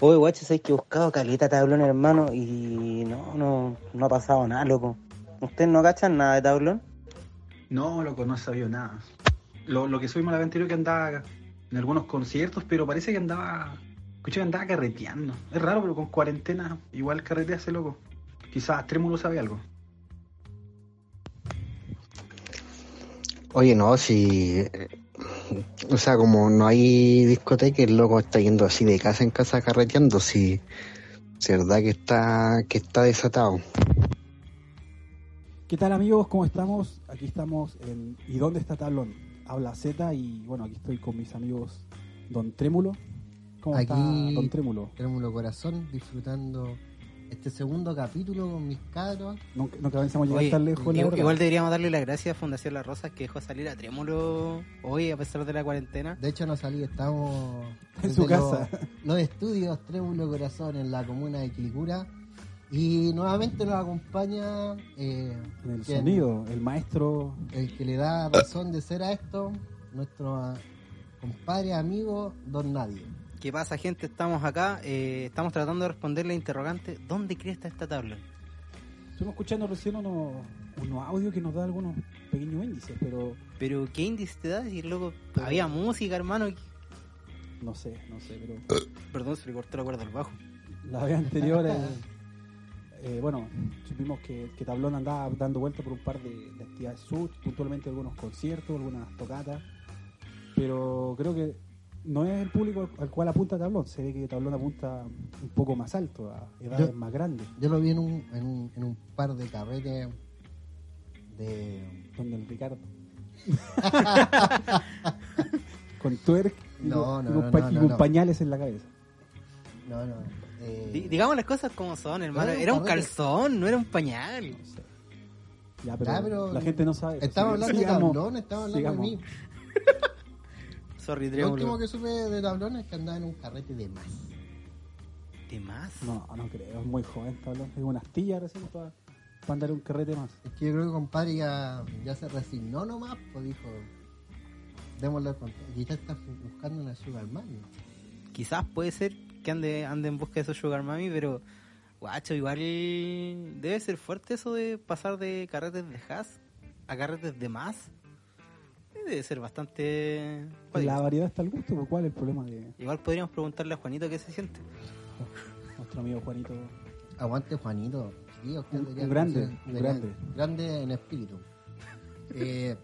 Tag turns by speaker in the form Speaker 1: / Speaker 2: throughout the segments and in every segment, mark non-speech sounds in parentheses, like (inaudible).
Speaker 1: Oye, guacho, sabes que he buscado caleta tablón, hermano, y no, no, no ha pasado nada, loco. ¿Ustedes no cachan nada de tablón?
Speaker 2: No, loco, no sabía nada. Lo, lo que subimos la vez anterior que andaba en algunos conciertos, pero parece que andaba. Escuché que andaba carreteando. Es raro, pero con cuarentena igual carretea ese loco. Quizás Trémulo sabe algo.
Speaker 3: Oye, no, si. O sea, como no hay discoteca, el loco está yendo así de casa en casa carreteando, si. Si es verdad que está, que está desatado.
Speaker 4: ¿Qué tal amigos? ¿Cómo estamos? Aquí estamos en ¿Y dónde está Tablón? Habla Z y bueno, aquí estoy con mis amigos Don Trémulo. ¿Cómo está
Speaker 5: Aquí-
Speaker 4: Don Trémulo?
Speaker 5: Trémulo Corazón, disfrutando este segundo capítulo con mis cabros.
Speaker 4: Nunca, nunca pensamos llegar
Speaker 6: Oye,
Speaker 4: tan lejos, la
Speaker 6: igual,
Speaker 4: verdad.
Speaker 6: igual deberíamos darle las gracias a Fundación Las Rosas que dejó salir a Trémulo hoy a pesar de la cuarentena.
Speaker 5: De hecho, no salí, estamos
Speaker 4: En su
Speaker 5: desde
Speaker 4: casa.
Speaker 5: Los, los estudios Trémulo Corazón en la comuna de Quilicura. Y nuevamente nos acompaña eh,
Speaker 4: En el
Speaker 5: quien-
Speaker 4: sonido, el maestro.
Speaker 5: el que le da razón de ser a esto, nuestro ah, compadre, amigo, Don Nadie.
Speaker 6: ¿Qué pasa, gente? Estamos acá, eh, estamos tratando de responder la interrogante: ¿dónde cresta está tablón?
Speaker 4: Estuvimos escuchando recién unos, unos audios que nos da algunos pequeños índices, pero
Speaker 6: Pero ¿qué índice te da? Decir, loco, había música, hermano. y-
Speaker 4: no sé, no sé, pero
Speaker 6: Perdón, se le cortó la cuerda al bajo.
Speaker 4: la vez anterior, eh, eh, bueno, supimos que, que Tablón andaba dando vuelta por un par de, de actividades sur, puntualmente algunos conciertos, algunas tocatas, pero creo que no es el público al, al cual apunta Tablón, se ve que Tablón apunta un poco más alto, a edades
Speaker 5: Yo-
Speaker 4: más grandes,
Speaker 5: Yo lo vi en un, en un, en un par de carretes de...
Speaker 4: donde el
Speaker 5: (laughs)
Speaker 4: Ricardo. Con twerk y,
Speaker 5: No,
Speaker 4: con-
Speaker 5: no,
Speaker 4: y con
Speaker 5: no,
Speaker 4: pa-
Speaker 5: no,
Speaker 4: y
Speaker 5: no,
Speaker 4: con
Speaker 5: no.
Speaker 4: pañales en la cabeza.
Speaker 5: No, no. eh,
Speaker 6: Di- digamos las cosas como son, hermano.
Speaker 5: Era un
Speaker 6: Era un
Speaker 5: carrete.
Speaker 6: calzón, no era un pañal.
Speaker 4: No sé. Ya, pero,
Speaker 5: Ya, pero-
Speaker 4: la gente no sabe.
Speaker 5: Estamos
Speaker 4: Así que
Speaker 5: hablando de
Speaker 4: sigamos.
Speaker 5: tablón, estamos hablando
Speaker 4: sigamos.
Speaker 5: de mí.
Speaker 6: Sorry,
Speaker 5: Lo último
Speaker 6: Trémulo.
Speaker 5: que supe de tablón es que andaba en un carrete de más.
Speaker 6: ¿De más?
Speaker 4: No, no creo, es muy joven este Tablón. Es una astilla recién para, andar un carrete más.
Speaker 5: Es que yo creo que compadre ya, ya se resignó nomás, pues dijo, démosle el control. Quizás está fu- buscando una sugar mami.
Speaker 6: Quizás puede ser que ande, ande en busca de esos Sugar Mami, pero. Guacho, igual. Debe ser fuerte eso de pasar de carretes de has a carretes de más. Eh, Debe ser bastante.
Speaker 4: La variedad está al gusto, por cuál es el problema de
Speaker 6: Igual podríamos preguntarle a Juanito qué se siente.
Speaker 4: nuestro amigo Juanito.
Speaker 5: Aguante Juanito. Sí, usted
Speaker 4: Un-
Speaker 5: debería
Speaker 4: un grande,
Speaker 5: conocer-
Speaker 4: un
Speaker 5: debería-
Speaker 4: grande.
Speaker 5: Grande en espíritu. Eh,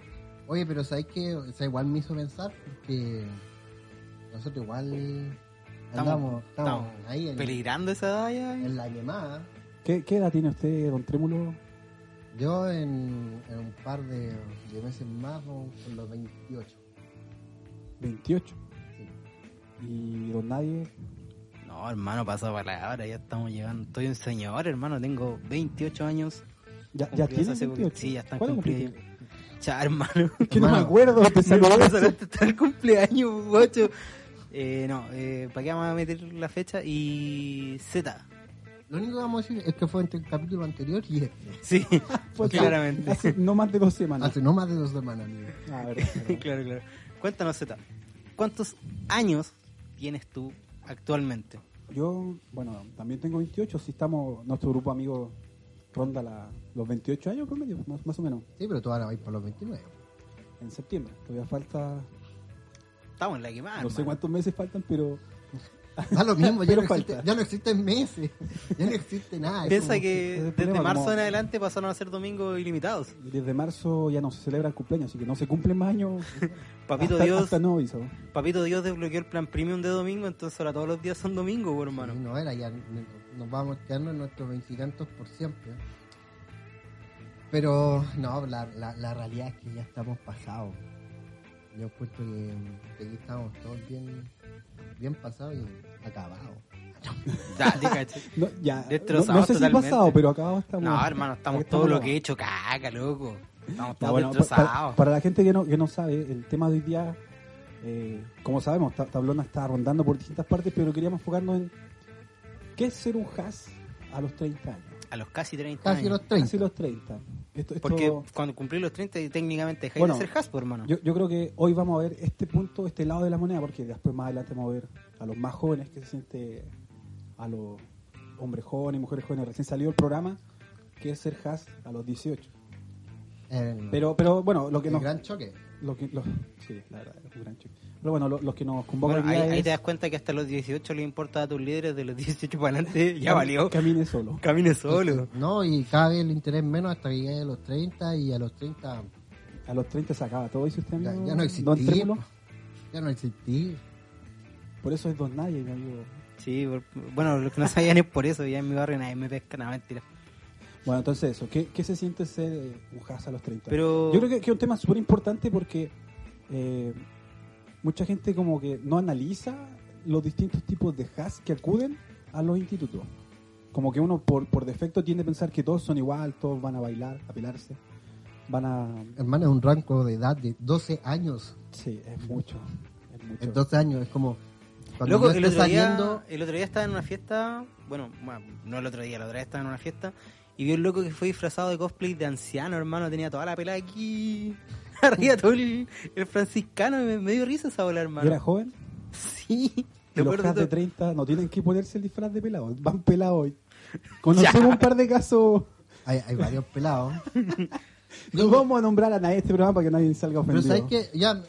Speaker 5: oye, pero ¿sabes qué? O sea, igual me hizo pensar porque nosotros igual andamos, estamos,
Speaker 6: estamos
Speaker 5: ahí en,
Speaker 6: Peligrando esa edad ya.
Speaker 5: en la quemada.
Speaker 4: ¿Qué, qué edad tiene usted, don Trémulo?
Speaker 5: Yo en, en un par de, de meses más, con con los 28.
Speaker 4: 28.
Speaker 5: Sí.
Speaker 4: Y don Nadie,
Speaker 6: No, hermano, pasa palabra, ya estamos llegando. Estoy un señor, hermano, tengo 28 años.
Speaker 4: ¿ya, ya
Speaker 6: Cumplidos
Speaker 4: tiene
Speaker 6: hace
Speaker 4: 28?
Speaker 6: poco. Sí, ya están
Speaker 4: ¿Cuándo
Speaker 6: cumplidos.
Speaker 4: cumpliste?
Speaker 6: Ya, hermano.
Speaker 4: Que no me
Speaker 6: (laughs)
Speaker 5: Hermano.
Speaker 4: acuerdo, te saco
Speaker 6: No,
Speaker 4: de
Speaker 6: me sacaste hasta el este cumpleaños, guacho. Eh, no, eh, ¿para qué vamos a meter la fecha? Y Z.
Speaker 5: Lo único que vamos a decir es que fue entre el capítulo anterior y este.
Speaker 4: (laughs)
Speaker 6: Sí, (laughs)
Speaker 4: Pues, (laughs)
Speaker 6: claramente.
Speaker 4: hace no más de dos semanas.
Speaker 5: Hace no más de dos semanas, amigo.
Speaker 4: Ah, verdad, verdad.
Speaker 6: claro, claro. Cuéntanos, Z. ¿Cuántos años tienes tú actualmente?
Speaker 4: Yo, bueno, también tengo 28. Si estamos, nuestro grupo amigo ronda la- los 28 años promedio, más, más o menos,
Speaker 5: Sí, pero tú ahora vais por los
Speaker 4: (laughs)
Speaker 5: 29.
Speaker 4: en septiembre. Todavía falta
Speaker 6: Estamos en la quemada.
Speaker 4: no sé
Speaker 6: Ah, hermano.
Speaker 4: cuántos meses faltan, pero
Speaker 5: Da lo mismo, ya,
Speaker 4: Pero
Speaker 5: no existe,
Speaker 4: falta.
Speaker 5: ya no existen meses. Ya no existe nada. es
Speaker 6: Piensa
Speaker 4: ese
Speaker 5: como-
Speaker 4: es
Speaker 6: que
Speaker 4: el
Speaker 6: desde
Speaker 4: problema,
Speaker 6: marzo
Speaker 4: como-
Speaker 6: en adelante pasaron a ser domingos ilimitados.
Speaker 4: desde marzo ya no se celebra el cumpleaños, así que no se cumplen más años.
Speaker 6: (laughs) Papito
Speaker 4: hasta,
Speaker 6: Dios,
Speaker 4: hasta no aviso.
Speaker 6: Papito Dios desbloqueó el plan premium de domingo, entonces ahora todos los días son domingo, pues,
Speaker 5: Sí,
Speaker 6: hermano.
Speaker 5: No era, ya n- nos vamos a quedarnos en nuestros veintitantos por siempre. Pero no, la, la, la realidad es que ya estamos pasados. Yo encuentro que, que aquí estamos todos bien, bien pasados y acabados.
Speaker 6: Ya, te caché.
Speaker 4: No, ya, no,
Speaker 6: Destrozados
Speaker 4: no sé si
Speaker 6: totalmente.
Speaker 4: pasado, pero acabado estamos.
Speaker 6: No, hermano, estamos
Speaker 4: Acá
Speaker 6: todo lo
Speaker 4: acá.
Speaker 6: que he hecho caca, loco. Estamos
Speaker 4: Ya,
Speaker 6: todos
Speaker 4: bueno, pa-
Speaker 6: destrozados.
Speaker 4: para, para la gente que no, que no sabe, el tema de hoy día, eh, como sabemos, Ta- Tablona está rondando por distintas partes, pero queríamos enfocarnos en qué es ser un has a los 30 años.
Speaker 6: A los casi 30
Speaker 5: Casi
Speaker 6: años.
Speaker 5: los 30.
Speaker 4: Casi los 30. Esto, esto-
Speaker 6: Porque cuando cumplí los 30 y técnicamente dejáis
Speaker 4: Bueno,
Speaker 6: de ser Hasbro, hermano.
Speaker 4: Yo, yo creo que hoy vamos a ver este punto, este lado de la moneda, porque después más adelante vamos a ver a los más jóvenes que se siente a los hombres jóvenes, mujeres jóvenes. Recién salió el programa que es ser has a los 18.
Speaker 5: El,
Speaker 4: Pero, pero bueno, lo que
Speaker 5: el
Speaker 4: nos.
Speaker 5: gran choque.
Speaker 4: lo que- lo- sí, la verdad, es un gran choque. Pero bueno, lo- los que nos convocan
Speaker 6: Bueno, ahí,
Speaker 4: hoy día
Speaker 6: ahí
Speaker 4: es-
Speaker 6: te das cuenta que hasta los 18 le importa a tus líderes, de los (laughs) 18 para
Speaker 4: (laughs)
Speaker 6: adelante ya valió.
Speaker 4: Camine solo.
Speaker 6: Camine solo.
Speaker 5: No, y cada vez el interés menos hasta que llegue a los 30 y a los 30
Speaker 4: A los 30 se acaba todo, dice usted,
Speaker 5: Ya-
Speaker 4: amigo.
Speaker 5: ya no existí.
Speaker 4: Don Trémulo.
Speaker 5: ya no existí.
Speaker 4: Por eso es Don Nadie, mi amigo.
Speaker 6: Sí, por- bueno, lo que no sabían es por eso, ya en mi barrio nadie me pesca, nada, mentira.
Speaker 4: Bueno, entonces eso, ¿qué, qué se siente ser eh, un has a los 30?
Speaker 6: Pero
Speaker 4: Yo creo que, que es un tema súper importante porque eh, mucha gente como que no analiza los distintos tipos de has que acuden a los institutos. Como que uno por, por defecto tiende a pensar que todos son igual, todos van a bailar, a pelarse, van a...
Speaker 5: Hermano, es un rango de edad de 12 años.
Speaker 4: Sí, es mucho. Es mucho.
Speaker 5: En 12 años es como. Cuando
Speaker 6: Loco,
Speaker 5: yo
Speaker 6: el
Speaker 5: esté
Speaker 6: otro, día,
Speaker 5: saliendo.
Speaker 6: el otro día estaba en una fiesta, bueno, bueno, no el otro día, la otra vez estaba en una fiesta y vi un loco que fue disfrazado de cosplay de anciano, hermano, tenía toda la pelada aquí, (laughs) arriba todo el, el franciscano, y me, me dio risa esa bola,
Speaker 4: Yo
Speaker 6: hermano.
Speaker 4: era joven,
Speaker 6: Sí,
Speaker 4: y
Speaker 6: me
Speaker 4: los
Speaker 6: acuerdo
Speaker 4: has de
Speaker 6: todo.
Speaker 4: 30 no tienen que ponerse el disfraz de pelado, van pelados hoy. Conocemos un par de casos,
Speaker 5: Hay, hay varios
Speaker 4: (laughs)
Speaker 5: pelados.
Speaker 4: no vamos a nombrar a nadie en este programa para que nadie salga
Speaker 5: Pero
Speaker 4: ofendido.
Speaker 5: sabes que ya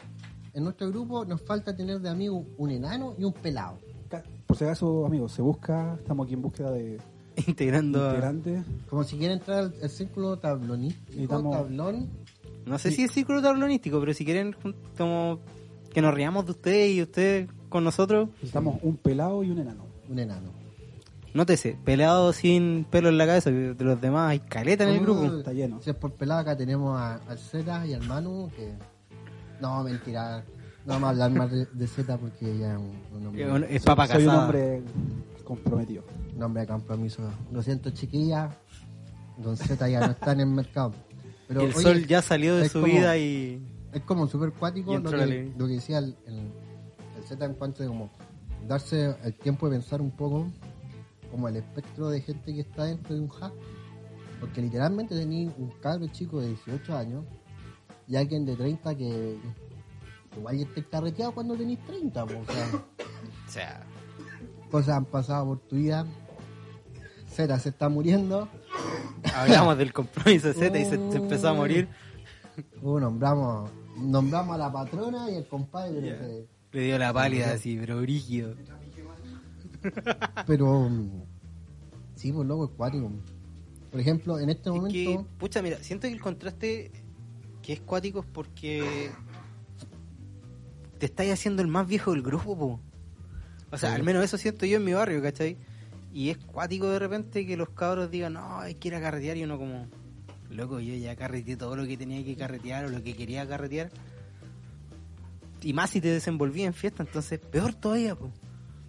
Speaker 5: en nuestro grupo nos falta tener de amigo un enano y un pelado.
Speaker 4: Ca- Por si acaso, amigos, se busca, estamos aquí en búsqueda de
Speaker 6: Integrando a-
Speaker 4: integrantes.
Speaker 5: Como si quieren entrar al, al círculo tablonístico,
Speaker 4: Necesitamos-
Speaker 5: tablón.
Speaker 6: No sé si es círculo tablonístico, pero si quieren jun- como que nos riamos de ustedes y ustedes con nosotros,
Speaker 4: Necesitamos un pelado y un enano.
Speaker 5: Un enano.
Speaker 6: nótese, pelado sin pelo en la cabeza, de los demás hay caleta en el grupo.
Speaker 4: Está lleno.
Speaker 5: Si es por pelado, acá tenemos a- al Z y al Manu. Que... No, mentira. No vamos a hablar más de, de Z porque ya es un, un hombre,
Speaker 6: Es un- Es
Speaker 4: Soy-
Speaker 6: papa
Speaker 4: Soy un
Speaker 6: casada.
Speaker 4: hombre comprometido.
Speaker 5: un hombre de compromiso. Lo siento, chiquilla. Don Z ya no está en el mercado. Pero,
Speaker 6: el
Speaker 5: oye,
Speaker 6: sol ya salió de
Speaker 5: es
Speaker 6: su
Speaker 5: como-
Speaker 6: vida y
Speaker 5: Es como súper cuático
Speaker 6: Y
Speaker 5: lo
Speaker 6: entró la
Speaker 5: que,
Speaker 6: ley.
Speaker 5: lo que decía el, el, el Z en cuanto de como darse el tiempo de pensar un poco como el espectro de gente que está dentro de un hack. Porque literalmente tenía un cabro chico de 18 años y alguien de 30 que igual ya te carreteado cuando tenés 30. po, o
Speaker 6: (coughs)
Speaker 5: sea,
Speaker 6: o
Speaker 5: (laughs)
Speaker 6: sea,
Speaker 5: cosas han pasado por tu vida. Z se está muriendo.
Speaker 6: hablamos del compromiso Z y se, se empezó a morir.
Speaker 5: Uh, nombramos, nombramos a la patrona y el compadre. pero se-
Speaker 6: Le dio la pálida así, pero brígido.
Speaker 5: Pero mm, sí, pues loco, es cuático. Por ejemplo, en este
Speaker 6: Es
Speaker 5: momento,
Speaker 6: que, pucha, mira, siento que el contraste que es cuático es porque te estáis haciendo el más viejo del grupo, po. O sea, al menos eso siento yo en mi barrio, ¿cachai? Y es cuático de repente que los cabros digan, no, hay que ir a carretear y uno como, loco, yo ya carreteé todo lo que tenía que carretear o lo que quería carretear. Y más si te desenvolví en fiesta, entonces peor todavía, po.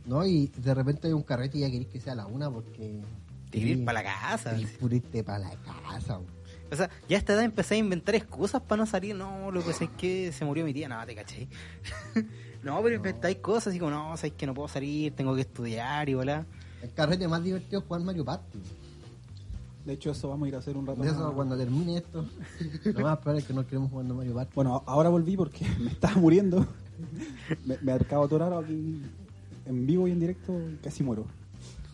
Speaker 5: ¿no? Y de repente hay un carrete y ya queréis que sea la una porque.
Speaker 6: Te quería ir para la casa.
Speaker 5: para la casa. bo.
Speaker 6: O sea, ya a esta edad empecé a inventar excusas para no salir. No, lo que sé es que se murió mi tía. No, te caché. (laughs) no, pero inventáis cosas. Y como, no, sabes que no puedo salir, tengo que estudiar y volá.
Speaker 5: El carrete más divertido es jugar Mario Party.
Speaker 4: De hecho, eso vamos a ir a hacer un rato.
Speaker 5: De eso,
Speaker 6: Ah.
Speaker 4: más.
Speaker 5: cuando termine esto, (laughs) lo más probable es que no queremos jugando Mario Party.
Speaker 4: Bueno, a- ahora volví porque (laughs) me estaba muriendo. Me, me acabo atorado aquí en vivo y en directo y casi muero.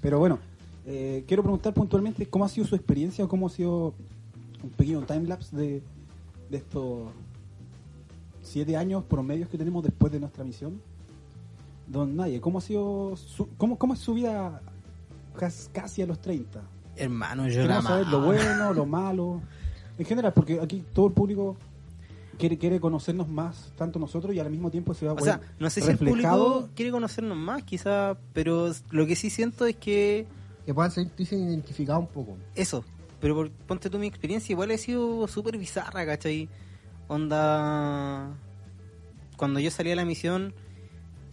Speaker 4: Pero bueno, eh, quiero preguntar puntualmente cómo ha sido su experiencia o cómo ha sido un pequeño timelapse de, de estos siete años promedios que tenemos después de nuestra misión. Don Nadie, ¿cómo ha sido su- cómo, cómo es su vida cas- casi a los 30?
Speaker 6: Hermano, yo la
Speaker 4: Queremos saber lo
Speaker 6: amaba.
Speaker 4: bueno, lo malo. En general, porque aquí todo el público quiere, quiere conocernos más, tanto nosotros, y al mismo tiempo se va a
Speaker 6: O
Speaker 4: ver
Speaker 6: sea, no sé si el
Speaker 4: reflejado.
Speaker 6: público quiere conocernos más, quizá. Pero lo que sí siento es que
Speaker 5: Que puedan sentirse identificados un poco.
Speaker 6: eso. Pero por- ponte tú mi experiencia, igual ha sido súper bizarra, ¿cachai? Onda. Cuando yo salí a la misión,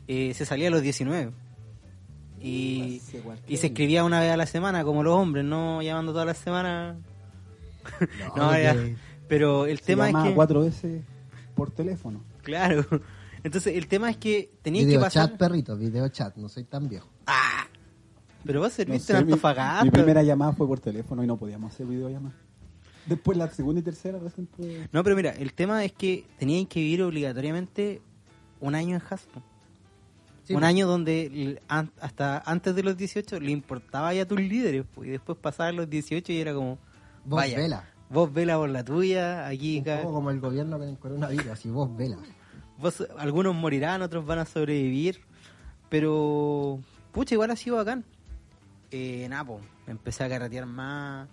Speaker 6: eh, se salía a los 19. Y,
Speaker 4: Hace cualquier-
Speaker 6: y se escribía una vez a la semana, como los hombres, no llamando todas las semanas. (laughs) No,
Speaker 5: porque
Speaker 6: ya. Pero el
Speaker 4: se
Speaker 6: tema es
Speaker 4: llama
Speaker 6: que.
Speaker 4: cuatro veces por teléfono.
Speaker 6: Claro. (laughs) Entonces, el tema es que tenía que
Speaker 5: Video
Speaker 6: pasar.
Speaker 5: chat, perrito, video chat, no soy tan viejo.
Speaker 6: ¡Ah! Pero vos
Speaker 4: No
Speaker 6: serviste
Speaker 4: sé,
Speaker 6: en
Speaker 4: mi,
Speaker 6: Antofagasta.
Speaker 4: mi primera llamada fue por teléfono y no podíamos hacer videollamada. Después la segunda y tercera recién pude-
Speaker 6: No, pero mira, el tema es que tenían que vivir obligatoriamente un año en Hasbro.
Speaker 5: Sí. pues.
Speaker 6: Un año donde l- an- hasta antes de los 18 le importaba ya a tus líderes, pues, y después pasaban los 18 y era como,
Speaker 5: Vos
Speaker 6: Vaya.
Speaker 5: vela.
Speaker 6: vos vela por la tuya, aquí,
Speaker 5: Un
Speaker 6: ca-
Speaker 5: poco como el gobierno con el coronavirus, así vos vela.
Speaker 6: vos- algunos morirán, otros van a sobrevivir, pero, pucha, igual ha sido bacán. Eh, nada, po, me empecé a carretear más,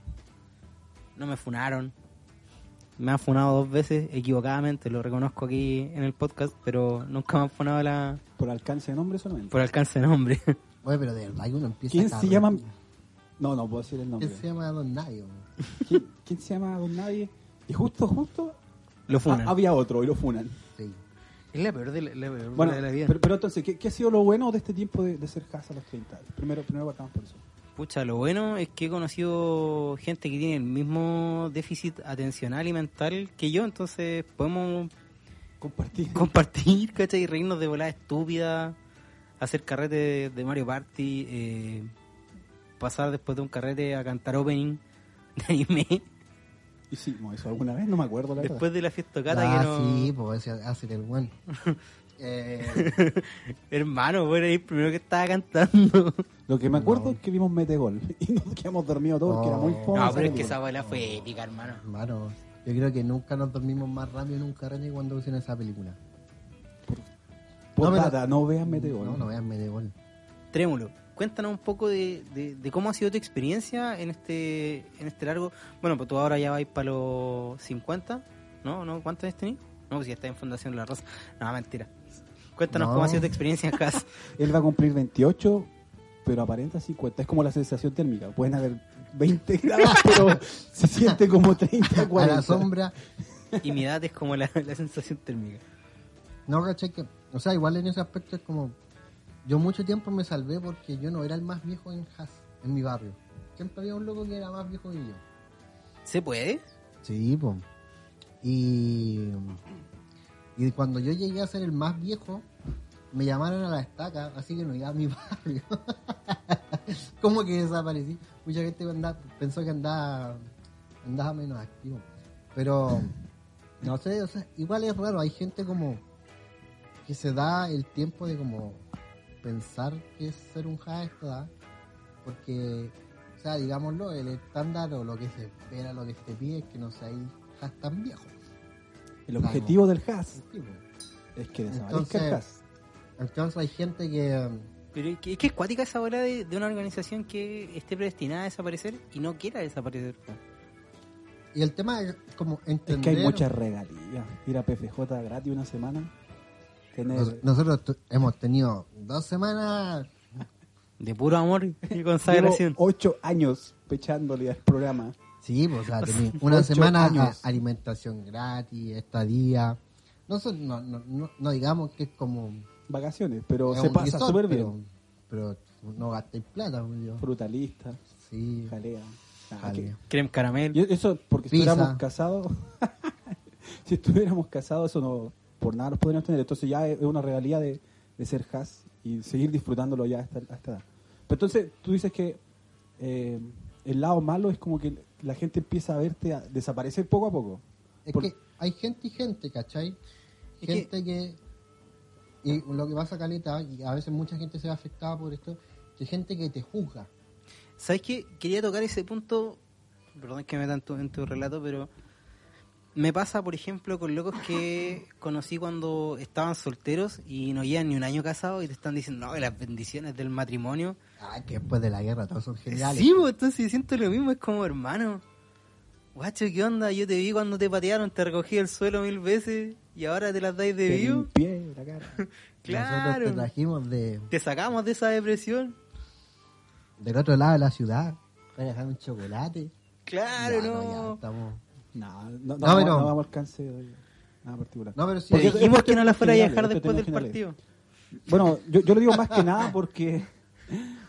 Speaker 6: no me funaron, me han funado dos veces, equivocadamente, lo reconozco aquí en el podcast, pero nunca me han funado la,
Speaker 4: Por alcance de nombre solamente.
Speaker 6: por alcance de nombre. (laughs)
Speaker 5: Oye, pero de verdad que uno empieza
Speaker 4: ¿Quién
Speaker 5: a
Speaker 4: se
Speaker 5: carretear.
Speaker 4: llama? No, no puedo decir el nombre.
Speaker 5: ¿Quién se llama Don Nayo?
Speaker 4: ¿Quién, quién se llama Don Nadie? Y justo, justo
Speaker 6: lo funan.
Speaker 4: ha- Ah, había otro y lo funan.
Speaker 6: (laughs)
Speaker 5: Sí.
Speaker 6: Es la peor de la, la peor
Speaker 4: Bueno,
Speaker 6: de la vida.
Speaker 4: pero, pero entonces, ¿qué, qué ha sido lo bueno de este tiempo de, de ser casa a los 30? Primero, primero partamos por eso.
Speaker 6: Pucha, lo bueno es que he conocido gente que tiene el mismo déficit atencional y mental que yo, entonces podemos
Speaker 4: Compartir.
Speaker 6: compartir, (laughs) ¿cachai? Y reírnos de voladas estúpidas, hacer carrete de, de Mario Party, eh, pasar después de un carrete a cantar opening (laughs) de anime,
Speaker 4: Hicimos eso alguna vez, no me acuerdo la verdad.
Speaker 6: después de la fiesta cata
Speaker 5: Ah,
Speaker 6: que no...
Speaker 5: sí, pues ese hace el buen. eh,
Speaker 6: (laughs) Hermano, vos erais el primero que estaba cantando.
Speaker 4: Lo que me acuerdo
Speaker 5: No.
Speaker 4: es que vimos Metegol (laughs) y nos quedamos dormidos todos, que era muy
Speaker 5: No,
Speaker 4: fome.
Speaker 6: No, Ah, pero es que
Speaker 4: película.
Speaker 6: esa bola fue épica, hermano.
Speaker 5: hermano, yo creo que nunca nos dormimos más rápido en un carrete que cuando hicieron esa película.
Speaker 4: Por
Speaker 5: No, pero-
Speaker 4: nada, no veas Metegol.
Speaker 5: No, no vean Metegol.
Speaker 6: Trémulo, cuéntanos un poco de, de- de cómo ha sido tu experiencia en este en este largo. Bueno, pues tú ahora ya vais para los 50, ¿no? ¿No? ¿Cuántos años tenés? No, pues ya estás en Fundación La Rosa. No, mentira. Cuéntanos
Speaker 5: No.
Speaker 6: cómo ha sido tu experiencia en casa.
Speaker 4: Él va a cumplir 28, pero aparenta 50. Es como la sensación térmica. Pueden haber 20 grados, pero se siente como 30,
Speaker 5: A
Speaker 4: 40.
Speaker 5: la sombra.
Speaker 6: y mi edad es como la, la sensación térmica.
Speaker 5: No, caché que. O sea, igual en ese aspecto es como. Yo mucho tiempo me salvé porque yo no era el más viejo en Haas, en mi barrio. Siempre había un loco que era más viejo que yo.
Speaker 6: ¿Se puede?
Speaker 5: Sí, pues. Y, y cuando yo llegué a ser el más viejo, me llamaron a la estaca, así que no iba a mi (laughs) barrio. Como que desaparecí. Mucha gente andaba- pensó que andaba, andaba menos activo. Pero, no sé, o sea, igual es raro. Hay gente como que se da el tiempo de como pensar que es ser un ja a esta edad. Porque o sea, digámoslo, el estándar o lo que se espera, lo que se pide es que no seáis has tan viejos.
Speaker 4: El objetivo del Haas
Speaker 5: Sí, pues.
Speaker 4: es que desaparezca
Speaker 5: Entonces-
Speaker 4: el Haas.
Speaker 5: Entonces hay gente que mm,
Speaker 6: Pero es que es que es cuática esa bola de, de una organización que esté predestinada a desaparecer y no quiera desaparecer.
Speaker 5: y el tema es como
Speaker 4: Es
Speaker 5: entender
Speaker 4: que hay muchas regalías. Ir a PFJ gratis una semana. Tener...
Speaker 5: Nos- nosotros tu- hemos tenido dos semanas
Speaker 6: De puro amor (laughs) y consagración.
Speaker 4: Llevo ocho años pechándole al programa.
Speaker 5: sí pues, o sea, tení
Speaker 4: (laughs)
Speaker 5: una
Speaker 4: Ocho
Speaker 5: semana a-
Speaker 4: años.
Speaker 5: alimentación gratis estadía no, son- no, no, no, no digamos que es como
Speaker 4: Vacaciones, pero
Speaker 5: es
Speaker 4: se
Speaker 5: un
Speaker 4: pasa
Speaker 5: resort,
Speaker 4: súper
Speaker 5: pero-
Speaker 4: bien.
Speaker 5: pero, no gastéis plata Julio.
Speaker 4: Frutalista,
Speaker 5: sí
Speaker 4: jalea. Ah,
Speaker 5: jalea.
Speaker 4: que-
Speaker 6: Creme caramel.
Speaker 4: Y eso porque si
Speaker 5: Pizza.
Speaker 4: estuviéramos casados, (laughs) si estuviéramos casados, eso no, por nada nos podríamos tener. Entonces ya es una realidad de, de ser has y seguir disfrutándolo ya hasta, hasta edad. Pero entonces tú dices que eh, el lado malo es como que la gente empieza a verte a desaparecer poco a poco.
Speaker 5: Es
Speaker 4: Por-
Speaker 5: que hay gente y gente, ¿cachai?
Speaker 6: Es
Speaker 5: Gente que... Y lo que pasa, Caleta, y a veces mucha gente se ve afectada por esto, que hay gente que te juzga.
Speaker 6: ¿Sabes qué? Quería tocar ese punto, perdón que me tanto en tu relato, pero me pasa, por ejemplo, con locos que conocí cuando estaban solteros y no llevan ni un año casados y te están diciendo, no, que las bendiciones del matrimonio.
Speaker 5: Ah, que después de la guerra todos son geniales.
Speaker 6: Sí, pues, entonces siento lo mismo, es como hermano. Guacho, ¿qué onda? Yo te vi cuando te patearon, te recogí el suelo mil veces y ahora te las dais de
Speaker 4: Te
Speaker 6: vivo.
Speaker 4: limpié la cara.
Speaker 5: Nosotros te
Speaker 6: Claro.
Speaker 5: trajimos de,
Speaker 6: Te sacamos de esa depresión.
Speaker 5: del otro lado de la ciudad para dejar un chocolate.
Speaker 6: Claro,
Speaker 5: Ya,
Speaker 6: no.
Speaker 5: ya, estamos...
Speaker 4: No, no, no,
Speaker 5: No,
Speaker 4: vamos-
Speaker 5: pero-
Speaker 4: no vamos a alcance de nada particular.
Speaker 5: No, pero sí,
Speaker 6: Te
Speaker 4: Porque-
Speaker 6: dijimos que no la fuera a
Speaker 4: Generales,
Speaker 6: dejar
Speaker 4: esto
Speaker 6: después del
Speaker 4: tenemos generales.
Speaker 6: partido.
Speaker 4: Bueno, yo, yo lo digo más que nada porque,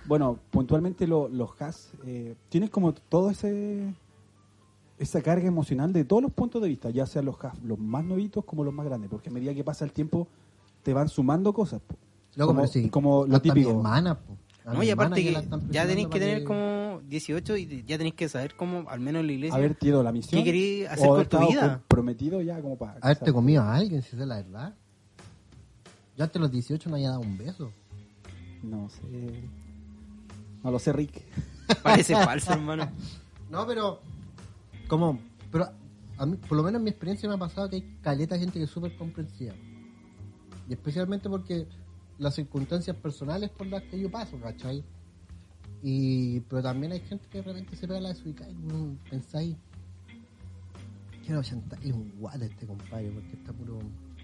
Speaker 4: bueno, puntualmente lo- los has eh, tienen como todo ese esa carga emocional de todos los puntos de vista, ya sean los has los más novitos como los más grandes, porque a medida que pasa el tiempo te van sumando cosas. po.
Speaker 5: loco,
Speaker 4: como,
Speaker 5: pero sí,
Speaker 4: como lo
Speaker 5: hasta mi
Speaker 4: típico.
Speaker 5: hermana, po. A
Speaker 6: No,
Speaker 5: mi
Speaker 6: y
Speaker 5: hermana
Speaker 6: aparte
Speaker 5: la
Speaker 6: que
Speaker 5: están
Speaker 6: ya
Speaker 5: presionando
Speaker 6: tenéis que
Speaker 5: para
Speaker 6: tener
Speaker 5: que-
Speaker 6: como 18 y ya tenéis que saber cómo, al menos en la iglesia.
Speaker 4: Haber tenido la
Speaker 6: ¿Qué
Speaker 4: misión.
Speaker 6: querés hacer
Speaker 4: o
Speaker 6: con
Speaker 4: haber
Speaker 6: tu
Speaker 4: estado
Speaker 6: vida?
Speaker 4: Comprometido ya como para...
Speaker 5: Haberte comido a alguien, si esa es la verdad. Yo hasta los 18 no había dado un beso.
Speaker 4: No sé. No lo sé, Rick.
Speaker 6: (laughs) Parece falso, hermano.
Speaker 5: No, pero. Como. Pero a mí, por lo menos en mi experiencia me ha pasado que hay caleta de gente que es súper comprensiva. Y especialmente porque las circunstancias personales por las que yo paso, ¿cachai? Y, pero también hay gente que de repente se pega la desubicada y uno pensáis, quiero chantarle un guate a este compadre porque está puro.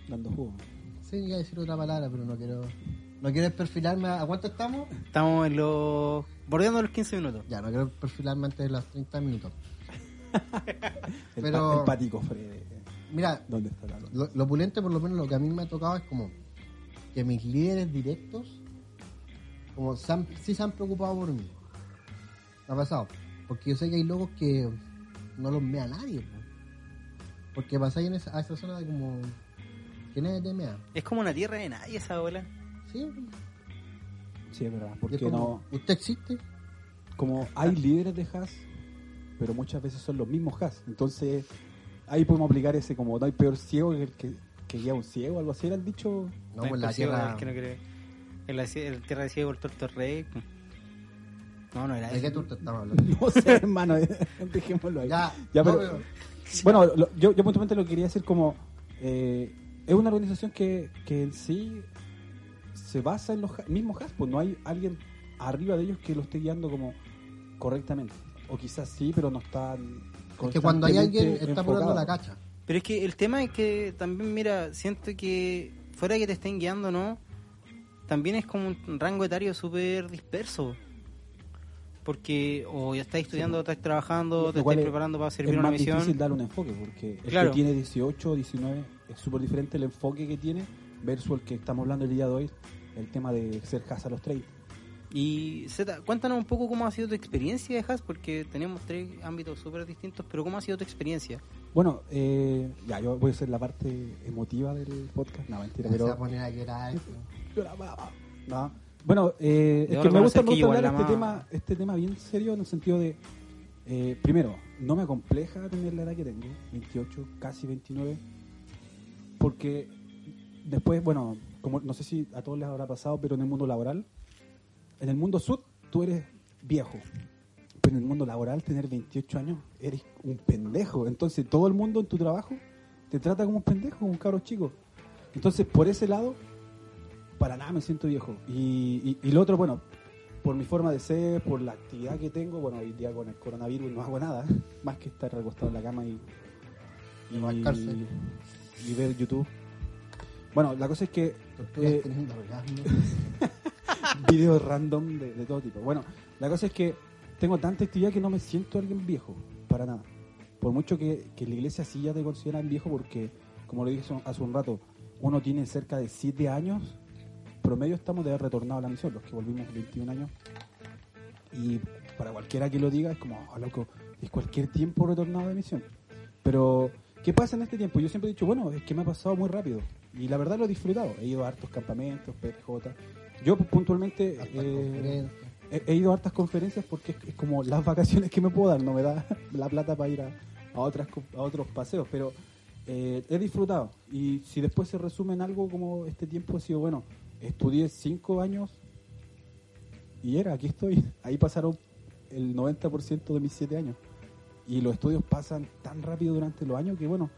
Speaker 4: Dando jugo.
Speaker 5: Sí, iba a decir otra palabra, pero no quiero. No quiero perfilarme. ¿A cuánto estamos?
Speaker 6: Estamos en los. bordeando los 15 minutos.
Speaker 5: Ya, no quiero perfilarme antes de los 30 minutos.
Speaker 4: El,
Speaker 5: Pero-
Speaker 4: pa- el patico, Fred.
Speaker 5: Mira,
Speaker 4: ¿Dónde está la luz?
Speaker 5: lo, lo opulente por lo menos lo que a mí me ha tocado es como que mis líderes directos como se han- sí se han preocupado por mí me ha pasado porque yo sé que hay locos que no los mea nadie po. porque pasáis en esa, a esa zona de como que nadie te mea
Speaker 6: Es como una tierra de nadie esa bola.
Speaker 5: sí
Speaker 4: Sí, es verdad.
Speaker 5: y es
Speaker 4: Porque
Speaker 5: como,
Speaker 4: no.
Speaker 5: usted existe
Speaker 4: Como hay líderes de Haas, pero muchas veces son los mismos Haas. Entonces, ahí podemos aplicar ese como no hay peor ciego que el que, que guía a un ciego, algo así era el dicho. (laughs)
Speaker 5: no,
Speaker 6: No,
Speaker 5: pues la
Speaker 6: es posible,
Speaker 5: tierra
Speaker 6: es que no creo. En la, cie- en la tierra de ciego, el torto rey. No, no era
Speaker 5: de qué
Speaker 6: eso.
Speaker 5: tú te
Speaker 6: (laughs)
Speaker 5: estamos hablando
Speaker 4: No sé, hermano, (laughs) dejémoslo ahí.
Speaker 5: ya,
Speaker 4: Ya,
Speaker 5: no,
Speaker 4: pero- Bueno, lo- yo, yo puntualmente lo que quería decir como eh, es una organización que, que en sí se basa en los ha- mismos Haspos, no hay alguien arriba de ellos que lo esté guiando como correctamente. O quizás sí, pero no está
Speaker 5: es que cuando hay alguien está
Speaker 4: poniendo
Speaker 5: poniendo la cacha
Speaker 6: Pero es que el tema es que también, mira, siento que fuera que te estén guiando, ¿no? También es como un rango etario súper disperso. Porque o ya estás estudiando, o estás trabajando,
Speaker 4: Lo
Speaker 6: te estás
Speaker 4: cual pues. es-
Speaker 6: preparando para
Speaker 4: Es
Speaker 6: servir una
Speaker 4: más
Speaker 6: misión.
Speaker 4: difícil dar un enfoque, porque el
Speaker 6: Claro.
Speaker 4: que tiene 18 o 19 es súper diferente el enfoque que tiene versus el que estamos hablando el día de hoy, el tema de ser casa a los 30.
Speaker 6: Y Z, cuéntanos un poco cómo ha sido tu experiencia de Haas, porque tenemos tres ámbitos súper distintos, pero ¿cómo ha sido tu experiencia?
Speaker 4: Bueno, eh, ya, yo voy a hacer la parte emotiva del podcast. No, mentira,
Speaker 5: se va a
Speaker 4: pero...
Speaker 5: poner a llorar
Speaker 4: No. Bueno, eh,
Speaker 6: Debo
Speaker 4: es que me gusta,
Speaker 6: reconocer
Speaker 4: me
Speaker 6: que
Speaker 4: gusta
Speaker 6: igual
Speaker 4: hablar
Speaker 6: la
Speaker 4: este
Speaker 6: ma-
Speaker 4: tema, este tema bien serio en el sentido de, eh, primero, no me compleja tener la edad que tengo, 28, casi 29, porque después, bueno, como no sé si a todos les habrá pasado, pero en el mundo laboral, en el mundo sud tú eres viejo, pero Pues en el mundo laboral tener 28 años eres un pendejo, entonces todo el mundo en tu trabajo te trata como un pendejo, como un cabro chico. Entonces, por ese lado, para nada me siento viejo. Y, y, y lo otro, bueno, por mi forma de ser, por la actividad que tengo, bueno, hoy día con el coronavirus no hago nada, (laughs) más que estar recostado en la cama y, y,
Speaker 5: Revolcarse.
Speaker 4: y ver YouTube. Bueno, la cosa es que (laughs)
Speaker 5: tortugas
Speaker 4: Eh,
Speaker 5: teniendo orgasmo
Speaker 4: videos random de, de todo tipo. Bueno, la cosa es que tengo tanta actividad que no me siento alguien viejo, para nada. Por mucho que, que la iglesia sí ya te consideran viejo, porque, como lo dije hace un- hace un rato, uno tiene cerca de 7 años, promedio estamos de haber retornado a la misión, los que volvimos 21 años. Y para cualquiera que lo diga, es como, "Oh, loco, es cualquier tiempo retornado de misión. Pero, ¿qué pasa en este tiempo? Yo siempre he dicho, bueno, es que me ha pasado muy rápido. Y la verdad lo he disfrutado. He ido a hartos campamentos, PJ. Yo puntualmente
Speaker 5: hasta
Speaker 4: eh,
Speaker 5: conferencia.
Speaker 4: he, he ido a hartas conferencias porque es, es como las vacaciones que me puedo dar, no me da (laughs) la plata para ir a, a otras co- a otros paseos, pero eh, he disfrutado. Y si después se resume en algo como este tiempo ha sido, bueno, estudié cinco años y era, aquí estoy. (laughs) Ahí pasaron el 90% de mis siete años. Y los estudios pasan tan rápido durante los años que, bueno,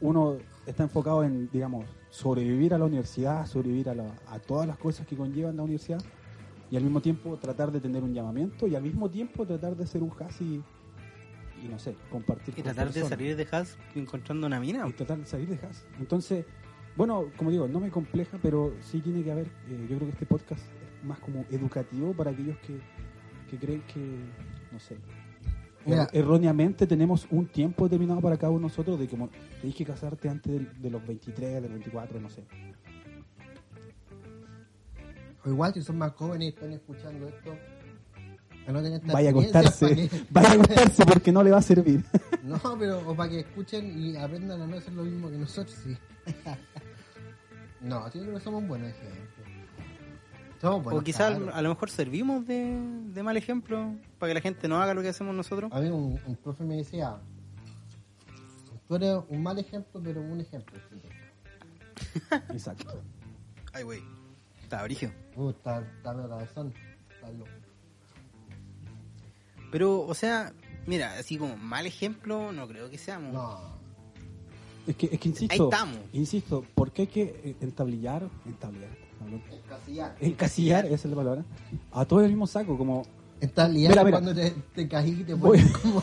Speaker 4: uno está enfocado en, digamos, sobrevivir a la universidad, sobrevivir a, la- a todas las cosas que conllevan la universidad y al mismo tiempo tratar de tener un llamamiento y al mismo tiempo tratar de ser un has y, y no sé, compartir
Speaker 6: Y
Speaker 4: con
Speaker 6: tratar de
Speaker 4: personas.
Speaker 6: salir de Haas encontrando una mina.
Speaker 4: y tratar de salir de Haas. Entonces, bueno, como digo, no me compleja, pero sí tiene que haber, eh, yo creo que este podcast es más como educativo para aquellos que, que creen que, no sé,
Speaker 5: Mira.
Speaker 4: er- erróneamente tenemos un tiempo determinado para cada uno de nosotros de que como, tenés que casarte antes del- de, los 23, de los 24, no sé.
Speaker 5: O igual si son más jóvenes y están escuchando esto, que no tengan esta
Speaker 4: Vaya a
Speaker 5: experiencia,
Speaker 4: acostarse,
Speaker 5: pa' que-
Speaker 4: (laughs) vaya a acostarse porque no le va a servir.
Speaker 5: (laughs) No, pero o para que escuchen y aprendan a no hacer lo mismo que nosotros, sí. (laughs) no, yo creo que somos buenos ejemplos. Somos buenos.
Speaker 6: o quizás
Speaker 5: cabros.
Speaker 6: a lo mejor servimos de, de mal ejemplo para que la gente no haga lo que hacemos nosotros.
Speaker 5: A mí un, un profe me decía, tú eres un mal ejemplo, pero un ejemplo. chico".
Speaker 4: Exacto.
Speaker 6: Ay, güey. Está brígido.
Speaker 5: Uh, está, está medio cabezón. Está loco.
Speaker 6: Pero, o sea, mira, así como mal ejemplo, no creo que seamos.
Speaker 5: No.
Speaker 4: Es que, es que insisto,
Speaker 6: Ahí estamos.
Speaker 4: insisto, ¿por qué hay que eh, entablillar, entablillar, perdón,
Speaker 5: Encasillar.
Speaker 4: encasillar, esa es la palabra, a todo el mismo saco? Como,
Speaker 5: Estás liado
Speaker 4: Mira, mira.
Speaker 5: cuando te, te caí y te
Speaker 4: Voy.
Speaker 5: pones como.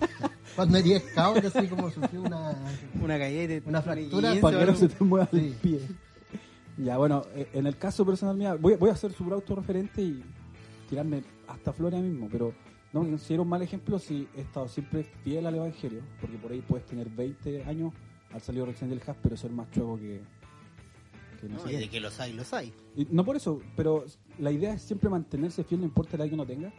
Speaker 5: (laughs) cuando eres scout, así como sufrí una.
Speaker 6: Una caída,
Speaker 5: Una fractura,
Speaker 6: esguince,
Speaker 4: para que no
Speaker 6: algo.
Speaker 4: se te mueva el
Speaker 5: Sí.
Speaker 4: pie. Ya, bueno, eh, en el caso personal mío, voy, voy a ser súper autorreferente y tirarme hasta flores mismo, pero no me considero un mal ejemplo si he estado siempre fiel al Evangelio, porque por ahí puedes tener 20 años al salir recién del has, pero ser más chueco que, que no,
Speaker 6: No,
Speaker 4: sé
Speaker 6: y
Speaker 4: qué.
Speaker 6: de que los hay, los hay.
Speaker 4: Y no por eso, pero la idea es siempre mantenerse fiel, no importa la edad que uno tenga.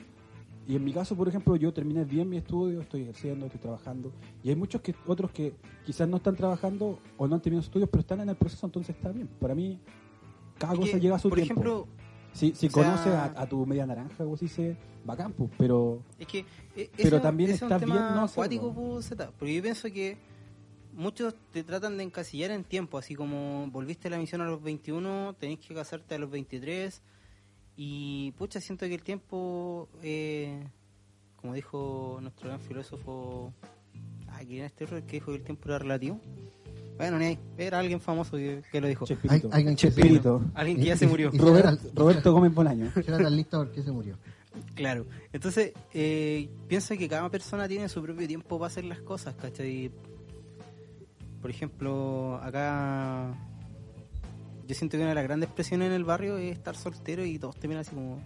Speaker 4: Y en mi caso, por ejemplo, yo terminé bien mi estudio, estoy ejerciendo, estoy trabajando. Y hay muchos que otros que quizás no están trabajando o no han terminado sus estudios, pero están en el proceso, entonces está bien. Para mí, cada cosa
Speaker 6: Que,
Speaker 4: lleva a su
Speaker 6: por
Speaker 4: tiempo.
Speaker 6: ejemplo,
Speaker 4: si si
Speaker 6: o sea-
Speaker 4: conoces a, a tu media naranja, como se dice, bacán, pues, pero
Speaker 6: Es que eh,
Speaker 4: Pero
Speaker 6: eso-
Speaker 4: también
Speaker 6: ese es
Speaker 4: está
Speaker 6: un
Speaker 4: bien
Speaker 6: tema
Speaker 4: no hacerlo.
Speaker 6: acuático, po, Zeta, porque yo pienso que muchos te tratan de encasillar en tiempo, así como volviste a la misión a los 21, tenés que casarte a los 23 y pucha, siento que el tiempo eh, como dijo nuestro gran filósofo ah, ¿quién era este otro? el que dijo que el tiempo era relativo. Bueno, ni ahí, era alguien famoso que, que lo dijo.
Speaker 4: Chespirito.
Speaker 5: Hay- hay un
Speaker 4: Chespirito.
Speaker 6: Alguien que ya se murió.
Speaker 4: Robert- Roberto Gómez Bolaño.
Speaker 5: Era tan listo porque se murió.
Speaker 6: Claro, entonces eh, pienso que cada persona tiene su propio tiempo para hacer las cosas, ¿cachai? Por ejemplo, acá yo siento que una de las grandes presiones en el barrio es estar soltero y todos te miran así como,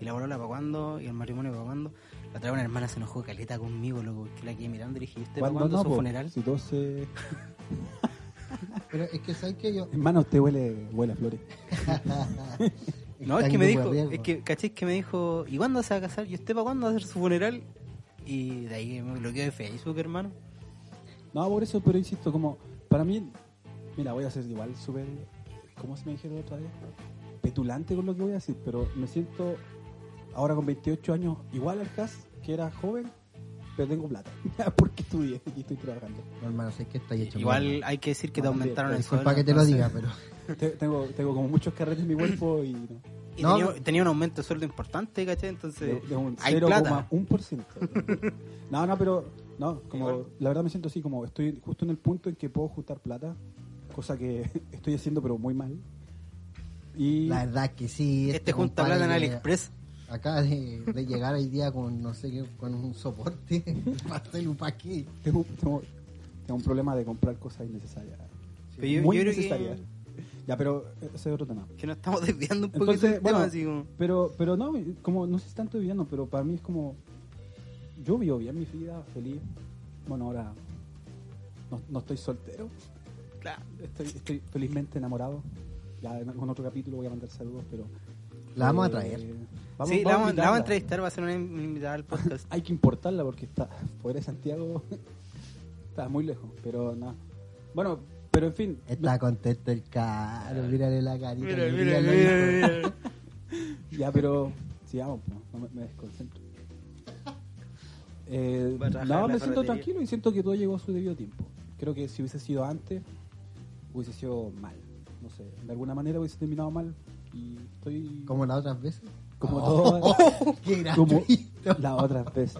Speaker 6: ¿y la bolola para cuándo? ¿Y el matrimonio para cuándo? La otra vez una hermana se enojó caleta conmigo, loco, que la quedé mirando y le dije, ¿y usted para
Speaker 4: Cuando
Speaker 6: cuándo
Speaker 4: no,
Speaker 6: su
Speaker 4: po?
Speaker 6: funeral?
Speaker 4: Si todo se...
Speaker 5: Pero es que sabes que yo.
Speaker 4: Hermano, usted huele, huele a flores.
Speaker 6: No, es
Speaker 5: Está
Speaker 6: que
Speaker 5: en
Speaker 6: me
Speaker 5: grupo
Speaker 6: dijo,
Speaker 5: de riesgo.
Speaker 6: es que, ¿cachai? Que me dijo, ¿y cuándo se va a casar? ¿Y usted para cuándo va a hacer su funeral? Y de ahí me bloqueó de Facebook, hermano.
Speaker 4: No, por eso, pero insisto, como para mí, mira, voy a ser igual súper, ¿cómo se me dijeron otra vez? Petulante con lo que voy a decir, pero me siento ahora con 28 años igual al Cas, que era joven, pero tengo plata, (laughs) porque estudié y estoy trabajando.
Speaker 5: No, hermano, sé que está hecho.
Speaker 6: Igual
Speaker 5: mierda.
Speaker 6: hay que decir que te
Speaker 4: No, también,
Speaker 6: aumentaron el sueldo.
Speaker 5: Disculpa que te lo
Speaker 6: entonces-
Speaker 5: diga, pero.
Speaker 4: Te- Tengo, tengo como muchos carretes en mi cuerpo y no,
Speaker 6: Y
Speaker 5: No,
Speaker 6: tenía,
Speaker 5: no.
Speaker 6: tenía un aumento de sueldo importante, ¿cachai? Entonces,
Speaker 4: de, de un
Speaker 6: hay plata.
Speaker 4: 0,1%. No, no, pero no, como la verdad me siento así, como estoy justo en el punto en que puedo juntar plata, cosa que (laughs) estoy haciendo pero muy mal. Y
Speaker 5: La verdad que sí.
Speaker 6: Este junta
Speaker 5: compadre
Speaker 6: plata en
Speaker 5: que
Speaker 6: AliExpress.
Speaker 5: Acaba de, de llegar hoy día con, no sé qué, con un soporte (laughs) para hacer un paquete.
Speaker 4: Tengo, tengo- tengo un problema de comprar cosas innecesarias.
Speaker 6: Pero yo,
Speaker 4: muy
Speaker 6: yo creo
Speaker 4: innecesarias.
Speaker 6: que,
Speaker 4: Ya, pero ese es otro tema.
Speaker 6: que nos estamos (laughs) desviando un poquito
Speaker 4: Entonces,
Speaker 6: del tema,
Speaker 4: bueno,
Speaker 6: así como-
Speaker 4: pero, pero no, como no sé si tanto viviendo, pero para mí es como. Yo vivo bien mi vida, feliz. Bueno, ahora no, no estoy soltero,
Speaker 6: claro.
Speaker 4: estoy, estoy felizmente enamorado. Ya en algún otro capítulo voy a mandar saludos, pero.
Speaker 5: La vamos a
Speaker 4: eh,
Speaker 5: traer.
Speaker 4: vamos-
Speaker 6: sí, la vamos, la vamos a
Speaker 4: invitarla.
Speaker 6: entrevistar, va a ser una invitada al
Speaker 5: (laughs)
Speaker 6: podcast.
Speaker 4: hay que importarla porque está fuera de Santiago (laughs) está muy lejos pero no bueno pero en fin
Speaker 5: Está contento el caro, mírale la carita.
Speaker 6: mira,
Speaker 5: que
Speaker 6: mira, mira,
Speaker 5: brilla, lo dijo.
Speaker 6: mira.
Speaker 5: (laughs)
Speaker 4: ya pero sigamos po, no me, me desconcentro
Speaker 6: (laughs)
Speaker 4: Eh,
Speaker 6: Va a trabajar
Speaker 4: no
Speaker 6: en la
Speaker 4: me siento
Speaker 6: ferretería.
Speaker 4: tranquilo y siento que todo llegó a su debido tiempo creo que si hubiese sido antes hubiese sido mal no sé de alguna manera hubiese terminado mal y estoy
Speaker 5: Como las otras veces.
Speaker 4: como
Speaker 5: Oh,
Speaker 4: todo
Speaker 6: (laughs)
Speaker 5: ¡Qué
Speaker 4: como
Speaker 5: gratuito!
Speaker 4: las otras veces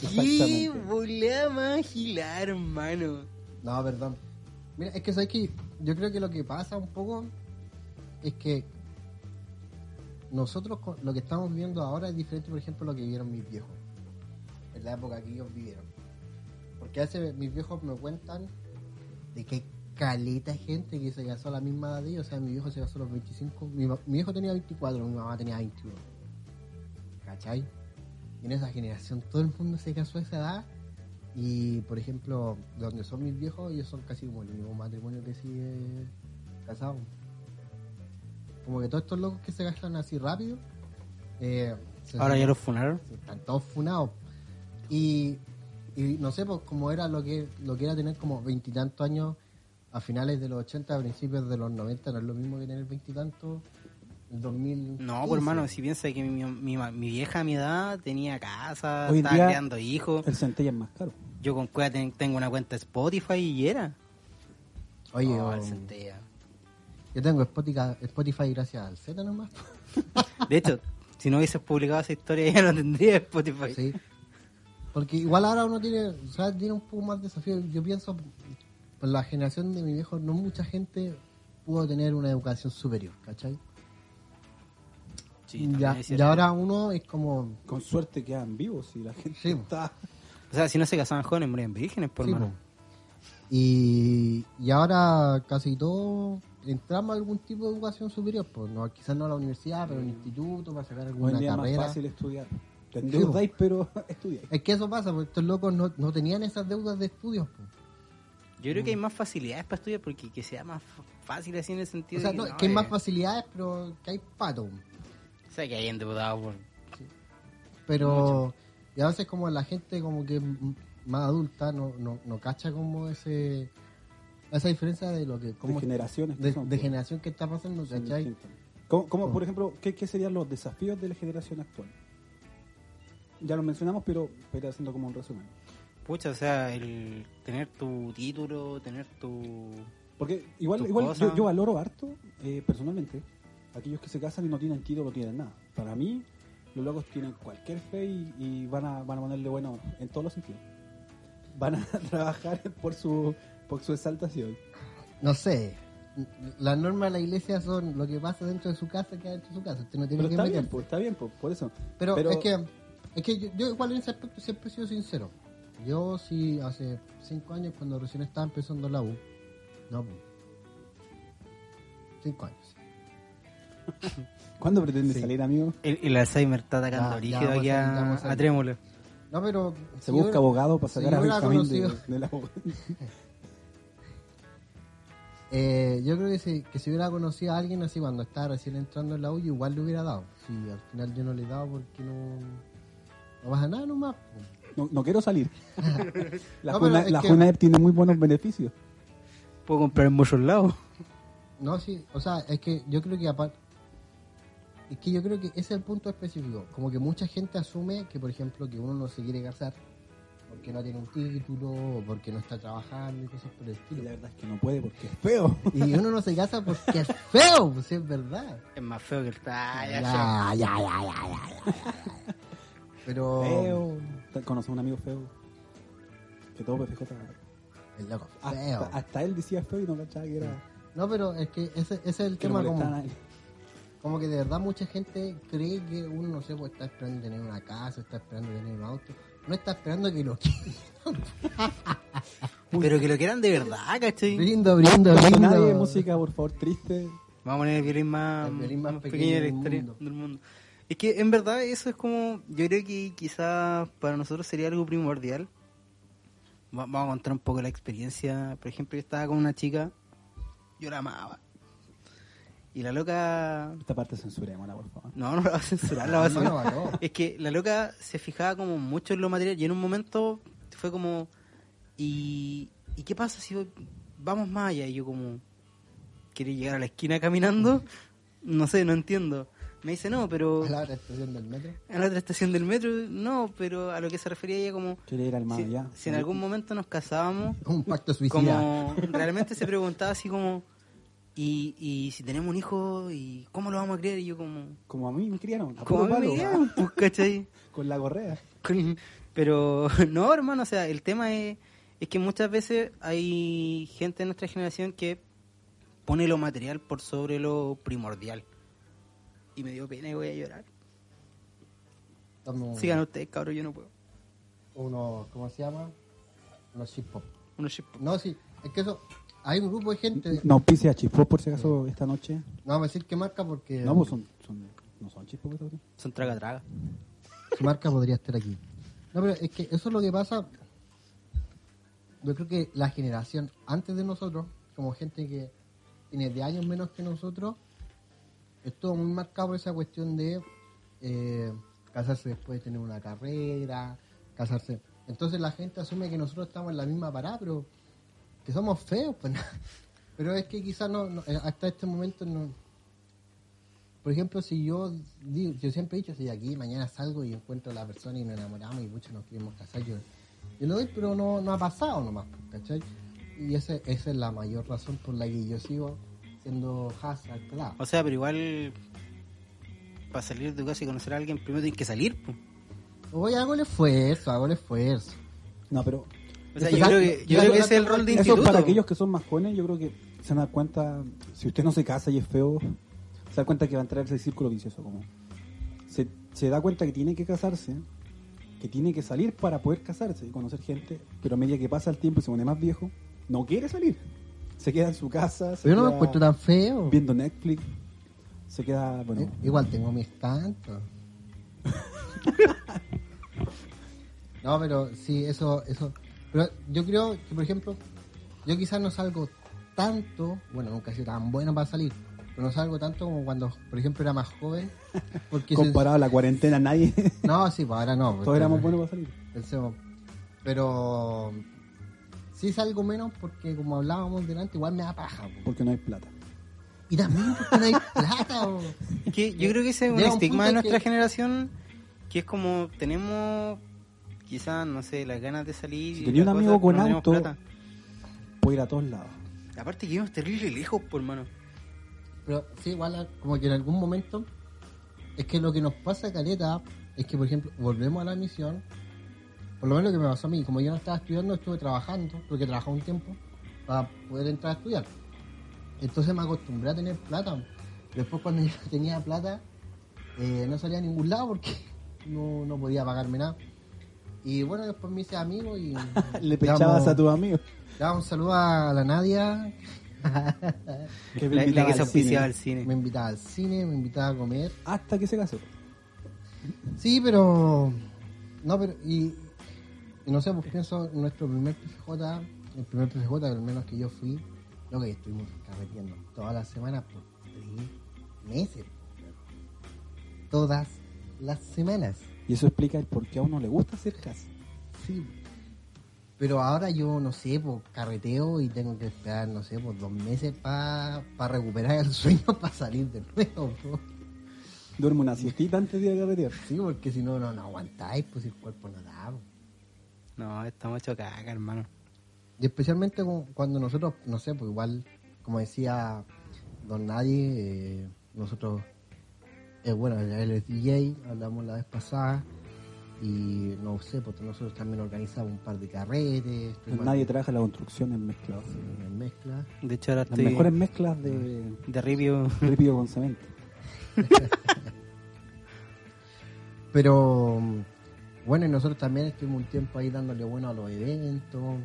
Speaker 6: ¡Qué
Speaker 4: exactamente
Speaker 6: volea más gilar, hermano!
Speaker 5: No, perdón. Mira, es que sabes que yo creo que lo que pasa un poco es que nosotros con- lo que estamos viendo ahora es diferente, por ejemplo, a lo que vivieron mis viejos. En la época que ellos vivieron. Porque hace mis viejos me cuentan de que hay caleta de gente que se casó a la misma edad de ellos. O sea, mi viejo se casó a los 25. Mi, ma- mi viejo tenía 24, mi mamá tenía 21. ¿Cachai? Y en esa generación todo el mundo se casó a esa edad. Y por ejemplo, de donde son mis viejos, ellos son casi como el único matrimonio que sigue casado. Como que todos estos locos que se casan así rápido, eh, se-
Speaker 6: Ahora ya los funaron.
Speaker 5: Sí, están todos funados. Y, y no sé, pues como era lo que, lo que era tener como veintitantos años a finales de los 80, a principios de los 90, no es lo mismo que tener veintitantos el 2000.
Speaker 6: No, pues, hermano, si piensa que mi, mi, mi vieja a mi edad tenía casa,
Speaker 4: Hoy en
Speaker 6: estaba
Speaker 4: día-
Speaker 6: creando hijos.
Speaker 4: el centella es más caro
Speaker 6: Yo con cueva ten- tengo una cuenta de Spotify y era.
Speaker 5: Oye, um,
Speaker 6: Oh,
Speaker 5: o-
Speaker 6: el centella.
Speaker 5: Yo tengo Spotica- Spotify gracias al Z nomás. (laughs)
Speaker 6: De hecho, (laughs) si no hubieses publicado esa historia (laughs) ya no tendría Spotify.
Speaker 5: Sí. Porque igual ahora uno tiene, o sea, tiene un poco más de desafío. Yo pienso, por la generación de mi viejo, no mucha gente pudo tener una educación superior, ¿cachai?
Speaker 6: Sí, también
Speaker 5: ya,
Speaker 6: es
Speaker 5: y
Speaker 6: cierto.
Speaker 5: ahora uno es como...
Speaker 4: Con suerte quedan vivos y la gente
Speaker 5: Sí.
Speaker 4: está.
Speaker 6: O sea, si no se casaban jóvenes, morían vírgenes, por
Speaker 5: sí,
Speaker 6: mano.
Speaker 5: po. y, y ahora casi todo entramos a algún tipo de educación superior, pues no, quizás no a la universidad, pero a un instituto para sacar
Speaker 4: Hoy en
Speaker 5: alguna
Speaker 4: día es más
Speaker 5: carrera.
Speaker 4: fácil estudiar. Te
Speaker 5: Sí,
Speaker 4: endeudáis, pero (laughs) estudiáis.
Speaker 5: Es que eso pasa, porque estos locos no, no tenían esas deudas de estudios. po.
Speaker 6: Yo
Speaker 5: Mm.
Speaker 6: creo que hay más facilidades para estudiar porque que sea más f- fácil así en el sentido
Speaker 5: O sea,
Speaker 6: de
Speaker 5: no,
Speaker 6: que,
Speaker 5: es
Speaker 6: no,
Speaker 5: que hay
Speaker 6: eh,
Speaker 5: más facilidades, pero que hay pato.
Speaker 6: O sea, que hay endeudado por...
Speaker 5: Pero y a veces como la gente como que m- más adulta no, no, no cacha como ese esa diferencia de lo que como
Speaker 4: de generaciones que
Speaker 5: de,
Speaker 4: son,
Speaker 5: de
Speaker 4: pues,
Speaker 5: generación que está pasando,
Speaker 4: son
Speaker 5: ¿cachai?
Speaker 4: distintas. Como, como,
Speaker 5: Oh.
Speaker 4: por ejemplo, ¿qué, qué serían los desafíos de la generación actual? Ya lo mencionamos, pero, pero haciendo como un resumen.
Speaker 6: Pucha, o sea, el tener tu título, tener tu...
Speaker 4: Porque igual,
Speaker 6: Tus
Speaker 4: igual
Speaker 6: cosas.
Speaker 4: yo, yo valoro harto, eh, personalmente, aquellos que se casan y no tienen título, no tienen nada. Para mí, los locos tienen cualquier fe y, y van, a, van a ponerle bueno en todos los sentidos. Van a (laughs) trabajar por su, por su exaltación.
Speaker 5: No sé. Las normas de la iglesia son lo que pasa dentro de su casa, queda dentro de su casa. Usted no tiene
Speaker 4: Pero
Speaker 5: que
Speaker 4: está bien,
Speaker 5: meter.
Speaker 4: pues, está bien, pues, por eso.
Speaker 5: Pero,
Speaker 4: Pero-
Speaker 5: es que, es que yo, yo igual en ese aspecto siempre he sido sincero. Yo sí, hace cinco años, cuando recién estaba empezando la U, no, pues, cinco años.
Speaker 4: ¿Cuándo pretende
Speaker 5: Sí.
Speaker 4: salir, amigo?
Speaker 6: El, el Alzheimer está atacando
Speaker 5: Ya, ya
Speaker 6: rígido
Speaker 5: vamos
Speaker 6: aquí
Speaker 5: a- ya vamos
Speaker 6: a,
Speaker 5: a-
Speaker 6: a Trémulo.
Speaker 5: No, pero.
Speaker 4: Se
Speaker 5: si
Speaker 4: busca
Speaker 5: yo-
Speaker 4: abogado para
Speaker 5: si
Speaker 4: sacar
Speaker 5: yo
Speaker 4: a
Speaker 5: hubiera
Speaker 4: Benjamín de,
Speaker 5: conocido-
Speaker 4: de la
Speaker 5: Eh, yo creo que si, que si hubiera conocido a alguien así cuando estaba recién entrando en la U, yo igual le hubiera dado. Si al final yo no le he dado porque no. No pasa nada nomás. pues.
Speaker 4: (laughs) No, no quiero
Speaker 5: (laughs)
Speaker 4: salir. La,
Speaker 5: No, pero
Speaker 4: Juna,
Speaker 5: es
Speaker 4: la
Speaker 5: que-
Speaker 4: Junaep tiene muy buenos beneficios.
Speaker 6: Puedo comprar en muchos lados.
Speaker 5: No, sí, o sea, es que yo creo que aparte. Es que yo creo que ese es el punto específico. Como que mucha gente asume que, por ejemplo, que uno no se quiere casar porque no tiene un título o porque no está trabajando y cosas por
Speaker 4: Y
Speaker 5: el estilo.
Speaker 4: la (laughs) verdad es que no puede porque es feo.
Speaker 5: Y uno no se casa porque es feo, pues sí, es verdad.
Speaker 6: Es más feo que el... Ah, ya, ya.
Speaker 5: Ya, ya, ya, ya, ya, ya, ya.
Speaker 4: (laughs)
Speaker 5: Pero.
Speaker 4: Feo. Conocí a un amigo feo. Que todo PFJ.
Speaker 5: El loco, feo.
Speaker 4: Hasta, hasta él decía feo y no cachaba que era.
Speaker 5: No, pero es que ese, ese es el
Speaker 4: que no
Speaker 5: tema.
Speaker 4: molestaba a
Speaker 5: Como,
Speaker 4: nadie.
Speaker 5: como que de verdad mucha gente cree que uno, no sé, pues está esperando tener una casa, está esperando tener un auto. No está esperando que lo (laughs) quieran.
Speaker 6: Pero que lo quieran de verdad, ¿cachai?
Speaker 5: Brindo, brindo, brindo.
Speaker 4: Nadie, música, por favor, triste.
Speaker 6: Vamos a poner el violín más,
Speaker 5: El violín más
Speaker 6: pequeño, de
Speaker 5: pequeño
Speaker 6: la
Speaker 5: del
Speaker 6: historia
Speaker 5: mundo.
Speaker 6: del mundo. Es que en verdad eso es como, yo creo que quizás para nosotros sería algo primordial. Va- vamos a contar un poco la experiencia. Por ejemplo, yo estaba con una chica, yo la amaba. Y la loca...
Speaker 4: Esta parte censurémosla, por favor.
Speaker 6: No, no la va a censurar, la va a
Speaker 5: No,
Speaker 6: censurar.
Speaker 5: no, no.
Speaker 6: Es que la loca se fijaba como mucho en lo material y en un momento fue como, ¿y, ¿y qué pasa si vamos más allá? Y yo como, ¿quiere llegar a la esquina caminando? No sé, no entiendo. Me dice, no, pero
Speaker 5: A la otra estación del metro.
Speaker 6: a la otra estación del metro, no, pero a lo que se refería ella como,
Speaker 4: Quería ir al mar
Speaker 6: si,
Speaker 4: ya.
Speaker 6: si en algún momento nos casábamos,
Speaker 5: Un pacto suicida.
Speaker 6: como realmente se preguntaba así como, ¿y, y si tenemos un hijo? ¿Y cómo lo vamos a creer? Y yo como...
Speaker 4: Como a mí me criaron. A
Speaker 6: ¿Cómo
Speaker 4: puro palo, ¿ah?
Speaker 6: me criaron, pues, cachai?
Speaker 4: Con la correa.
Speaker 6: Con- Pero (laughs) no, hermano, o sea, el tema es, es que muchas veces hay gente de nuestra generación que pone lo material por sobre lo primordial. Y me dio pena y voy a llorar.
Speaker 5: Estamos
Speaker 6: Sigan ustedes, cabrón, yo no puedo.
Speaker 5: unos, ¿cómo se llama? Unos hip hop.
Speaker 6: Uno ship.
Speaker 5: No, sí, es que eso. Hay un grupo de gente. No,
Speaker 4: No, pise a chispos por si acaso esta noche.
Speaker 5: vamos a decir qué marca porque.
Speaker 4: No, pues son, son, no son chispos. ¿verdad?
Speaker 6: Son traga traga.
Speaker 5: su marca podría estar aquí. No, pero es que eso es lo que pasa. Yo creo que la generación antes de nosotros, como gente que tiene de años menos que nosotros, estuvo muy marcado por esa cuestión de eh, casarse después de tener una carrera, casarse. Entonces la gente asume que nosotros estamos en la misma parada, pero que somos feos, pues (laughs) nada. Pero es que quizás no, no, eh, hasta este momento no, por ejemplo, si yo digo, yo siempre he dicho, si de aquí mañana salgo y encuentro a la persona y nos enamoramos y muchos nos queremos casar, yo, yo lo doy, pero pues, no, no ha pasado nomás, ¿cachai? Y esa, esa es la mayor razón por la que yo sigo siendo Haas al club.
Speaker 6: O sea, pero igual para salir de tu casa y conocer a alguien primero tienes que salir. po.
Speaker 5: Oye, hago el esfuerzo, hago el esfuerzo.
Speaker 4: No, pero este
Speaker 6: O sea,
Speaker 5: Eso
Speaker 6: yo
Speaker 5: es-
Speaker 6: creo que, yo
Speaker 5: eso
Speaker 6: creo que
Speaker 5: es-
Speaker 6: ese es el rol de
Speaker 5: eso
Speaker 4: eso
Speaker 6: instituto.
Speaker 4: para aquellos que son más jóvenes, yo creo que se dan cuenta, si usted no se casa y es feo, se da cuenta que va a entrar ese círculo vicioso. Como se, se da cuenta que tiene que casarse, que tiene que salir para poder casarse y conocer gente, pero a medida que pasa el tiempo y se pone más viejo, no quiere salir. Se queda en su casa, se
Speaker 5: Pero yo no me
Speaker 4: queda
Speaker 5: encuentro tan feo.
Speaker 4: viendo Netflix, se queda, bueno,
Speaker 5: Eh, Igual tengo mis tantos.
Speaker 4: (laughs)
Speaker 5: no, pero sí, eso, eso. Pero yo creo que, por ejemplo, yo quizás no salgo tanto, bueno, nunca he sido tan bueno para salir, pero no salgo tanto como cuando, por ejemplo, era más joven. Porque se-
Speaker 4: comparado a la cuarentena, nadie,
Speaker 5: no, sí, pues ahora no.
Speaker 4: todos éramos buenos para salir.
Speaker 5: Pensemos. Pero sí salgo menos porque, como hablábamos delante, igual me da paja. pues. po.
Speaker 4: Porque no hay plata.
Speaker 5: Y también porque no hay plata. po.
Speaker 6: Que yo creo que ese es un
Speaker 5: Llega un
Speaker 6: estigma
Speaker 5: punto
Speaker 6: de
Speaker 5: en
Speaker 6: nuestra
Speaker 5: que-
Speaker 6: generación que es como tenemos quizás, no sé, las ganas de salir.
Speaker 4: Si
Speaker 6: y
Speaker 4: tenía
Speaker 6: la
Speaker 4: un
Speaker 6: cosa,
Speaker 4: amigo
Speaker 6: pero
Speaker 4: con
Speaker 6: no tenemos
Speaker 4: auto-
Speaker 6: plata.
Speaker 4: Puedo ir a todos lados.
Speaker 6: Aparte que íbamos terrible lejos, por hermano.
Speaker 5: Pero sí, igual como que en algún momento es que lo que nos pasa caleta es que por ejemplo volvemos a la misión, por lo menos lo que me pasó a mí, como yo no estaba estudiando, estuve trabajando, porque trabajaba un tiempo para poder entrar a estudiar. Entonces me acostumbré a tener plata. Después cuando ya (laughs) tenía plata, eh, no salía a ningún lado porque (laughs) no, no podía pagarme nada. Y bueno, después me hice amigo y...
Speaker 4: (laughs) Le pechabas a
Speaker 5: tu...
Speaker 4: tus amigos.
Speaker 5: un saludo a la Nadia,
Speaker 4: Que me
Speaker 6: La, la que
Speaker 4: invitaban
Speaker 6: se
Speaker 4: al cine.
Speaker 6: auspiciaba al cine.
Speaker 5: me invitaba al cine, me invitaba a comer.
Speaker 4: Hasta que se casó.
Speaker 5: Sí, pero. No, pero. Y, y no sé, pues pienso, nuestro primer PFJ, el primer PFJ, al menos que yo fui, lo que estuvimos carreteando todas las semanas por tres meses. Todas las semanas.
Speaker 4: Y eso explica el por qué a uno le gusta hacer casa.
Speaker 5: Sí. Pero ahora yo, no sé, pues carreteo y tengo que esperar, no sé, pues dos meses para recuperar el sueño, (laughs) para salir de nuevo. po.
Speaker 4: Duerme una siestita antes de ir a carretear.
Speaker 5: Sí, porque si no, no, no aguantáis, pues el cuerpo no da. po.
Speaker 6: No, estamos hechos caca, hermano.
Speaker 5: Y especialmente cu- cuando nosotros, no sé, pues igual, como decía Don Nadie, eh, nosotros, eh, bueno, él es DJ, hablamos la vez pasada, y no sé, pues nosotros también organizamos un par de carretes, eh, estuvimos
Speaker 4: Nadie trabaja la construcción en mezclados.
Speaker 5: en mezcla.
Speaker 6: De hecho ahora
Speaker 4: Las
Speaker 6: estoy
Speaker 4: mejores mezclas de
Speaker 6: (laughs) de review.
Speaker 4: ripio con cemento.
Speaker 5: Pero mm, bueno, y nosotros también estuvimos un tiempo ahí dándole bueno a los eventos,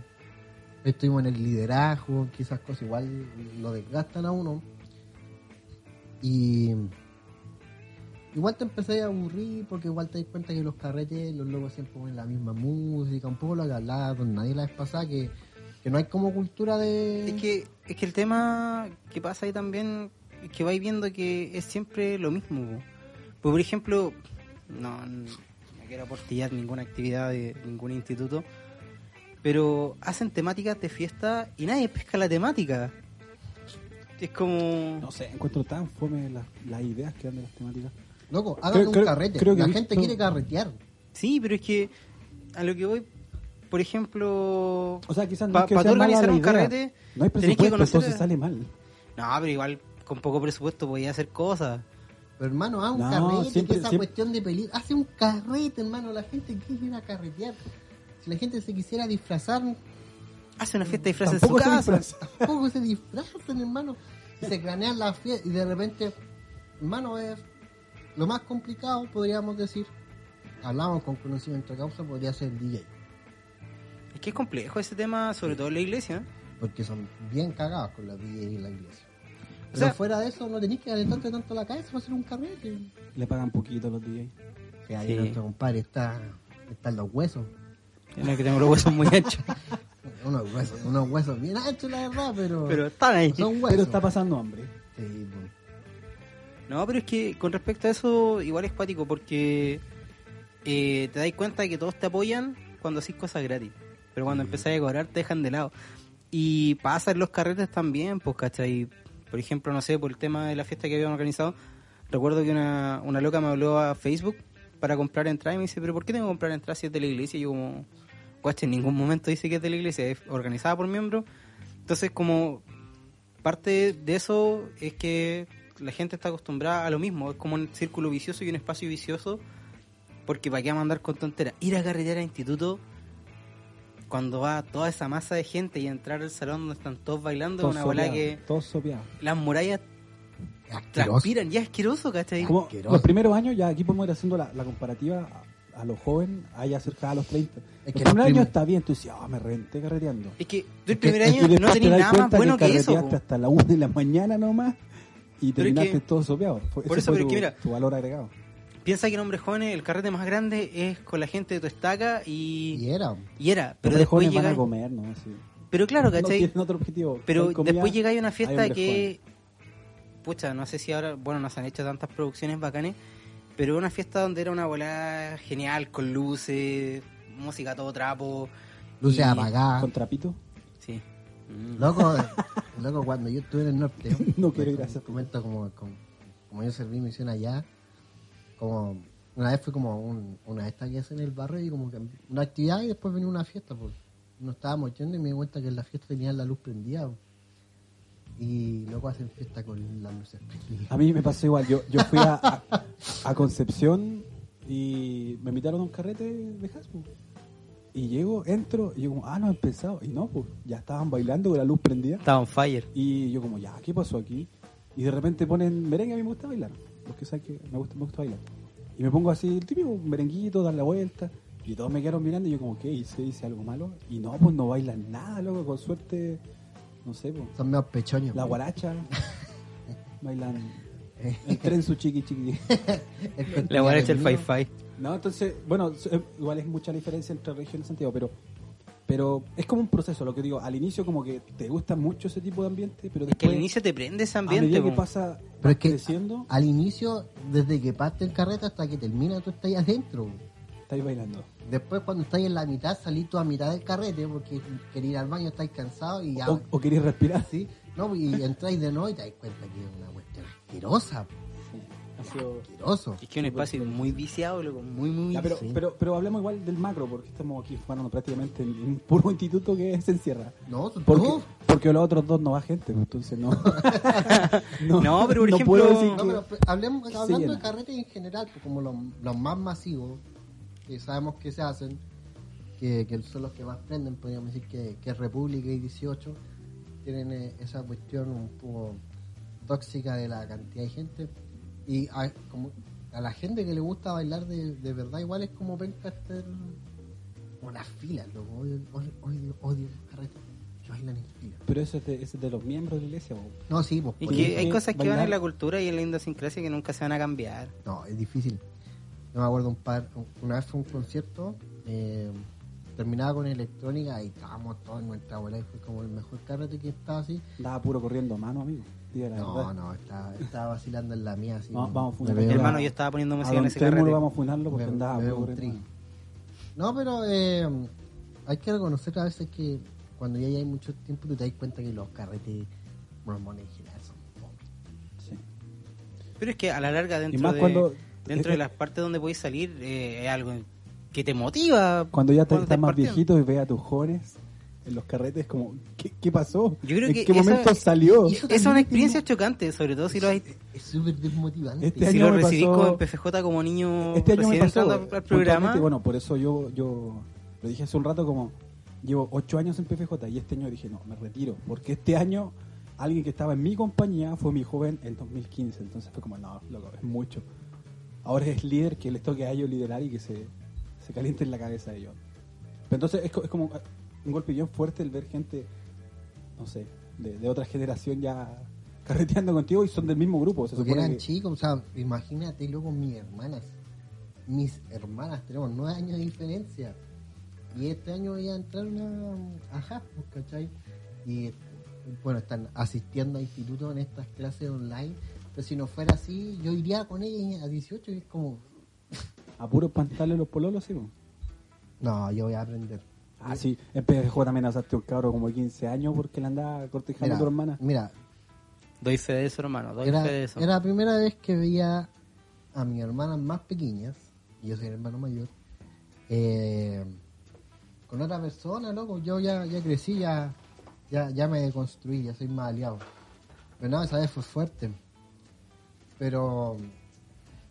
Speaker 5: estuvimos en el liderazgo, que esas cosas igual lo desgastan a uno. Y igual te empecé a aburrir porque igual te das cuenta que los carretes, los locos siempre ponen la misma música, un poco lo que hablaba con nadie la vez pasada, que, que no hay como cultura de...
Speaker 6: Es que, es que el tema que pasa ahí también es que vais viendo que es siempre lo mismo. po. Pues, por ejemplo, no, n- no quiero aportillar ninguna actividad de ningún instituto, pero hacen temáticas de fiesta y nadie pesca la temática. Es como...
Speaker 4: No sé, encuentro tan fome las, las ideas que dan de las temáticas.
Speaker 5: Loco, hagan
Speaker 4: creo-
Speaker 5: un carrete,
Speaker 4: creo que
Speaker 5: la
Speaker 4: he
Speaker 5: gente
Speaker 4: visto-
Speaker 5: quiere carretear.
Speaker 6: Sí, pero es que a lo que voy, por ejemplo...
Speaker 4: O sea, quizás no
Speaker 6: Pa-
Speaker 4: es que
Speaker 6: pa'
Speaker 4: sea
Speaker 6: tú
Speaker 4: mala
Speaker 6: organizar
Speaker 4: la
Speaker 6: un
Speaker 4: idea.
Speaker 6: carrete,
Speaker 4: No hay
Speaker 6: tenés que
Speaker 4: presupuesto,
Speaker 6: conocer
Speaker 4: entonces
Speaker 6: a-
Speaker 4: sale mal.
Speaker 6: No, pero igual con poco presupuesto podía hacer cosas.
Speaker 5: Pero hermano, haz un
Speaker 4: No,
Speaker 5: carrete,
Speaker 4: siempre-
Speaker 5: que esa
Speaker 4: siempre-
Speaker 5: cuestión de película. Hace un carrete, hermano, la gente quiere ir a carretear. Si la gente se quisiera disfrazar, (laughs)
Speaker 6: Hace una fiesta de disfraces en su
Speaker 4: Tampoco se
Speaker 6: casa.
Speaker 4: disfraza.
Speaker 5: tampoco se disfrazan, hermano. Y se planean la fiesta y de repente, hermano, es lo más complicado, podríamos decir. Hablamos con conocimiento de causa, podría ser el DJ.
Speaker 6: Es que es complejo ese tema, sobre todo en la iglesia. ¿eh?
Speaker 5: Porque son bien cagados con los DJs en la iglesia. Pero
Speaker 6: sea-
Speaker 5: fuera de eso, no tenéis que calentarte tanto la cabeza para hacer un carrete.
Speaker 4: Le pagan poquito a los DJs.
Speaker 5: Que ahí
Speaker 6: Sí.
Speaker 5: nuestro compadre está, está en los huesos.
Speaker 6: En el que tengo los huesos muy anchos.
Speaker 5: Unos huesos, unos huesos bien anchos, la verdad,
Speaker 6: (laughs)
Speaker 5: pero,
Speaker 6: (laughs) Pero están ahí.
Speaker 5: son huesos.
Speaker 4: Pero está pasando hambre.
Speaker 5: Sí, pues.
Speaker 6: No, pero es que con respecto a eso, igual es cuático, porque eh, te das cuenta de que todos te apoyan cuando haces cosas gratis. Pero cuando empezás a cobrar, te dejan de lado. Y pasan los carretes también, pues, ¿cachai? Por ejemplo, no sé, por el tema de la fiesta que habían organizado, recuerdo que una, una loca me habló a Facebook para comprar entrada y me dice, ¿pero por qué tengo que comprar entrada si es de la iglesia? Y yo como, guacha, en ningún momento dice que es de la iglesia, es organizada por miembros. Entonces, como parte de eso es que la gente está acostumbrada a lo mismo, es como un círculo vicioso y un espacio vicioso, porque para qué vamos a andar con tonteras. Ir a carretera al instituto, cuando va toda esa masa de gente y entrar al salón donde están todos bailando, es
Speaker 4: Todos
Speaker 6: una bola
Speaker 4: sopeados,
Speaker 6: que
Speaker 4: todos sopeados.
Speaker 6: las murallas
Speaker 5: Asqueroso.
Speaker 6: transpiran, ya es asqueroso, ¿cachai?
Speaker 4: Como
Speaker 5: asqueroso.
Speaker 4: los primeros años, ya aquí podemos ir haciendo la, la comparativa a, a los jóvenes, allá cerca a los 30.
Speaker 5: Es
Speaker 4: los
Speaker 5: que
Speaker 4: primeros
Speaker 5: los
Speaker 4: años
Speaker 5: prim-
Speaker 4: está bien, tú dices, ah, me reventé carreteando.
Speaker 6: Es que tú el primer
Speaker 4: Y
Speaker 6: año no
Speaker 4: después te
Speaker 6: tenías
Speaker 4: das
Speaker 6: nada más
Speaker 4: cuenta
Speaker 6: bueno que, eso.
Speaker 4: carreteaste
Speaker 6: po.
Speaker 4: hasta la 1 de la mañana nomás y
Speaker 6: Pero es
Speaker 4: terminaste
Speaker 6: que-
Speaker 4: todo sopeado. Fue-
Speaker 6: por
Speaker 4: ese
Speaker 6: eso,
Speaker 4: fue
Speaker 6: pero
Speaker 4: tu,
Speaker 6: es que mira-
Speaker 4: tu valor agregado.
Speaker 6: Piensa que en hombres jóvenes el carrete más grande es con la gente de tu estaca y,
Speaker 5: Y era.
Speaker 6: y era. Pero
Speaker 4: Los
Speaker 6: después
Speaker 4: jóvenes van
Speaker 6: llega.
Speaker 4: a comer, ¿no? Así.
Speaker 6: Pero claro,
Speaker 4: No
Speaker 6: ¿cachai?
Speaker 4: tienen otro objetivo.
Speaker 6: Pero
Speaker 4: Hay comida,
Speaker 6: después llegáis a una fiesta
Speaker 4: hombres
Speaker 6: que. Pucha, no sé si ahora. Bueno, no se han hecho tantas producciones bacanes. Pero era una fiesta donde era una bola genial, con luces, música a todo trapo.
Speaker 5: Luces
Speaker 6: y- Ah.
Speaker 5: apagadas.
Speaker 4: con trapito.
Speaker 6: Sí. Mm.
Speaker 5: Loco, (laughs) loco, cuando yo estuve en el norte,
Speaker 4: (laughs) No quiero ir a
Speaker 5: ese
Speaker 4: esa-
Speaker 5: comento como, como, como yo serví misión allá, como una vez fue como un- una de estas que hacen en el barrio y como que una actividad y después venía una fiesta, pues. Nos estábamos yendo y me di cuenta que en la fiesta tenían la luz prendida. po. Y loco hacen fiesta con las luces prendidas.
Speaker 4: A mí me pasó igual. Yo, yo fui a, a, a Concepción y me invitaron a un carrete de Hasbro. Y llego, entro y yo como, ah, no he empezado. Y no, pues ya estaban bailando con la luz prendida.
Speaker 6: Estaba on fire.
Speaker 4: Y yo como, ya, ¿qué pasó aquí? Y de repente ponen merengue, a mí me gusta bailar. Los que saben que me gusta, me gusta bailar. Y me pongo así, el típico merenguito, dar la vuelta. Y todos me quedaron mirando y yo como, ¿qué hice? ¿Hice algo malo? Y no, pues no bailan nada, loco. Con suerte, no sé, pues,
Speaker 5: Son medio pechoños.
Speaker 4: la
Speaker 5: po. (laughs)
Speaker 4: guaracha. bailan
Speaker 5: Eh.
Speaker 4: el tren su chiqui chiqui. (laughs)
Speaker 5: El festival
Speaker 6: Le voy a echar el
Speaker 5: terminó.
Speaker 6: Fi-Fi.
Speaker 4: No, entonces, bueno, s- eh, igual es mucha la diferencia entre región y Santiago, pero pero es como un proceso, lo que digo, al inicio como que te gusta mucho ese tipo de ambiente, pero
Speaker 6: Es que
Speaker 4: después Ah,
Speaker 6: al inicio te prende ese
Speaker 4: a
Speaker 6: ambiente.
Speaker 4: medida que
Speaker 6: po.
Speaker 4: pasa
Speaker 5: Pero es que-
Speaker 4: creciendo,
Speaker 5: Al inicio, desde que parte el carrete hasta que termina, tú estás adentro. po.
Speaker 4: estáis bailando.
Speaker 5: Después cuando estáis en la mitad, salís tú a mitad del carrete porque queréis ir al baño, estáis cansados y ya.
Speaker 4: O, o queréis respirar.
Speaker 5: ¿sí? No, y entráis de nuevo y te dais cuenta que es una cuestión asquerosa, po,
Speaker 4: Ha sido-
Speaker 5: asqueroso.
Speaker 6: Es que es un espacio muy viciado, loco, muy, muy
Speaker 4: Ya, pero,
Speaker 6: viciado.
Speaker 4: pero, pero hablemos igual del macro, porque estamos aquí jugando prácticamente en un puro instituto que (laughs) se encierra.
Speaker 5: No,
Speaker 4: Porque,
Speaker 5: no,
Speaker 4: porque los otros dos no va gente, pues,
Speaker 6: (laughs)
Speaker 4: entonces no. (laughs)
Speaker 6: No, pero por
Speaker 4: puedo
Speaker 6: ejemplo-
Speaker 4: decir
Speaker 5: no,
Speaker 4: que-
Speaker 5: pero
Speaker 6: (laughs)
Speaker 5: hablemos,
Speaker 4: Sí,
Speaker 5: hablando
Speaker 4: llena.
Speaker 5: de carretes en general, pues, como los, los más masivos, que sabemos que se hacen, que, que son los que más prenden, podríamos decir que, que República y 18 tienen eh, esa cuestión un poco tóxica de la cantidad de gente. Y a, como, a la gente que le gusta bailar de, de verdad, igual es como penca estar con las filas, loco. Odio, odio, odio, odio los carretes que bailan en fila.
Speaker 4: pero eso es de, eso es de los miembros de la iglesia. po.
Speaker 5: No, sí, pues,
Speaker 6: Es
Speaker 5: por
Speaker 4: Oye,
Speaker 6: que hay
Speaker 4: eh,
Speaker 6: cosas que van
Speaker 4: bailar-
Speaker 6: en la cultura y en la idiosincrasia que nunca se van a cambiar.
Speaker 5: No, es difícil. No me acuerdo un par. Una vez fue un concierto, eh, terminaba con electrónica y estábamos todos en nuestra bola y fue como el mejor carrete que estaba así.
Speaker 4: Andaba puro corriendo a mano, amigo. Diga la
Speaker 5: No,
Speaker 4: verdad.
Speaker 5: no, estaba, estaba vacilando en la mía así.
Speaker 4: No, vamos a
Speaker 5: me
Speaker 4: funar.
Speaker 5: veo-
Speaker 6: Hermano, yo estaba poniendo
Speaker 4: A
Speaker 6: música en
Speaker 4: don
Speaker 6: ese carrete.
Speaker 4: Trémulo vamos a funarlo porque
Speaker 5: me-
Speaker 4: andaba
Speaker 5: me veo
Speaker 4: puro
Speaker 5: un
Speaker 4: corriendo.
Speaker 5: tri. No, pero eh, hay que reconocer a veces que cuando ya hay mucho tiempo tú te das cuenta que los carretes mormones en general son pobres.
Speaker 4: Sí.
Speaker 6: Pero es que a la larga,
Speaker 4: Y
Speaker 6: dentro,
Speaker 4: más
Speaker 6: de,
Speaker 4: cuando,
Speaker 6: dentro de las partes donde podéis salir, eh, es algo que te motiva.
Speaker 4: cuando ya te-
Speaker 6: cuando
Speaker 4: estás más
Speaker 6: partiendo.
Speaker 4: viejito y ves a tus jóvenes en los carretes, como, ¿qué, qué pasó?
Speaker 6: Yo creo
Speaker 4: ¿En
Speaker 6: que
Speaker 4: qué
Speaker 6: esa-
Speaker 4: momento salió?
Speaker 5: Hijo,
Speaker 6: Esa es una experiencia chocante, sobre todo si lo, hay-
Speaker 5: eh, Es súper desmotivante.
Speaker 4: Este
Speaker 6: si
Speaker 4: año
Speaker 6: lo
Speaker 4: me
Speaker 6: recibís
Speaker 4: pasó-
Speaker 6: como PFJ como niño
Speaker 4: Este año me
Speaker 6: recién
Speaker 4: pasó.
Speaker 6: entrando al- al programa.
Speaker 4: puntualmente, Bueno, por eso yo, yo lo dije hace un rato como, llevo ocho años en PFJ y este año dije, no, me retiro, porque este año alguien que estaba en mi compañía fue mi joven el 2015, entonces fue como, no, loco, es mucho. Ahora es líder que les toque a ellos liderar y que se, se calienten la cabeza de ellos. Pero entonces es, co- es como eh, un golpe bien fuerte el ver gente, no sé, de, de otra generación ya (laughs) carreteando contigo y son del mismo grupo. Se
Speaker 5: Porque
Speaker 4: supone
Speaker 5: eran
Speaker 4: que-
Speaker 5: chicos, o sea, imagínate luego mis hermanas. Mis hermanas, tenemos nueve años de diferencia. Y este año voy a entrar a, a Hasbro, ¿cachai? Y bueno, están asistiendo a institutos en estas clases online. Pero si no fuera así, yo iría con ella a 18 y es como,
Speaker 4: a puros pantalones los pololos, sí. po.
Speaker 5: no, yo voy a aprender.
Speaker 4: Ah, sí, en PFJ también asaste un cabro como de 15 años porque le andaba cortejando
Speaker 5: Mira,
Speaker 4: a tu hermana.
Speaker 5: mira,
Speaker 6: Doy fe de eso, hermano, doy
Speaker 5: era,
Speaker 6: fe de eso.
Speaker 5: era la primera vez que veía a mis hermanas más pequeñas, y yo soy el hermano mayor, eh, con otra persona, loco. Yo ya, ya crecí, ya, ya, ya me construí, ya soy más aliado. Pero no, esa vez fue fuerte. Pero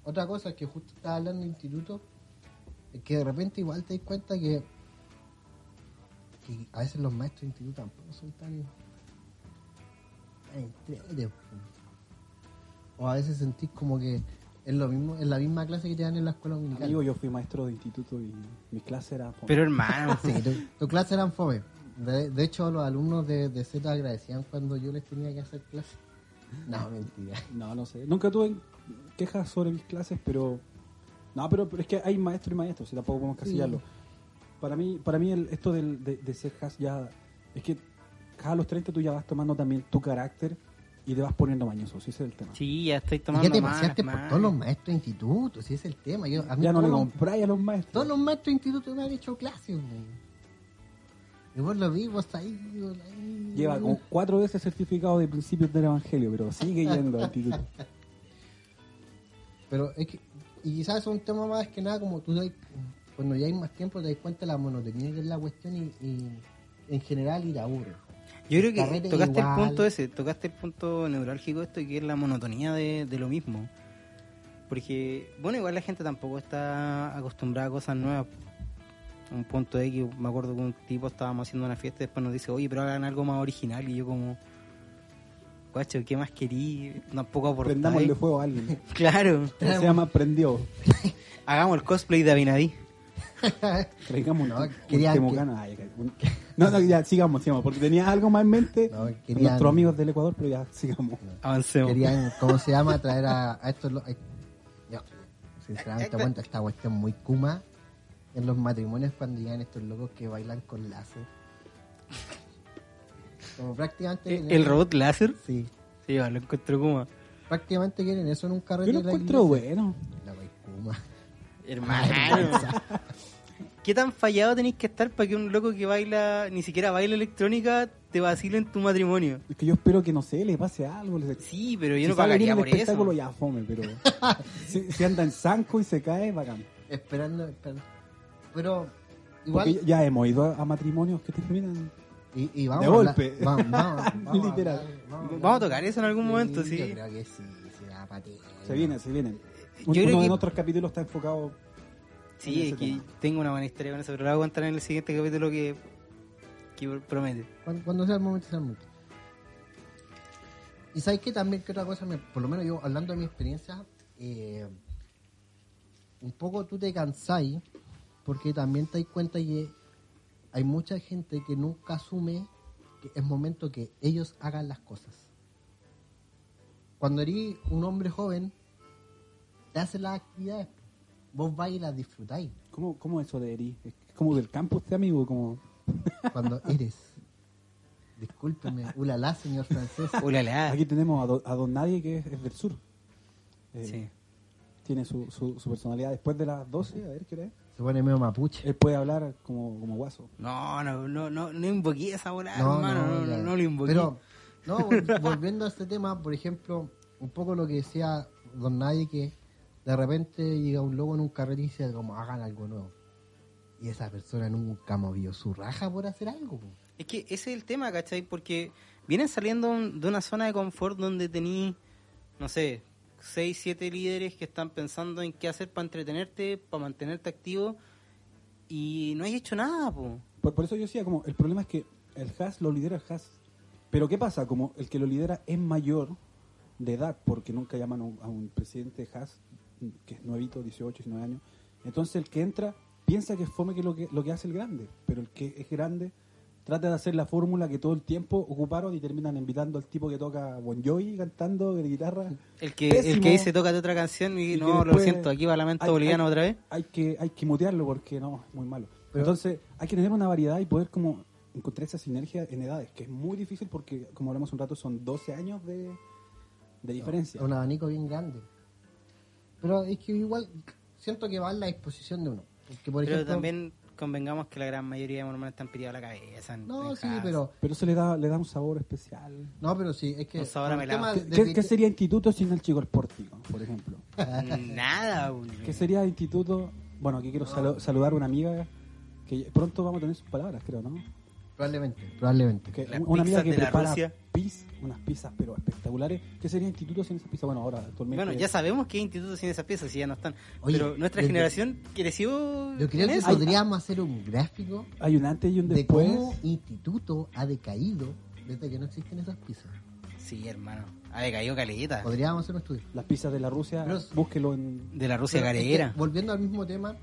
Speaker 5: otra cosa que justo estaba hablando en el instituto, es que de repente igual te das cuenta que, que a veces los maestros de instituto tampoco son tan, tan entretes, po. O a veces sentís como que es lo mismo, es la misma clase que te dan en la escuela dominical.
Speaker 4: Amigo, yo fui maestro de instituto y mi clase era...
Speaker 6: Pero
Speaker 4: (laughs)
Speaker 6: hermano,
Speaker 5: Sí, tu, tu clase eran fome. De, de hecho, los alumnos de, de Z agradecían cuando yo les tenía que hacer clase. No, mentira.
Speaker 4: No, no sé. Nunca tuve quejas sobre mis clases, pero. No, pero, pero es que hay maestros y maestros, y tampoco podemos casillarlo. Para mí, para mí el- esto del- de, de ser has ya. Es que cada los 30 tú ya vas tomando también tu carácter y te vas poniendo mañoso, si ese es el tema.
Speaker 6: sí, ya estoy
Speaker 5: Y
Speaker 6: tomando
Speaker 5: ya te
Speaker 6: más,
Speaker 5: paseaste por
Speaker 6: más.
Speaker 5: todos los maestros de instituto, si ese es el tema. Yo, a mí
Speaker 4: ya no le
Speaker 5: todos, los-
Speaker 4: compráis a los
Speaker 5: todos
Speaker 4: maestros.
Speaker 5: los maestros de instituto me han hecho clases. weón. Y vos lo vi, vos ahí, vos ahí.
Speaker 4: Lleva como cuatro veces certificado de principios del evangelio, pero sigue yendo al instituto.
Speaker 5: Pero es que, y quizás es un tema más que nada como tú dai- cuando ya hay más tiempo te das cuenta de la monotonía que es la cuestión y, y en general ir a uno.
Speaker 6: Yo creo que
Speaker 5: Carrete
Speaker 6: tocaste el
Speaker 5: igual.
Speaker 6: punto ese, tocaste el punto neurálgico de esto, que es la monotonía de, de lo mismo. Porque, bueno, igual la gente tampoco está acostumbrada a cosas nuevas. Un punto X, me acuerdo que un tipo estábamos haciendo una fiesta y después nos dice, oye, pero hagan algo más original. Y yo como, guacho, ¿qué más querí? Tampoco aportáis.
Speaker 4: Prendámosle fuego a
Speaker 5: (laughs)
Speaker 4: alguien.
Speaker 6: (laughs) Claro,
Speaker 4: Se llama prendió.
Speaker 6: hagamos el cosplay de Abinadí.
Speaker 4: Traigamos
Speaker 5: No,
Speaker 4: un,
Speaker 5: querían que-
Speaker 4: temucano. Ay, un- No, no, ya sigamos, sigamos, porque tenía algo más en mente
Speaker 5: No,
Speaker 4: con
Speaker 5: querían-
Speaker 4: nuestros amigos del Ecuador, pero ya sigamos.
Speaker 6: Avancemos.
Speaker 5: Querían, ¿cómo se llama? Traer a, a estos. lo- ay, yo, sinceramente, aguanta esta cuestión muy kuma en los matrimonios cuando llegan estos locos que bailan con láser. Como prácticamente.
Speaker 6: Eh,
Speaker 5: quieren-
Speaker 6: ¿El robot láser?
Speaker 5: Sí.
Speaker 6: Sí, va, lo encontró como,
Speaker 5: Prácticamente quieren eso en un carrete.
Speaker 4: Yo lo
Speaker 5: de la
Speaker 4: encuentro
Speaker 5: iglesia.
Speaker 4: bueno.
Speaker 5: La wey
Speaker 6: (laughs)
Speaker 5: kuma.
Speaker 6: hermano. ¿Qué tan fallado tenéis que estar para que un loco que baila, ni siquiera baila electrónica, te vacile en tu matrimonio?
Speaker 4: Es que yo espero que no sé, le pase algo. les-
Speaker 6: Sí, pero yo
Speaker 4: Si
Speaker 6: no
Speaker 4: sale
Speaker 6: pagaría
Speaker 4: bien el
Speaker 6: por
Speaker 4: espectáculo
Speaker 6: eso.
Speaker 4: ya fome,
Speaker 5: (laughs)
Speaker 4: pero si, si anda en zanco y se cae, bacán.
Speaker 5: Esperando, esperando. Pero.
Speaker 4: Porque
Speaker 5: Igual.
Speaker 4: ya hemos ido a, a matrimonios que terminan.
Speaker 5: Y, y vamos
Speaker 4: de
Speaker 5: a hablar-
Speaker 4: golpe.
Speaker 5: Vamos, vamos, vamos
Speaker 4: (laughs)
Speaker 5: a
Speaker 4: Literal.
Speaker 5: hablar-
Speaker 6: Vamos a tocar eso en algún momento, sí.
Speaker 5: Yo creo que sí, se da pa' ti.
Speaker 4: Se vienen, se vienen. Un-
Speaker 6: Yo creo
Speaker 4: Uno de
Speaker 6: que-
Speaker 4: nuestros capítulos está enfocado. en
Speaker 6: Sí,
Speaker 4: ese
Speaker 6: es que
Speaker 4: tema.
Speaker 6: tengo una buena historia con eso, pero la voy a contar en el siguiente capítulo que, que
Speaker 4: (laughs)
Speaker 6: promete.
Speaker 5: Cuando, cuando sea el momento, sea el momento. Y sabes que también, que otra cosa, me- por lo menos yo hablando de mi experiencia, eh, un poco tú te cansáis porque también te das cuenta que hay mucha gente que nunca asume que es momento que ellos hagan las cosas. Cuando eres un hombre joven, te haces las actividades, vos vais y las disfrutáis.
Speaker 4: ¿Cómo, cómo eso de Eri? Es como del campo este amigo, como.
Speaker 5: Cuando eres, discúlpeme, ulala, señor francés.
Speaker 6: Ulala.
Speaker 4: Aquí tenemos a, do- a Don Nadie, que es, es del sur. Eh,
Speaker 6: Sí.
Speaker 4: Tiene su, su, su personalidad después de las 12, a ver qué hora es.
Speaker 5: Se pone medio mapuche.
Speaker 6: Eh,
Speaker 4: Él puede hablar como, como guaso.
Speaker 6: No, no, no, no, no invoqué esa bola, hermano, no,
Speaker 5: ya.
Speaker 6: no, lo invoqué.
Speaker 5: Pero, no, vol- volviendo a este tema, por ejemplo, un poco lo que decía Don Nadie, que de repente llega un lobo en un carril y dice como, hagan algo nuevo. Y esa persona nunca movió su raja por hacer algo. po.
Speaker 6: Es que ese es el tema, ¿cachai? Porque vienen saliendo un- de una zona de confort donde tení, no sé, 6, 7 líderes que están pensando en qué hacer para entretenerte, para mantenerte activo, y no has hecho nada, po.
Speaker 4: Por, por eso yo decía, como, el problema es que el Haas lo lidera el Haas. Pero ¿qué pasa? Como el que lo lidera es mayor de edad, porque nunca llaman a un, a un presidente Haas, que es nuevito, 18, 19 años. Entonces el que entra piensa que es fome que lo que, lo que hace el grande, pero el que es grande trata de hacer la fórmula que todo el tiempo ocuparon y terminan invitando al tipo que toca Bon Jovi cantando de guitarra.
Speaker 6: El que, el
Speaker 4: Pésimo.
Speaker 6: que dice, tócate otra canción, y,
Speaker 4: Y que
Speaker 6: no, lo
Speaker 4: después
Speaker 6: siento, aquí va Lamento
Speaker 4: hay-
Speaker 6: Boliviano
Speaker 4: hay-
Speaker 6: otra vez.
Speaker 4: Hay que, hay que mutearlo porque no, es muy malo.
Speaker 5: Pero-
Speaker 4: Entonces, hay que tener una variedad y poder como encontrar esa sinergia en edades, que es muy difícil porque, como hablamos un rato, son 12 años de, de diferencia.
Speaker 5: Es un abanico bien grande. Pero es que igual siento que va en la disposición de uno. Porque, por
Speaker 6: Pero
Speaker 5: ejemplo,
Speaker 6: también convengamos que la gran mayoría de mormones están pirados a la cabeza. en-
Speaker 5: No,
Speaker 6: en
Speaker 5: sí,
Speaker 6: casa.
Speaker 5: pero...
Speaker 4: Pero eso le da, le da un sabor especial.
Speaker 5: No, pero sí, es que...
Speaker 6: Un sabor
Speaker 5: por
Speaker 6: a melado.
Speaker 5: tema
Speaker 4: ¿Qué,
Speaker 5: de
Speaker 4: qué-
Speaker 5: que-
Speaker 4: qué sería instituto sin el chico al pórtico, por ejemplo?
Speaker 6: (laughs) Nada, po.
Speaker 4: ¿Qué sería instituto? Bueno, aquí quiero salu- saludar a una amiga que pronto vamos a tener sus palabras, creo, ¿no?
Speaker 5: Probablemente, probabmente.
Speaker 4: Que
Speaker 6: Las
Speaker 4: una amiga
Speaker 6: pizzas
Speaker 4: que
Speaker 6: de la
Speaker 4: prepara
Speaker 6: Rusia.
Speaker 4: pis- unas piezas pero espectaculares. ¿Qué sería instituto sin esas piezas? Bueno, ahora actualmente.
Speaker 6: Bueno, ya sabemos que hay institutos sin esas piezas y ya no están.
Speaker 5: Oye,
Speaker 6: pero nuestra
Speaker 5: desde-
Speaker 6: generación creció.
Speaker 5: Yo creo
Speaker 6: con
Speaker 5: que
Speaker 6: eso.
Speaker 5: podríamos hacer un gráfico
Speaker 4: Hay un antes y un
Speaker 5: de
Speaker 4: después.
Speaker 5: cómo instituto ha decaído desde que no existen esas piezas.
Speaker 6: Sí, hermano. A ver, cayó caleta.
Speaker 5: Podríamos hacer un estudio.
Speaker 4: Las pizzas de la Rusia,
Speaker 5: Pero-
Speaker 4: búsquelo en.
Speaker 6: De la Rusia
Speaker 5: Pero es que,
Speaker 6: gareguera.
Speaker 5: volviendo al mismo tema,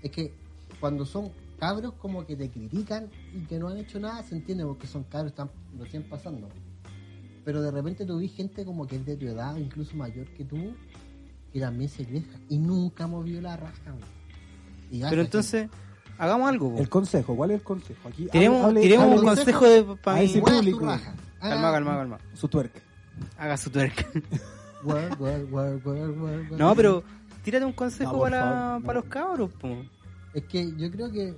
Speaker 5: es que cuando son cabros como que te critican y que no han hecho nada, se entiende porque son cabros, están recién pasando. Pero de repente tú vi gente como que es de tu edad o incluso mayor que tú, que también se queja y nunca movió la raja. güey. Y gacha,
Speaker 6: Pero entonces, hagamos algo. po.
Speaker 4: El consejo, ¿cuál es el consejo? Aquí
Speaker 6: Tiremos,
Speaker 4: hable-
Speaker 6: tiremos un
Speaker 4: hable
Speaker 5: hable-
Speaker 6: consejo de para
Speaker 4: a
Speaker 6: mí.
Speaker 4: ese-
Speaker 5: gente, mueva tu
Speaker 4: público.
Speaker 5: raja. Ah, Haga-
Speaker 6: Calma,
Speaker 4: Ah.
Speaker 6: calma, calma.
Speaker 4: su tuerca.
Speaker 6: Haga su tuerca.
Speaker 5: Work, work, work, work, work, work.
Speaker 6: No, pero tírate un consejo
Speaker 4: No, por
Speaker 6: para,
Speaker 4: favor, no.
Speaker 6: para los cabros, po.
Speaker 5: Es que yo creo que.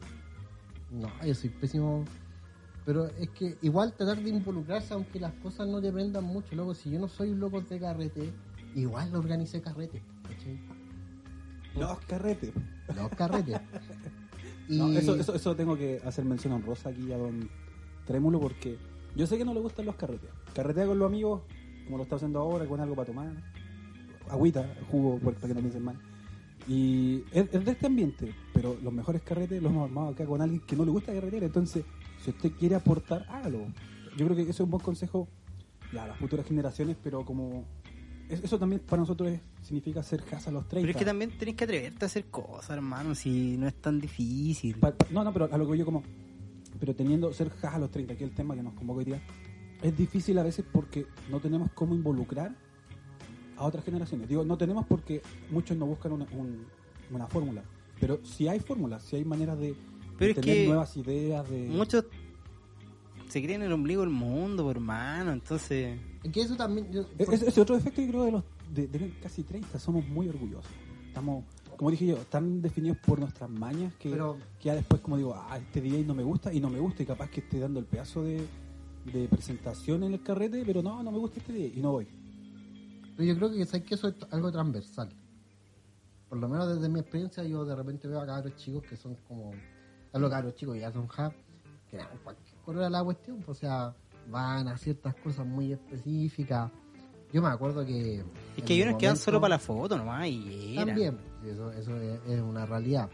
Speaker 5: No, yo soy pésimo. Pero es que igual tratar de involucrarse, aunque las cosas no te prendan mucho, loco. Si yo no soy un loco de carrete, igual lo organicé carrete. ¿cachai?
Speaker 4: Los carretes.
Speaker 5: Los carretes.
Speaker 4: (laughs)
Speaker 5: y
Speaker 4: No, eso, eso, eso tengo que hacer mención honrosa aquí a don Trémulo porque yo sé que no le gustan los carretes. Carretea con los amigos, como lo está haciendo ahora, con algo para tomar, agüita, jugo, por- para que no piensen mal. Y es, es de este ambiente, pero los mejores carretes los hemos armado acá con alguien que no le gusta carretear. Entonces, si usted quiere aportar, hágalo. Yo creo que eso es un buen consejo ya, a las futuras generaciones, pero como. es- Eso también para nosotros es- significa ser casa a los 30.
Speaker 6: Pero es que también tenés que atreverte a hacer cosas, hermano, si no es tan difícil.
Speaker 4: Pa- pa- no, no, pero a lo que yo como. Pero teniendo ser jaja a los 30, que es el tema que nos convoca hoy día, es difícil a veces porque no tenemos cómo involucrar a otras generaciones. Digo, no tenemos porque muchos no buscan una, un- una fórmula. Pero si hay fórmulas, si hay maneras de, de
Speaker 6: Pero es
Speaker 4: tener
Speaker 6: que
Speaker 4: nuevas ideas, de.
Speaker 6: muchos se creen el ombligo del mundo, po, hermano, entonces...
Speaker 5: es que eso también. yo-
Speaker 4: E- Ese, ese otro defecto que creo de los de, de casi 30, somos muy orgullosos. Estamos, como dije yo, tan definidos por nuestras mañas que.
Speaker 5: pero
Speaker 4: que ya después como digo, ah, este DJ no me gusta y no me gusta y capaz que esté dando el pedazo de, de presentación en el carrete, pero no, no me gusta este DJ y no voy.
Speaker 5: Pero yo creo que, ¿sabes qué? eso es algo transversal. Por lo menos desde mi experiencia, yo de repente veo a cabros chicos que son como. Hablo de cabros chicos que ya son hub, que dan cualquier color a la cuestión, pues, o sea, van a ciertas cosas muy específicas. Yo me acuerdo que.
Speaker 6: Es que hay unos que
Speaker 5: quedan
Speaker 6: van solo para la foto nomás y era.
Speaker 5: También, eso, eso es, es una realidad.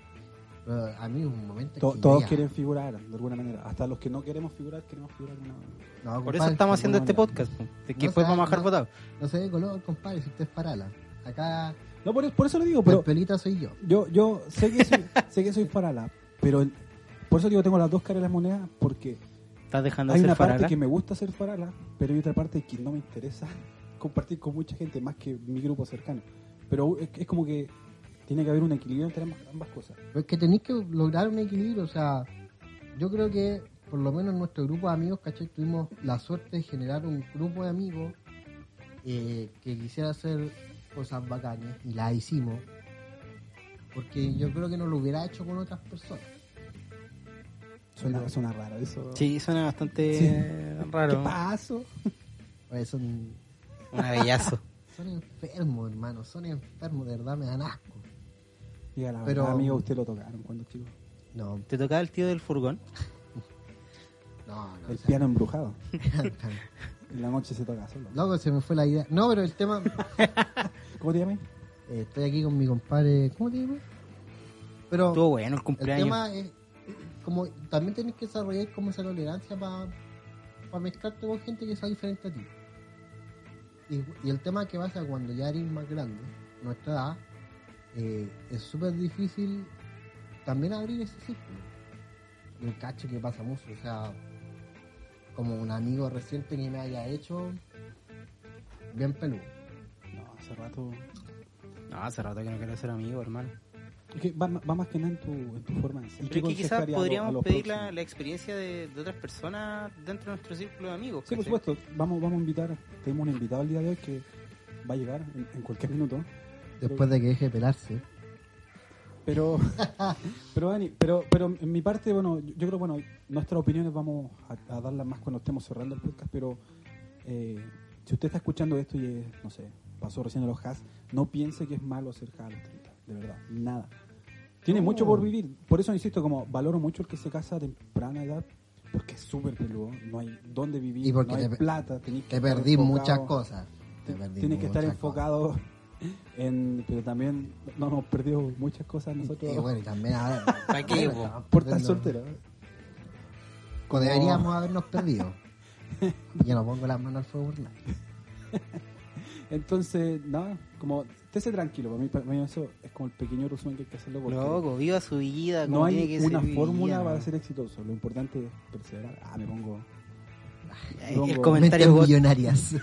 Speaker 5: Pero a mí un momento.
Speaker 4: To-
Speaker 5: que
Speaker 4: todos
Speaker 5: llega-
Speaker 4: quieren figurar de alguna manera, hasta los que no queremos figurar, queremos figurar. de una manera.
Speaker 5: No,
Speaker 6: Por
Speaker 5: compadre,
Speaker 6: eso estamos haciendo
Speaker 4: alguna
Speaker 6: este podcast, po, de que
Speaker 5: No
Speaker 6: después
Speaker 5: sea-
Speaker 6: vamos a bajar
Speaker 5: no-
Speaker 6: votados.
Speaker 5: No se ve color, compadre, si usted es parala. Acá,
Speaker 4: No, por, por eso lo digo,
Speaker 5: pero,
Speaker 4: pero
Speaker 5: pelita soy yo.
Speaker 4: yo, yo sé que soy, sé que soy farala, pero en- por eso digo, tengo las dos caras de las monedas, porque
Speaker 6: Estás dejando de
Speaker 4: hay
Speaker 6: ser
Speaker 4: una
Speaker 6: farala.
Speaker 4: parte que me gusta hacer farala, pero hay otra parte que no me interesa (laughs) compartir con mucha gente más que mi grupo cercano. Pero es, es como que tiene que haber un equilibrio entre ambas- ambas cosas.
Speaker 5: Pero es que tenéis que lograr un equilibrio, o sea, yo creo que por lo menos nuestro grupo de amigos, ¿cachai? Tuvimos la suerte de generar un grupo de amigos eh, que quisiera hacer cosas bacanas y las hicimos, porque yo creo que no lo hubiera hecho con otras personas.
Speaker 4: Suena, suena raro eso.
Speaker 6: Sí, suena bastante
Speaker 4: Sí.
Speaker 6: eh,
Speaker 4: ¿Qué
Speaker 6: raro.
Speaker 4: paso?
Speaker 5: Oye, son,
Speaker 6: Un abellazo.
Speaker 5: son enfermos, hermano, son enfermos, de verdad me dan asco.
Speaker 4: Diga la
Speaker 5: Pero-
Speaker 4: verdad, amigo, usted lo tocaron cuando chico.
Speaker 5: No,
Speaker 6: (laughs) ¿Te tocaba el tío del furgón?
Speaker 5: no, no.
Speaker 4: El
Speaker 5: o sea,
Speaker 4: piano embrujado. En la noche se toca solo.
Speaker 5: Loco, se me fue la idea. No, pero el tema,
Speaker 4: ¿Cómo te llamas?
Speaker 5: eh, estoy aquí con mi compadre, ¿cómo te llamas? Pero...
Speaker 6: Estuvo bueno el
Speaker 5: El
Speaker 6: cumpleaños.
Speaker 5: tema es como también tenés que desarrollar como esa tolerancia para mezclarte con gente que sea diferente a ti. Y, y el tema que pasa cuando ya eres más grande, nuestra edad, eh, es súper difícil también abrir ese círculo. Yo cacho que pasa mucho, o sea, como un amigo reciente que me haya hecho bien peludo.
Speaker 4: No, hace rato.
Speaker 6: No, hace rato que no quiero ser amigo, hermano.
Speaker 4: Es que va, va más que nada en tu, en tu forma de ser.
Speaker 6: Pero es que quizás
Speaker 4: aconsejaría a lo- a
Speaker 6: podríamos
Speaker 4: los
Speaker 6: pedir la,
Speaker 4: próximos?
Speaker 6: la experiencia de, de otras personas dentro de nuestro círculo de amigos.
Speaker 4: Sí, por
Speaker 6: ¿cachai?
Speaker 4: supuesto. Vamos, vamos a invitar. Tenemos un invitado el día de hoy que va a llegar en, en cualquier minuto.
Speaker 5: Después de que deje de pelarse. (laughs)
Speaker 4: Pero, pero Dani, pero, pero en mi parte, bueno, yo, yo creo, bueno, nuestras opiniones vamos a, a darlas más cuando estemos cerrando el podcast, pero eh, si usted está escuchando esto y, es, no sé, pasó recién a los has, no piense que es malo ser has a los 30, de verdad, nada. Tiene mucho por vivir, por eso insisto, como valoro mucho el que se casa a temprana edad, porque es súper peludo, no hay dónde vivir,
Speaker 5: Y porque
Speaker 4: no hay
Speaker 5: te-
Speaker 4: plata, tenés que
Speaker 5: Te
Speaker 4: estar
Speaker 5: perdí
Speaker 4: enfocado.
Speaker 5: muchas cosas. Te
Speaker 4: Te-
Speaker 5: perdí
Speaker 4: Tienes que estar
Speaker 5: muchas cosas.
Speaker 4: enfocado (laughs) en. Pero también no hemos perdido muchas cosas nosotros.
Speaker 5: Y Eh, bueno, y también
Speaker 4: (laughs)
Speaker 5: ahora.
Speaker 6: ¿Para qué,
Speaker 5: bueno,
Speaker 6: po?
Speaker 5: estamos
Speaker 4: por estar
Speaker 5: perdiendo-
Speaker 4: soltero.
Speaker 5: Como deberíamos
Speaker 4: (laughs)
Speaker 5: habernos perdido. Yo no pongo las manos al fuego por nada.
Speaker 4: Entonces, nada, como. Estése tranquilo, para mí, para mí eso es como el pequeño resumen que hay que hacerlo. Porque
Speaker 6: Loco, viva su vida.
Speaker 4: no
Speaker 6: como
Speaker 4: hay
Speaker 6: tiene que ser
Speaker 4: una
Speaker 6: vivida,
Speaker 4: fórmula
Speaker 6: ¿no?
Speaker 4: para ser exitoso. Lo importante es perseverar. Ah, me pongo.
Speaker 6: Ay,
Speaker 4: Loco.
Speaker 6: Eh, El
Speaker 5: Mentes
Speaker 6: comentario, go-
Speaker 4: (laughs)
Speaker 5: millonarias.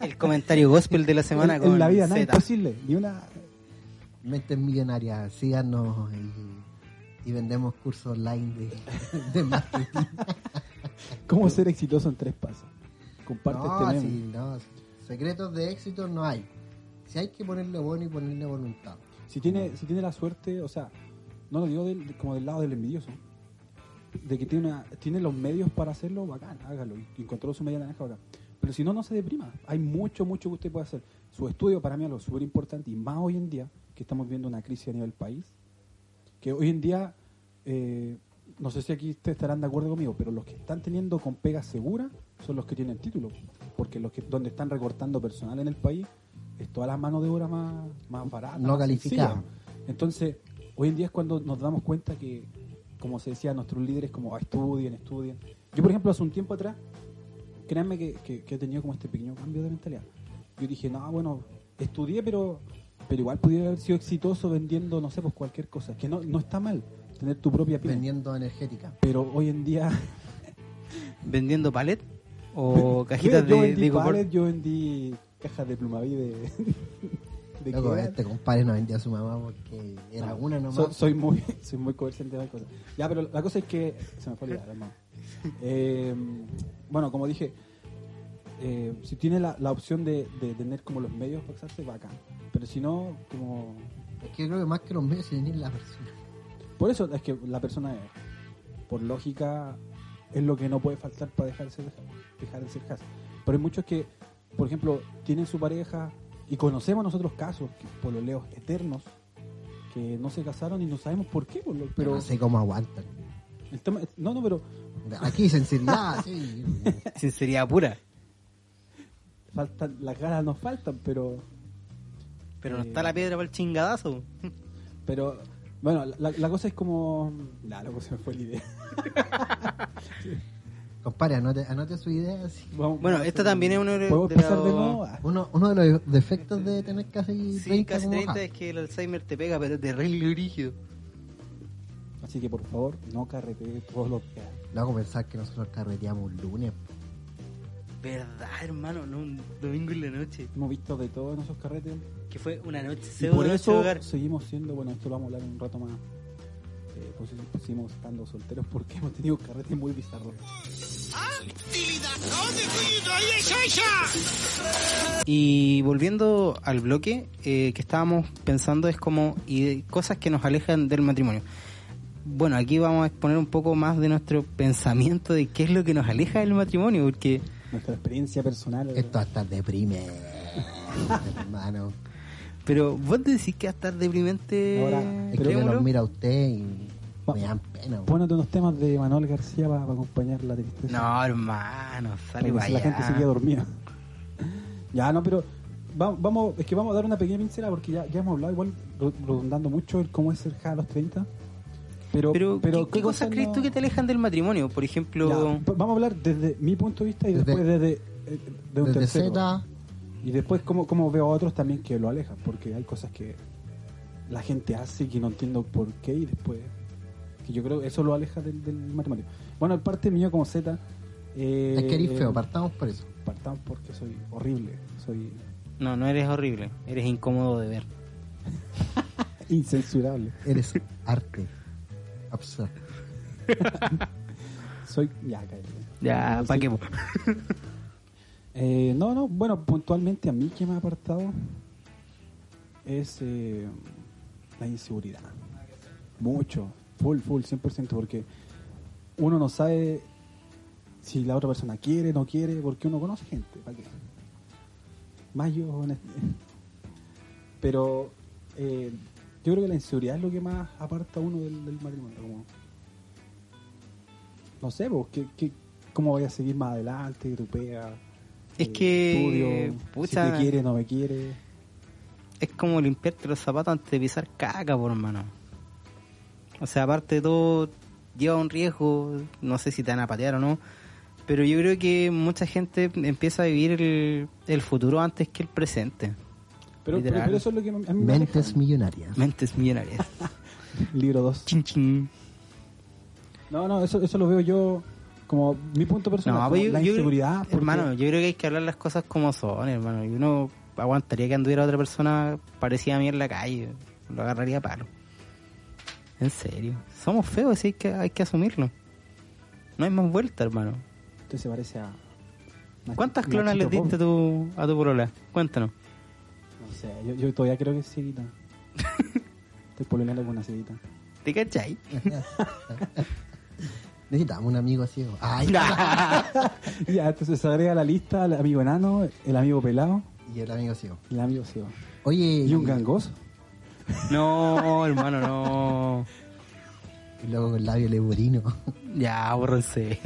Speaker 6: el comentario gospel de la semana
Speaker 4: en,
Speaker 6: con
Speaker 4: en la vida nada es
Speaker 6: Z.
Speaker 4: posible. Ni una.
Speaker 5: Mentes millonarias. Síganos y, y vendemos cursos online de, (laughs) de marketing.
Speaker 4: ¿Cómo ser exitoso en tres pasos? Comparte
Speaker 5: no,
Speaker 4: este meme.
Speaker 5: sí, no. Secretos de éxito no hay. Si hay que ponerle bueno y
Speaker 4: (laughs)
Speaker 5: ponerle voluntad.
Speaker 4: Si tiene, si tiene la suerte, o sea, no lo digo del- como del lado del envidioso, de que tiene, una, tiene los medios para hacerlo, bacán, hágalo. Y encontró su media naranja, bacán. Pero si no, no se deprima. Hay mucho, mucho que usted puede hacer. Su estudio para mí es lo súper importante y más hoy en día, que estamos viendo una crisis a nivel país, que hoy en día, eh, no sé si aquí ustedes estarán de acuerdo conmigo, pero los que están teniendo con pega segura son los que tienen título. Porque los que donde están recortando personal en el país es toda la mano de obra más, más barata.
Speaker 5: No
Speaker 4: más
Speaker 5: calificada.
Speaker 4: sencilla. Entonces, hoy en día es cuando nos damos cuenta que, como se decía, nuestros líderes como "Ah, estudien, estudien. Yo, por ejemplo, hace un tiempo atrás, créanme que, que- que he tenido como este pequeño cambio de mentalidad. Yo dije, no, bueno, estudié, pero pero igual pudiera haber sido exitoso vendiendo, no sé, pues cualquier cosa. Que no, no está mal tener tu propia pyme.
Speaker 5: Vendiendo energética.
Speaker 4: Pero hoy en día...
Speaker 6: ¿Vendiendo palet? ¿O cajitas
Speaker 4: (laughs) yo, yo
Speaker 6: de,
Speaker 4: vendí
Speaker 6: de copor?
Speaker 4: pallet, yo vendí cajas de plumaví de... (laughs) de
Speaker 5: Loco,
Speaker 4: quebrar.
Speaker 5: este compadre no vendía a su mamá porque era
Speaker 4: No,
Speaker 5: una nomás.
Speaker 4: so- soy muy (laughs) soy muy coerciente de cosas. Ya, pero la cosa es que se me fue a olvidar, hermano. Eh, bueno, como dije, eh, si tiene la, la opción de, de tener como los medios para casarse, bacán. Pero si no, como
Speaker 5: Es que creo que más que los medios se venir la persona.
Speaker 4: Por eso es que la persona, es, por lógica, es lo que no puede faltar para dejar de ser, dejar de ser casa. Pero hay muchos que, por ejemplo, tienen su pareja y conocemos nosotros casos, que- pololeos eternos, que no se casaron y no sabemos por qué. por lo- Pero
Speaker 5: No sé cómo aguantan.
Speaker 4: el tema es- no, no, pero
Speaker 5: Aquí sinceridad, (laughs) sí.
Speaker 6: Sinceridad pura.
Speaker 4: faltan, las ganas nos faltan, pero
Speaker 6: Pero no
Speaker 4: Eh.
Speaker 6: está la piedra para el chingadazo.
Speaker 4: Pero, bueno, la, la cosa es como... Nah, loco, se me fue la idea. (laughs)
Speaker 5: Compadre, anote, anote su idea. sí.
Speaker 4: Vamos-
Speaker 6: Bueno, esta también es uno de
Speaker 4: ¿Podemos
Speaker 6: de
Speaker 4: pasar
Speaker 6: los-
Speaker 4: de nuevo? Ah,
Speaker 5: Uno, uno de los defectos de tener casi 30
Speaker 6: Sí, casi
Speaker 5: como
Speaker 6: 30
Speaker 5: Haas.
Speaker 6: es que el Alzheimer te pega, pero es de re rígido.
Speaker 4: Así que, por favor, no carrete todos los días.
Speaker 5: Lo hago pensar que nosotros carreteamos un lunes.
Speaker 6: ¿Verdad, hermano? No, un domingo en la noche.
Speaker 4: Hemos visto de todo en esos carretes.
Speaker 6: Que fue una noche
Speaker 4: Y
Speaker 6: pseudo
Speaker 4: por
Speaker 6: noche
Speaker 4: eso
Speaker 6: hogar.
Speaker 4: seguimos siendo, bueno, esto lo vamos a hablar en un rato más. Eh, por eso seguimos estando solteros porque hemos tenido carretes muy bizarros.
Speaker 6: Y volviendo al bloque, eh, que estábamos pensando es como y cosas que nos alejan del matrimonio. Bueno, aquí vamos a exponer un poco más de nuestro pensamiento de qué es lo que nos aleja del matrimonio, porque
Speaker 4: Nuestra experiencia personal.
Speaker 5: Esto
Speaker 4: (laughs)
Speaker 5: hasta deprime, hermano.
Speaker 6: pero vos decís que va a estar deprimente.
Speaker 4: Ahora,
Speaker 5: Es que yo
Speaker 6: Créemolo.
Speaker 5: los mira a usted y me dan pena. güey.
Speaker 4: Pónate unos temas de Manuel García para, acompañar la tristeza.
Speaker 6: No, hermano,
Speaker 4: Para
Speaker 6: sale
Speaker 4: que
Speaker 6: para
Speaker 4: si la gente se queda
Speaker 6: allá.
Speaker 4: dormida. (laughs) ya, no, pero va- vamos, es que vamos a dar una pequeña pincelada porque ya, ya hemos hablado igual re- redundando mucho el cómo es ser ja a los 30. Pero,
Speaker 6: Pero, ¿qué, qué cosas crees
Speaker 4: no-
Speaker 6: tú que te alejan del matrimonio? Por
Speaker 4: Ya,
Speaker 6: ejemplo,
Speaker 4: v- vamos a hablar desde mi punto de vista y
Speaker 5: Desde-
Speaker 4: después desde, eh, de un
Speaker 5: Desde
Speaker 4: tercero.
Speaker 5: Z,
Speaker 4: Y después como como veo a otros también que lo alejan, porque hay cosas que la gente hace que no entiendo por qué y después... Que yo creo que eso lo aleja del, del matrimonio. Bueno, el parte mío como Z... Eh,
Speaker 5: es que eres feo,
Speaker 4: eh,
Speaker 5: partamos por eso.
Speaker 4: partamos porque soy horrible, soy
Speaker 6: no, no eres horrible, eres incómodo de ver.
Speaker 4: incensurable.
Speaker 5: Eres arte. Absurdo.
Speaker 4: Soy... Ya, cállate.
Speaker 6: Ya, ¿para qué? po?
Speaker 4: Eh, no, no, bueno, puntualmente a mí que me ha apartado es eh, la inseguridad. Mucho, full, full, 100%, porque uno no sabe si la otra persona quiere, no quiere, porque uno conoce gente, ¿para qué? Más yo, honest- Pero eh, yo creo que la inseguridad es lo que más aparta a uno del, del matrimonio. como- no sé, vos, ¿qué, qué, cómo vaya a seguir más adelante? Grupea.
Speaker 6: Es
Speaker 4: eh,
Speaker 6: que, pucha.
Speaker 4: si me quiere, no me quiere.
Speaker 6: es como limpiarte los zapatos antes de pisar caca, por hermano. O sea, aparte de todo, lleva un riesgo, no sé si te van a patear o no, pero yo creo que mucha gente empieza a vivir el, el futuro antes que el presente.
Speaker 4: Pero, pero,
Speaker 6: Literal.
Speaker 4: pero eso es lo que a mí me
Speaker 5: Mentes millonarias.
Speaker 6: Mentes millonarias.
Speaker 4: aleja. Libro 2.
Speaker 6: Chin, chin.
Speaker 4: No, no, eso, eso lo veo yo como mi punto personal.
Speaker 6: No,
Speaker 4: como
Speaker 6: pero yo,
Speaker 4: la
Speaker 6: yo-
Speaker 4: inseguridad. porque-
Speaker 6: hermano, yo creo que hay que hablar las cosas como son, hermano. Y uno aguantaría que anduviera otra persona parecida a mí en la calle. Lo agarraría a palo. En serio. Somos feos, así que hay que asumirlo. No hay más vuelta, hermano.
Speaker 4: Usted se parece a. Nach-
Speaker 6: ¿Cuántas clonas
Speaker 4: Nachito
Speaker 6: les diste a
Speaker 4: Bob.
Speaker 6: tu, a tu polola? Cuéntanos.
Speaker 4: No sé, yo, yo todavía creo que es cieguita. Estoy pololeando con una cieguita.
Speaker 6: ¿Te
Speaker 4: (laughs)
Speaker 6: cachai?
Speaker 5: Necesitamos un amigo ciego. Ay,
Speaker 4: Ya, entonces se agrega a la lista el amigo enano, el amigo pelado
Speaker 5: y el amigo ciego.
Speaker 4: y el amigo ciego.
Speaker 5: Oye,
Speaker 4: Y un gangoso.
Speaker 6: No, hermano, no.
Speaker 5: y luego con labio leburino. (laughs)
Speaker 6: Ya, bórrense.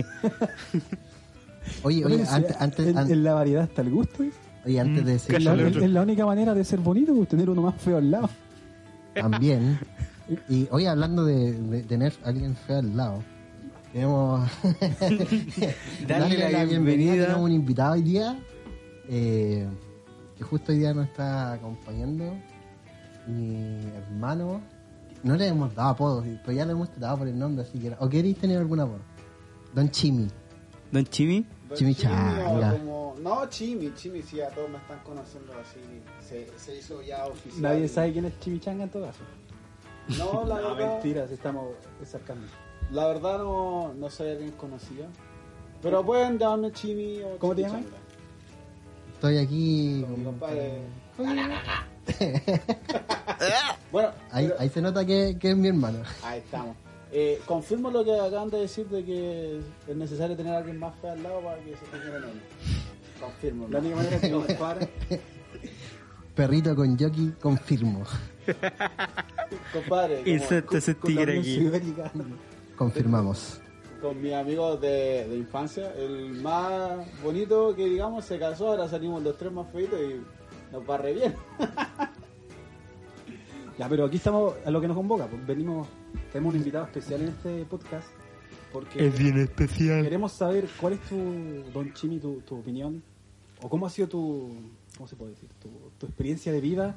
Speaker 5: Oye, oye, antes, antes,
Speaker 4: en,
Speaker 5: an-
Speaker 4: en la variedad está el gusto. ¿eh?
Speaker 5: oye, antes
Speaker 6: Mm,
Speaker 5: de
Speaker 4: Es la,
Speaker 5: decir
Speaker 4: es- es la única manera de ser bonito, pues, tener uno más feo al lado.
Speaker 6: (laughs)
Speaker 5: también. Y hoy hablando de, de tener a alguien feo al lado, queremos (laughs)
Speaker 6: Darle la
Speaker 5: Tenemos
Speaker 6: bienvenida.
Speaker 5: un invitado hoy día eh, que justo hoy día nos está acompañando. Mi hermano. No le hemos dado apodos, pero ya le hemos tratado por el nombre, así que. ¿O queréis tener algún apodo? Don Chimi.
Speaker 6: Don Chimi.
Speaker 5: Chimichanga.
Speaker 7: Chimi o como- No, Chimi, Chimi, sí, a todos me están conociendo así. Se, se hizo ya oficial.
Speaker 4: Nadie sabe quién es Chimichanga en todo caso.
Speaker 7: No,
Speaker 4: (laughs)
Speaker 7: la
Speaker 4: No,
Speaker 7: verdad.
Speaker 4: mentiras, estamos acercando.
Speaker 7: La verdad no, no soy alguien conocido. Pero pueden llamarme Chimi o
Speaker 4: ¿Cómo te
Speaker 7: Chimichanga.
Speaker 5: Estoy aquí.
Speaker 7: Con
Speaker 5: con-
Speaker 7: mi compadre. bueno,
Speaker 5: Ahí,
Speaker 7: pero-
Speaker 5: ahí se nota que, que es mi hermano.
Speaker 7: ahí estamos. Eh, confirmo lo que acaban de decir de que es necesario tener a alguien más feo al lado para que se tenga el nombre. Confirmo.
Speaker 4: La única manera es que nos (laughs) paren.
Speaker 5: Perrito con jockey, confirmo.
Speaker 7: Compadre, como-
Speaker 6: Inserte ese
Speaker 4: Con la
Speaker 6: tigre
Speaker 4: Unión
Speaker 6: aquí.
Speaker 4: Soviética.
Speaker 5: Confirmamos.
Speaker 7: con mis amigos de, de infancia. El más bonito que digamos se casó, ahora salimos los tres más feitos y nos va re bien.
Speaker 4: Ya, pero aquí estamos a lo que nos convoca. pues, Venimos, tenemos un invitado especial en este podcast. Porque
Speaker 6: bien especial.
Speaker 4: queremos saber cuál es tu, Don Chimi, tu, tu opinión. O cómo ha sido tu, ¿cómo se puede decir? Tu, tu experiencia de vida.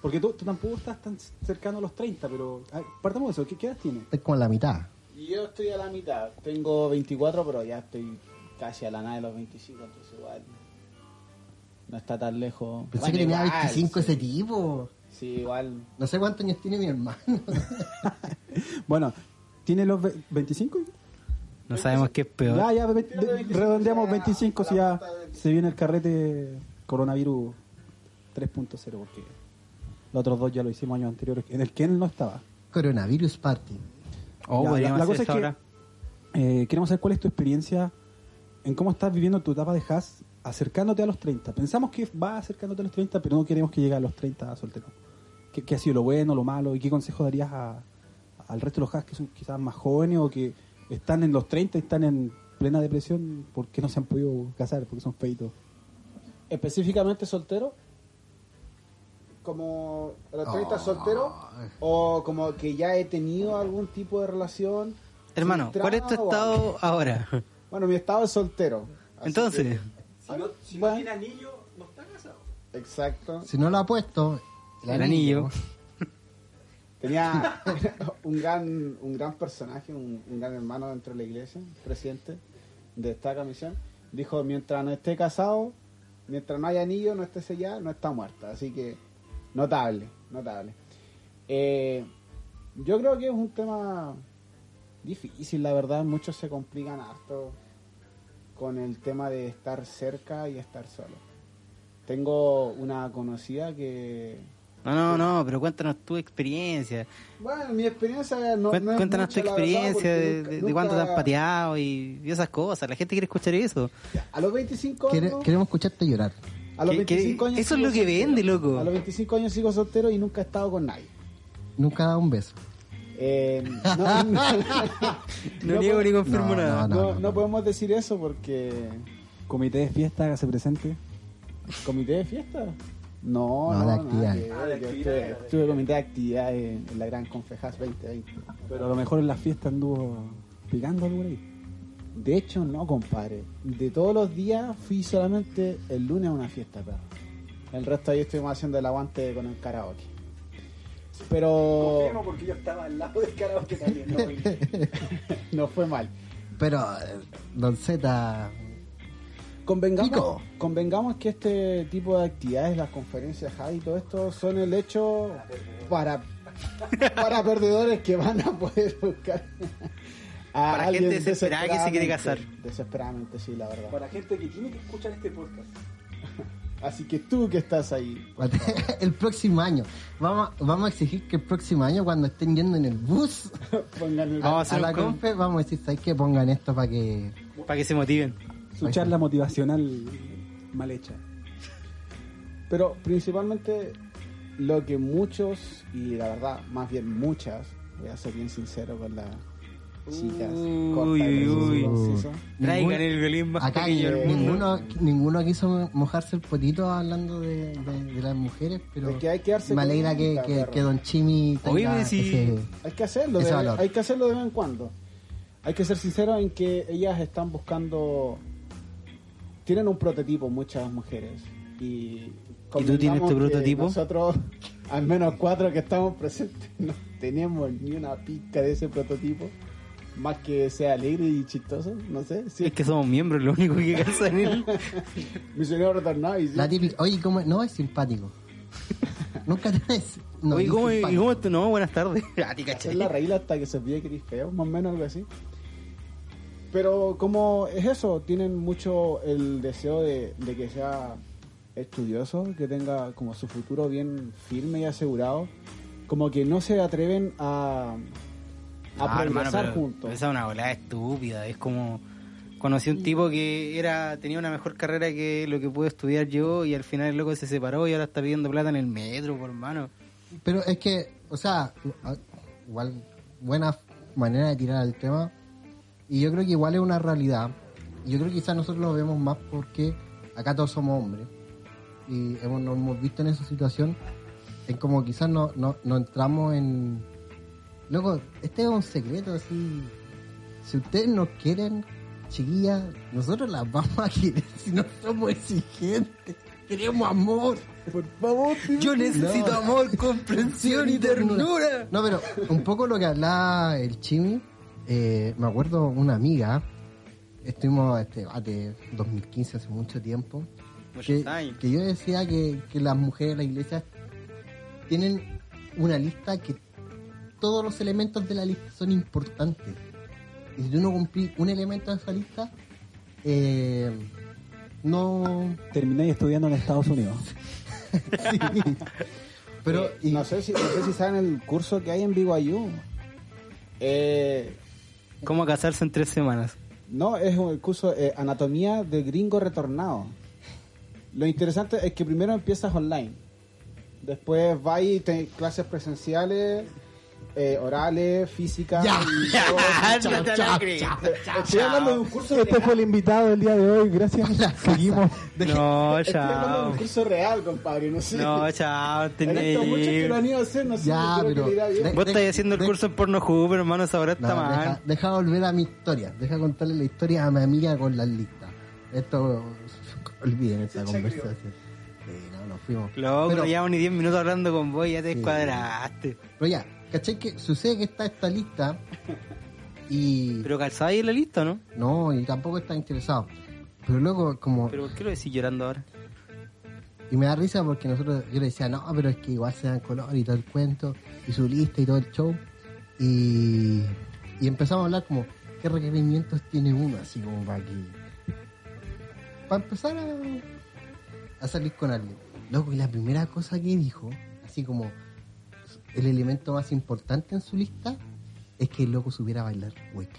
Speaker 4: Porque tú, tú tampoco estás tan cercano a los 30, pero a ver, partamos de eso. ¿Qué, qué edad tienes?
Speaker 5: Es como la mitad.
Speaker 7: Y yo estoy a la mitad, tengo 24 pero ya estoy casi a la nada de los 25, entonces igual no está tan lejos.
Speaker 5: Pensé
Speaker 7: Bueno,
Speaker 5: que tenía
Speaker 7: igual,
Speaker 5: 25
Speaker 7: sí.
Speaker 5: ese tipo.
Speaker 7: Sí, igual.
Speaker 5: No sé cuántos años tiene mi hermano. (laughs)
Speaker 4: Bueno, ¿tienes los ve- 25?
Speaker 6: No sabemos qué es peor.
Speaker 4: Ya, ya, ve-
Speaker 7: Tírale
Speaker 4: de-
Speaker 7: 25,
Speaker 4: redondeamos
Speaker 7: ya,
Speaker 4: 25 si
Speaker 7: la
Speaker 4: ya
Speaker 7: punta de 25.
Speaker 4: se viene el carrete coronavirus 3.0, porque los otros dos ya lo hicimos años anteriores, en el que él no estaba.
Speaker 5: Coronavirus Party.
Speaker 6: Oh,
Speaker 4: Ya,
Speaker 6: podríamos hacer eso ahora.
Speaker 4: eh, queremos saber cuál es tu experiencia en cómo estás viviendo tu etapa de Haas acercándote a los 30. Pensamos que va acercándote a los 30, pero no queremos que llegue a los 30 soltero. ¿Qué, qué ha sido lo bueno, lo malo? ¿Y qué consejo darías a- al resto de los Haas que son quizás más jóvenes o que están en los 30 y están en plena depresión porque no se han podido casar, porque son feitos?
Speaker 7: Específicamente soltero. Como a los 30
Speaker 5: Oh.
Speaker 7: soltero o como que ya he tenido algún tipo de relación.
Speaker 6: Hermano,
Speaker 7: filtrada
Speaker 6: ¿cuál es tu
Speaker 7: o algo.
Speaker 6: estado
Speaker 7: (laughs)
Speaker 6: ahora?
Speaker 7: Bueno, mi estado es soltero. así
Speaker 6: Entonces,
Speaker 7: que- Bueno,
Speaker 2: anillo, no está casado.
Speaker 7: Exacto.
Speaker 5: Si no lo ha puesto, el,
Speaker 6: El anillo.
Speaker 7: Tenía un gran, un gran personaje, un, un gran hermano dentro de la iglesia, presidente de esta comisión. Dijo, mientras no esté casado, mientras no haya anillo, no esté sellada, no está muerta. Así que, notable, notable. Eh, yo creo que es un tema difícil, la verdad. Muchos se complican harto con el tema de estar cerca y estar solo. Tengo una conocida que
Speaker 6: no, no, no, pero cuéntanos tu experiencia.
Speaker 7: bueno, mi experiencia no,
Speaker 6: Cuént-
Speaker 7: no es
Speaker 6: cuéntanos
Speaker 7: mucha,
Speaker 6: tu
Speaker 7: la verdad,
Speaker 6: experiencia
Speaker 7: porque
Speaker 6: de, de-
Speaker 7: nunca-
Speaker 6: de
Speaker 7: nunca-
Speaker 6: cuánto te han pateado y, y esas cosas. La gente quiere escuchar eso.
Speaker 7: A los 25
Speaker 5: Quiere-
Speaker 7: años.
Speaker 5: queremos escucharte llorar.
Speaker 7: a los
Speaker 6: ¿Qué- qué?
Speaker 7: 25 años
Speaker 6: Eso es
Speaker 7: sigo
Speaker 6: lo que
Speaker 7: soltero.
Speaker 6: vende, loco.
Speaker 7: A los 25 años sigo soltero y nunca he estado con nadie.
Speaker 5: Nunca da un beso.
Speaker 6: (laughs)
Speaker 7: Eh, no, no,
Speaker 6: No,
Speaker 7: no
Speaker 6: niego
Speaker 7: po-
Speaker 6: ni confirmo
Speaker 5: No,
Speaker 6: nada.
Speaker 7: no, no podemos decir eso porque.
Speaker 4: Comité de fiesta, hágase presente.
Speaker 7: ¿Comité de fiesta?
Speaker 5: No,
Speaker 7: No, no,
Speaker 5: de
Speaker 7: nada
Speaker 5: actividades.
Speaker 7: que ver, yo estuve, estuve comité de actividades en la Gran Confejas 2020.
Speaker 4: Pero a lo mejor en la fiesta anduvo picando algo por ahí.
Speaker 7: De hecho, no, compadre. De todos los días fui solamente el lunes a una fiesta, perro. El resto ahí estuvimos haciendo el aguante con el karaoke. Pero
Speaker 2: porque yo estaba al lado del karaoke también.
Speaker 4: (laughs)
Speaker 2: No,
Speaker 7: no fue mal.
Speaker 5: Pero, eh, Don Z, (laughs)
Speaker 7: Convengamos,
Speaker 5: Pico.
Speaker 7: convengamos que este tipo de actividades, las conferencias Javi y todo esto, son el hecho para, para perdedores que van a poder buscar a
Speaker 6: Para
Speaker 7: alguien
Speaker 6: gente desesperada que se quiere
Speaker 7: desesperadamente-
Speaker 6: casar.
Speaker 7: Desesperadamente, sí, la verdad.
Speaker 2: Para gente que tiene que escuchar este podcast.
Speaker 7: Así que tú que estás ahí,
Speaker 5: el próximo año, vamos, vamos a exigir que el próximo año cuando estén yendo en el bus
Speaker 7: pongan
Speaker 5: (laughs)
Speaker 7: el...
Speaker 5: a,
Speaker 6: Vamos a
Speaker 5: a
Speaker 6: hacer
Speaker 5: la
Speaker 6: un con-
Speaker 5: confe, vamos a decir, ¿sabes qué? Pongan esto para que...
Speaker 6: Para que se motiven.
Speaker 4: Su
Speaker 5: Ahí
Speaker 4: charla motivacional mal hecha.
Speaker 7: Pero principalmente lo que muchos, y la verdad, más bien muchas, voy a ser bien sincero con las chicas.
Speaker 6: Uy,
Speaker 7: corta y
Speaker 6: uy, uy.
Speaker 7: concisa.
Speaker 6: Traigan
Speaker 5: Ningún-
Speaker 6: el violín más
Speaker 5: Acá
Speaker 6: pequeño del mundo.
Speaker 5: ninguno, ninguno quiso mojarse el potito hablando de, de- de las mujeres, pero
Speaker 7: Es que hay que darse
Speaker 5: me alegra que,
Speaker 7: cuenta,
Speaker 5: que-
Speaker 7: perro.
Speaker 5: que Don Chimi tenga
Speaker 6: Oye, si-
Speaker 5: ese-
Speaker 7: Hay que hacerlo,
Speaker 5: Ese
Speaker 7: de-
Speaker 5: valor.
Speaker 7: hay que hacerlo de vez en cuando. Hay que ser sinceros en que ellas están buscando, tienen un prototipo muchas mujeres y
Speaker 6: tú tienes tu
Speaker 7: convengamos que
Speaker 6: prototipo?
Speaker 7: Nosotros, (laughs) al menos cuatro que estamos presentes, (laughs) no tenemos ni una pizca de ese prototipo, más que sea alegre y chistoso, no sé. Sí,
Speaker 6: Es
Speaker 7: (laughs)
Speaker 6: que somos miembros, lo único que casa en él.
Speaker 7: misionero retornado y sí.
Speaker 5: La típica, oye, ¿cómo es? No,
Speaker 6: (laughs)
Speaker 5: es simpático. Nunca tenés... No,
Speaker 6: Oye,
Speaker 5: es
Speaker 6: ¿cómo,
Speaker 5: simpático.
Speaker 6: y ¿cómo tú? No, buenas tardes. (laughs) Ah, te
Speaker 7: hacer
Speaker 6: cachai.
Speaker 7: la regla hasta que se olvide que eres feo, más o menos algo así. Pero como es eso, tienen mucho el deseo de, de que sea estudioso, que tenga como su futuro bien firme y asegurado, como que no se atreven a, a
Speaker 6: Ah, hermano,
Speaker 7: progresar
Speaker 6: pero
Speaker 7: juntos.
Speaker 6: Esa es una volada estúpida. Es como. Conocí un tipo que era tenía una mejor carrera que lo que pude estudiar yo y al final el loco se separó y ahora está pidiendo plata en el metro, por hermano.
Speaker 5: Pero es que, o sea, a- igual, buena manera de tirar el tema. Y yo creo que igual es una realidad. Yo creo que quizás nosotros lo vemos más porque acá todos somos hombres. Y hemos, nos hemos visto en esa situación. Es como quizás no, no, no entramos en... Loco, este es un secreto, así... Si ustedes nos quieren, chiquillas, nosotros las vamos a querer (laughs) si no somos exigentes. Queremos amor.
Speaker 7: Por favor,
Speaker 6: Yo necesito
Speaker 5: No.
Speaker 6: amor, comprensión y ternura.
Speaker 5: No, pero un poco lo que hablaba el Chimi, eh, me acuerdo una amiga, estuvimos a este debate 2015 hace mucho tiempo, que,
Speaker 6: Muchos años.
Speaker 5: que yo decía que, que las mujeres de la iglesia tienen una lista que todos los elementos de la lista son importantes. Y si tú no cumplís un elemento de esa lista, eh, no... (laughs)
Speaker 4: Terminé estudiando en Estados Unidos.
Speaker 2: (laughs)
Speaker 5: Pero...
Speaker 7: Eh, no, sé si, no sé si saben el curso que hay en BYU. Eh,
Speaker 6: ¿Cómo casarse en tres
Speaker 7: (laughs)
Speaker 6: semanas?
Speaker 7: No, es un- el curso eh, Anatomía del Gringo Retornado. Lo interesante es que primero empiezas online. Después vas y te clases presenciales, eh, orales, física. y todo.
Speaker 5: (laughs)
Speaker 6: No te la creo.
Speaker 7: Estoy hablando de un curso
Speaker 4: Este
Speaker 7: real.
Speaker 4: fue el invitado del día de
Speaker 2: (laughs)
Speaker 4: hoy, gracias. Seguimos.
Speaker 6: No,
Speaker 7: (laughs) Estoy hablando de
Speaker 6: chao.
Speaker 7: un curso real, compadre. No sé.
Speaker 6: No, chao.
Speaker 7: He visto muchos que lo han
Speaker 6: Tenés...
Speaker 7: ido a hacer, no sé.
Speaker 5: Ya,
Speaker 7: yo creo que
Speaker 5: pero-
Speaker 7: le irá bien.
Speaker 5: de-
Speaker 6: Vos estás haciendo el
Speaker 5: de-
Speaker 6: curso en Pornhub, hermano, esa hora
Speaker 5: No,
Speaker 6: está
Speaker 5: deja,
Speaker 6: mal.
Speaker 5: deja volver a mi historia. Deja contarle la historia a mi amiga con las listas. Esto, olviden esta conversación. Sí, no, nos fuimos.
Speaker 6: Loco,
Speaker 5: pero,
Speaker 6: no llevamos ni 10 minutos hablando con vos y ya te
Speaker 5: Sí.
Speaker 6: descuadraste.
Speaker 5: pero ya, ¿cachai que sucede que está
Speaker 6: (laughs)
Speaker 5: esta lista y
Speaker 6: Pero calzáis en la lista, ¿no?
Speaker 5: no, y tampoco está interesado? Pero luego, como,
Speaker 6: ¿Pero por qué lo decís llorando ahora?
Speaker 5: y me da risa porque nosotros, yo le decía, no, pero es que igual se dan color y todo el cuento, y su lista y todo el show. Y, y empezamos a hablar como, ¿qué requerimientos tiene uno? Así como para que para empezar a, a salir con alguien. Loco, y la primera cosa que dijo, así como el elemento más importante en su lista, es que el loco supiera bailar hueca.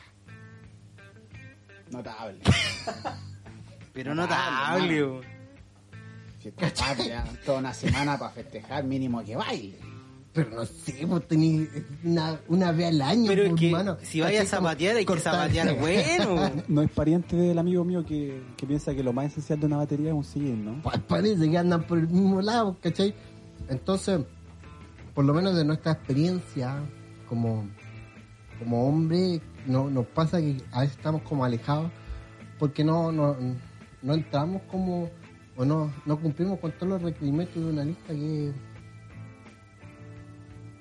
Speaker 7: Notable.
Speaker 6: Pero
Speaker 7: No,
Speaker 6: notable,
Speaker 7: no.
Speaker 6: bo.
Speaker 7: Si compadre, ya, toda una semana para festejar, mínimo que baile.
Speaker 5: Pero no sé, vos tenés una, una vez al año,
Speaker 6: Pero es
Speaker 5: pues,
Speaker 6: que
Speaker 5: hermano.
Speaker 6: si vaya a
Speaker 5: Así como
Speaker 6: zapatear, hay que
Speaker 5: cortar- (laughs)
Speaker 6: zapatear bueno.
Speaker 4: No es pariente del amigo mío que, que piensa que lo más esencial de una batería es un sillín, ¿no?
Speaker 5: Pa- Parece que andan por el mismo lado, ¿cachai? Entonces, por lo menos de nuestra experiencia como, como hombre, no, nos pasa que a veces estamos como alejados porque no, no, no entramos como o no, no cumplimos con todos los requerimientos de una lista que...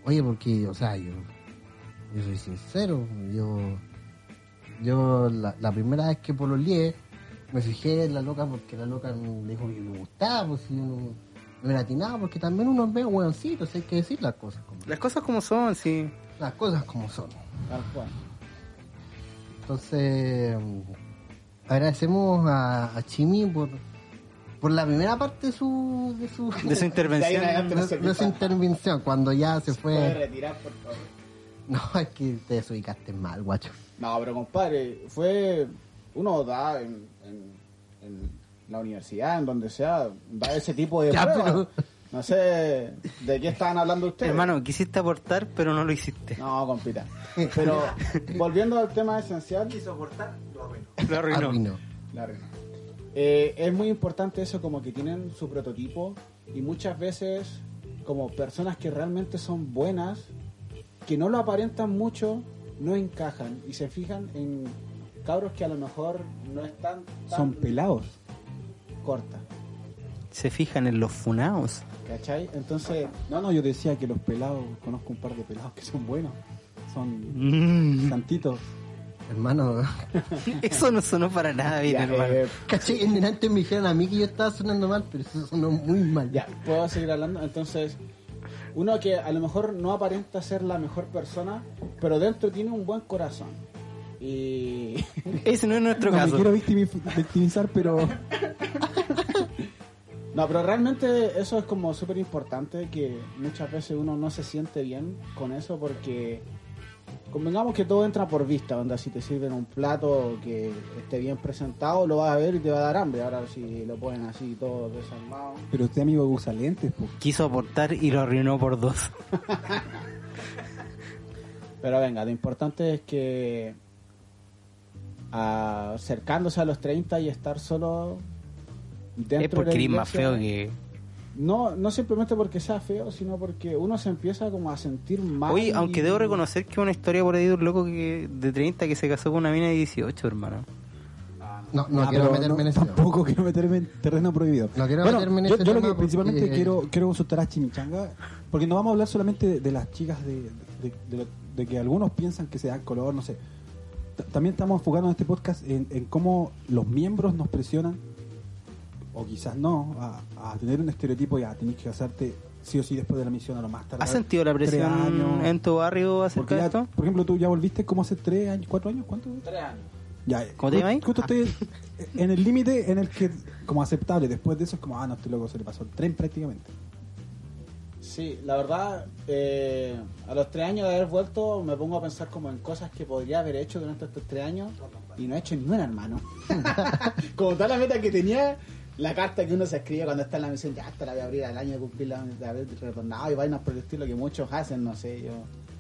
Speaker 5: Oye, porque, o sea, yo, yo soy sincero, yo, yo la, la primera vez que pololeé, me fijé en la loca porque la loca me dijo que me gustaba, pues si yo no, no era atinaba, porque también uno ve hueoncitos, hay que decir las cosas como,
Speaker 6: Las cosas como son, sí.
Speaker 5: las cosas como son.
Speaker 7: Tal cual.
Speaker 5: Entonces, agradecemos a, a Chimi por, por la primera parte de su, de su,
Speaker 6: De su intervención.
Speaker 7: De ahí en adelante.
Speaker 5: de- de su intervención, cuando ya se
Speaker 7: Puede
Speaker 5: fue.
Speaker 7: retirar, por favor.
Speaker 5: No, es que te desubicaste mal, guacho.
Speaker 7: No, pero compadre, fue. Uno da en, en- en la universidad, en donde sea, da ese tipo
Speaker 5: (laughs)
Speaker 7: de.
Speaker 5: Ya,
Speaker 7: pruebas.
Speaker 5: pero-
Speaker 7: No sé de qué estaban hablando ustedes.
Speaker 6: Hermano, quisiste aportar, pero no lo
Speaker 7: (laughs)
Speaker 6: hiciste.
Speaker 7: No, compita. Pero volviendo al tema esencial,
Speaker 6: Lo arruinó.
Speaker 5: Arruinó.
Speaker 7: La reina. Eh, es muy importante eso, como que tienen su prototipo y muchas veces como personas que realmente son buenas, que no lo aparentan mucho, no encajan y se fijan en cabros que a lo mejor no están tan
Speaker 4: Son pelados.
Speaker 7: cortas,
Speaker 6: Se fijan en los funaos.
Speaker 7: ¿cachai? Entonces,
Speaker 4: No, no, yo decía que los pelados, conozco un par de pelados que son buenos. Son
Speaker 6: Mm,
Speaker 4: santitos.
Speaker 5: Hermano, (laughs)
Speaker 6: eso no sonó para nada bien,
Speaker 7: ya,
Speaker 6: hermano.
Speaker 7: eh,
Speaker 5: caché, antes me dijeron a mí que yo estaba sonando mal, pero eso sonó muy mal.
Speaker 7: Ya, puedo seguir hablando. Entonces, uno que a lo mejor no aparenta ser la mejor persona, pero dentro tiene un buen corazón. Y (laughs)
Speaker 6: Ese no es nuestro
Speaker 4: No me
Speaker 6: caso.
Speaker 4: quiero victimi- victimizar, pero
Speaker 7: No, pero realmente eso es como súper importante que muchas veces uno no se siente bien con eso porque convengamos que todo entra por vista, onda si te sirven un plato que esté bien presentado lo vas a ver y te va a dar hambre, ahora si lo ponen así todo desarmado.
Speaker 4: pero usted amigo usa lentes, pues.
Speaker 6: Quiso aportar y lo arruinó por dos.
Speaker 7: Pero venga, lo importante es que a- acercándose a los 30 y estar solo dentro
Speaker 6: Es porque
Speaker 7: de la
Speaker 6: eres más
Speaker 7: iglesia,
Speaker 6: feo que.
Speaker 7: No, no simplemente porque sea feo, sino porque uno se empieza como a sentir mal.
Speaker 6: Oye,
Speaker 7: y-
Speaker 6: aunque debo reconocer que una historia por ahí de un loco que, de 30 que se casó con una mina de 18, hermano.
Speaker 5: No, no
Speaker 4: Ah,
Speaker 5: quiero
Speaker 4: pero
Speaker 5: meterme en
Speaker 4: no,
Speaker 5: eso.
Speaker 4: Tampoco quiero meterme en terreno prohibido.
Speaker 5: No quiero
Speaker 4: bueno,
Speaker 5: meterme en
Speaker 4: yo,
Speaker 5: ese
Speaker 4: yo lo
Speaker 5: tema
Speaker 4: que principalmente
Speaker 5: porque-
Speaker 4: quiero quiero consultar a Chimichanga, porque no vamos a hablar solamente de, de las chicas de, de- de lo- de que algunos piensan que se dan color, no sé. T- También estamos enfocando en este podcast en, en cómo los miembros nos presionan, o quizás no, a, a tener un estereotipo y a tener que casarte sí o sí después de la misión a lo más tarde.
Speaker 6: ¿Has sentido la
Speaker 4: tres
Speaker 6: presión
Speaker 4: años?
Speaker 6: en tu barrio
Speaker 4: Porque
Speaker 6: acerca de
Speaker 4: ya,
Speaker 6: esto?
Speaker 4: por ejemplo, tú ya volviste como hace tres años, cuatro años, ¿cuánto?
Speaker 7: Tres años.
Speaker 4: Ya, eh,
Speaker 6: ¿Cómo te
Speaker 4: ju-
Speaker 6: llamas?
Speaker 4: Justo estoy en el límite en el que, como aceptable, después de eso es como, ah, no, este loco se le pasó el tren prácticamente.
Speaker 7: Sí, la verdad, eh, a los tres años de haber vuelto me pongo a pensar como en cosas que podría haber hecho durante estos tres años y no he hecho ninguna,
Speaker 6: (laughs)
Speaker 7: hermano. como toda la meta que tenía, la carta que uno se escribe cuando está en la misión, ya hasta la voy a abrir al año de cumplir la de haber retornado y vainas por el estilo que muchos hacen, no sé, yo...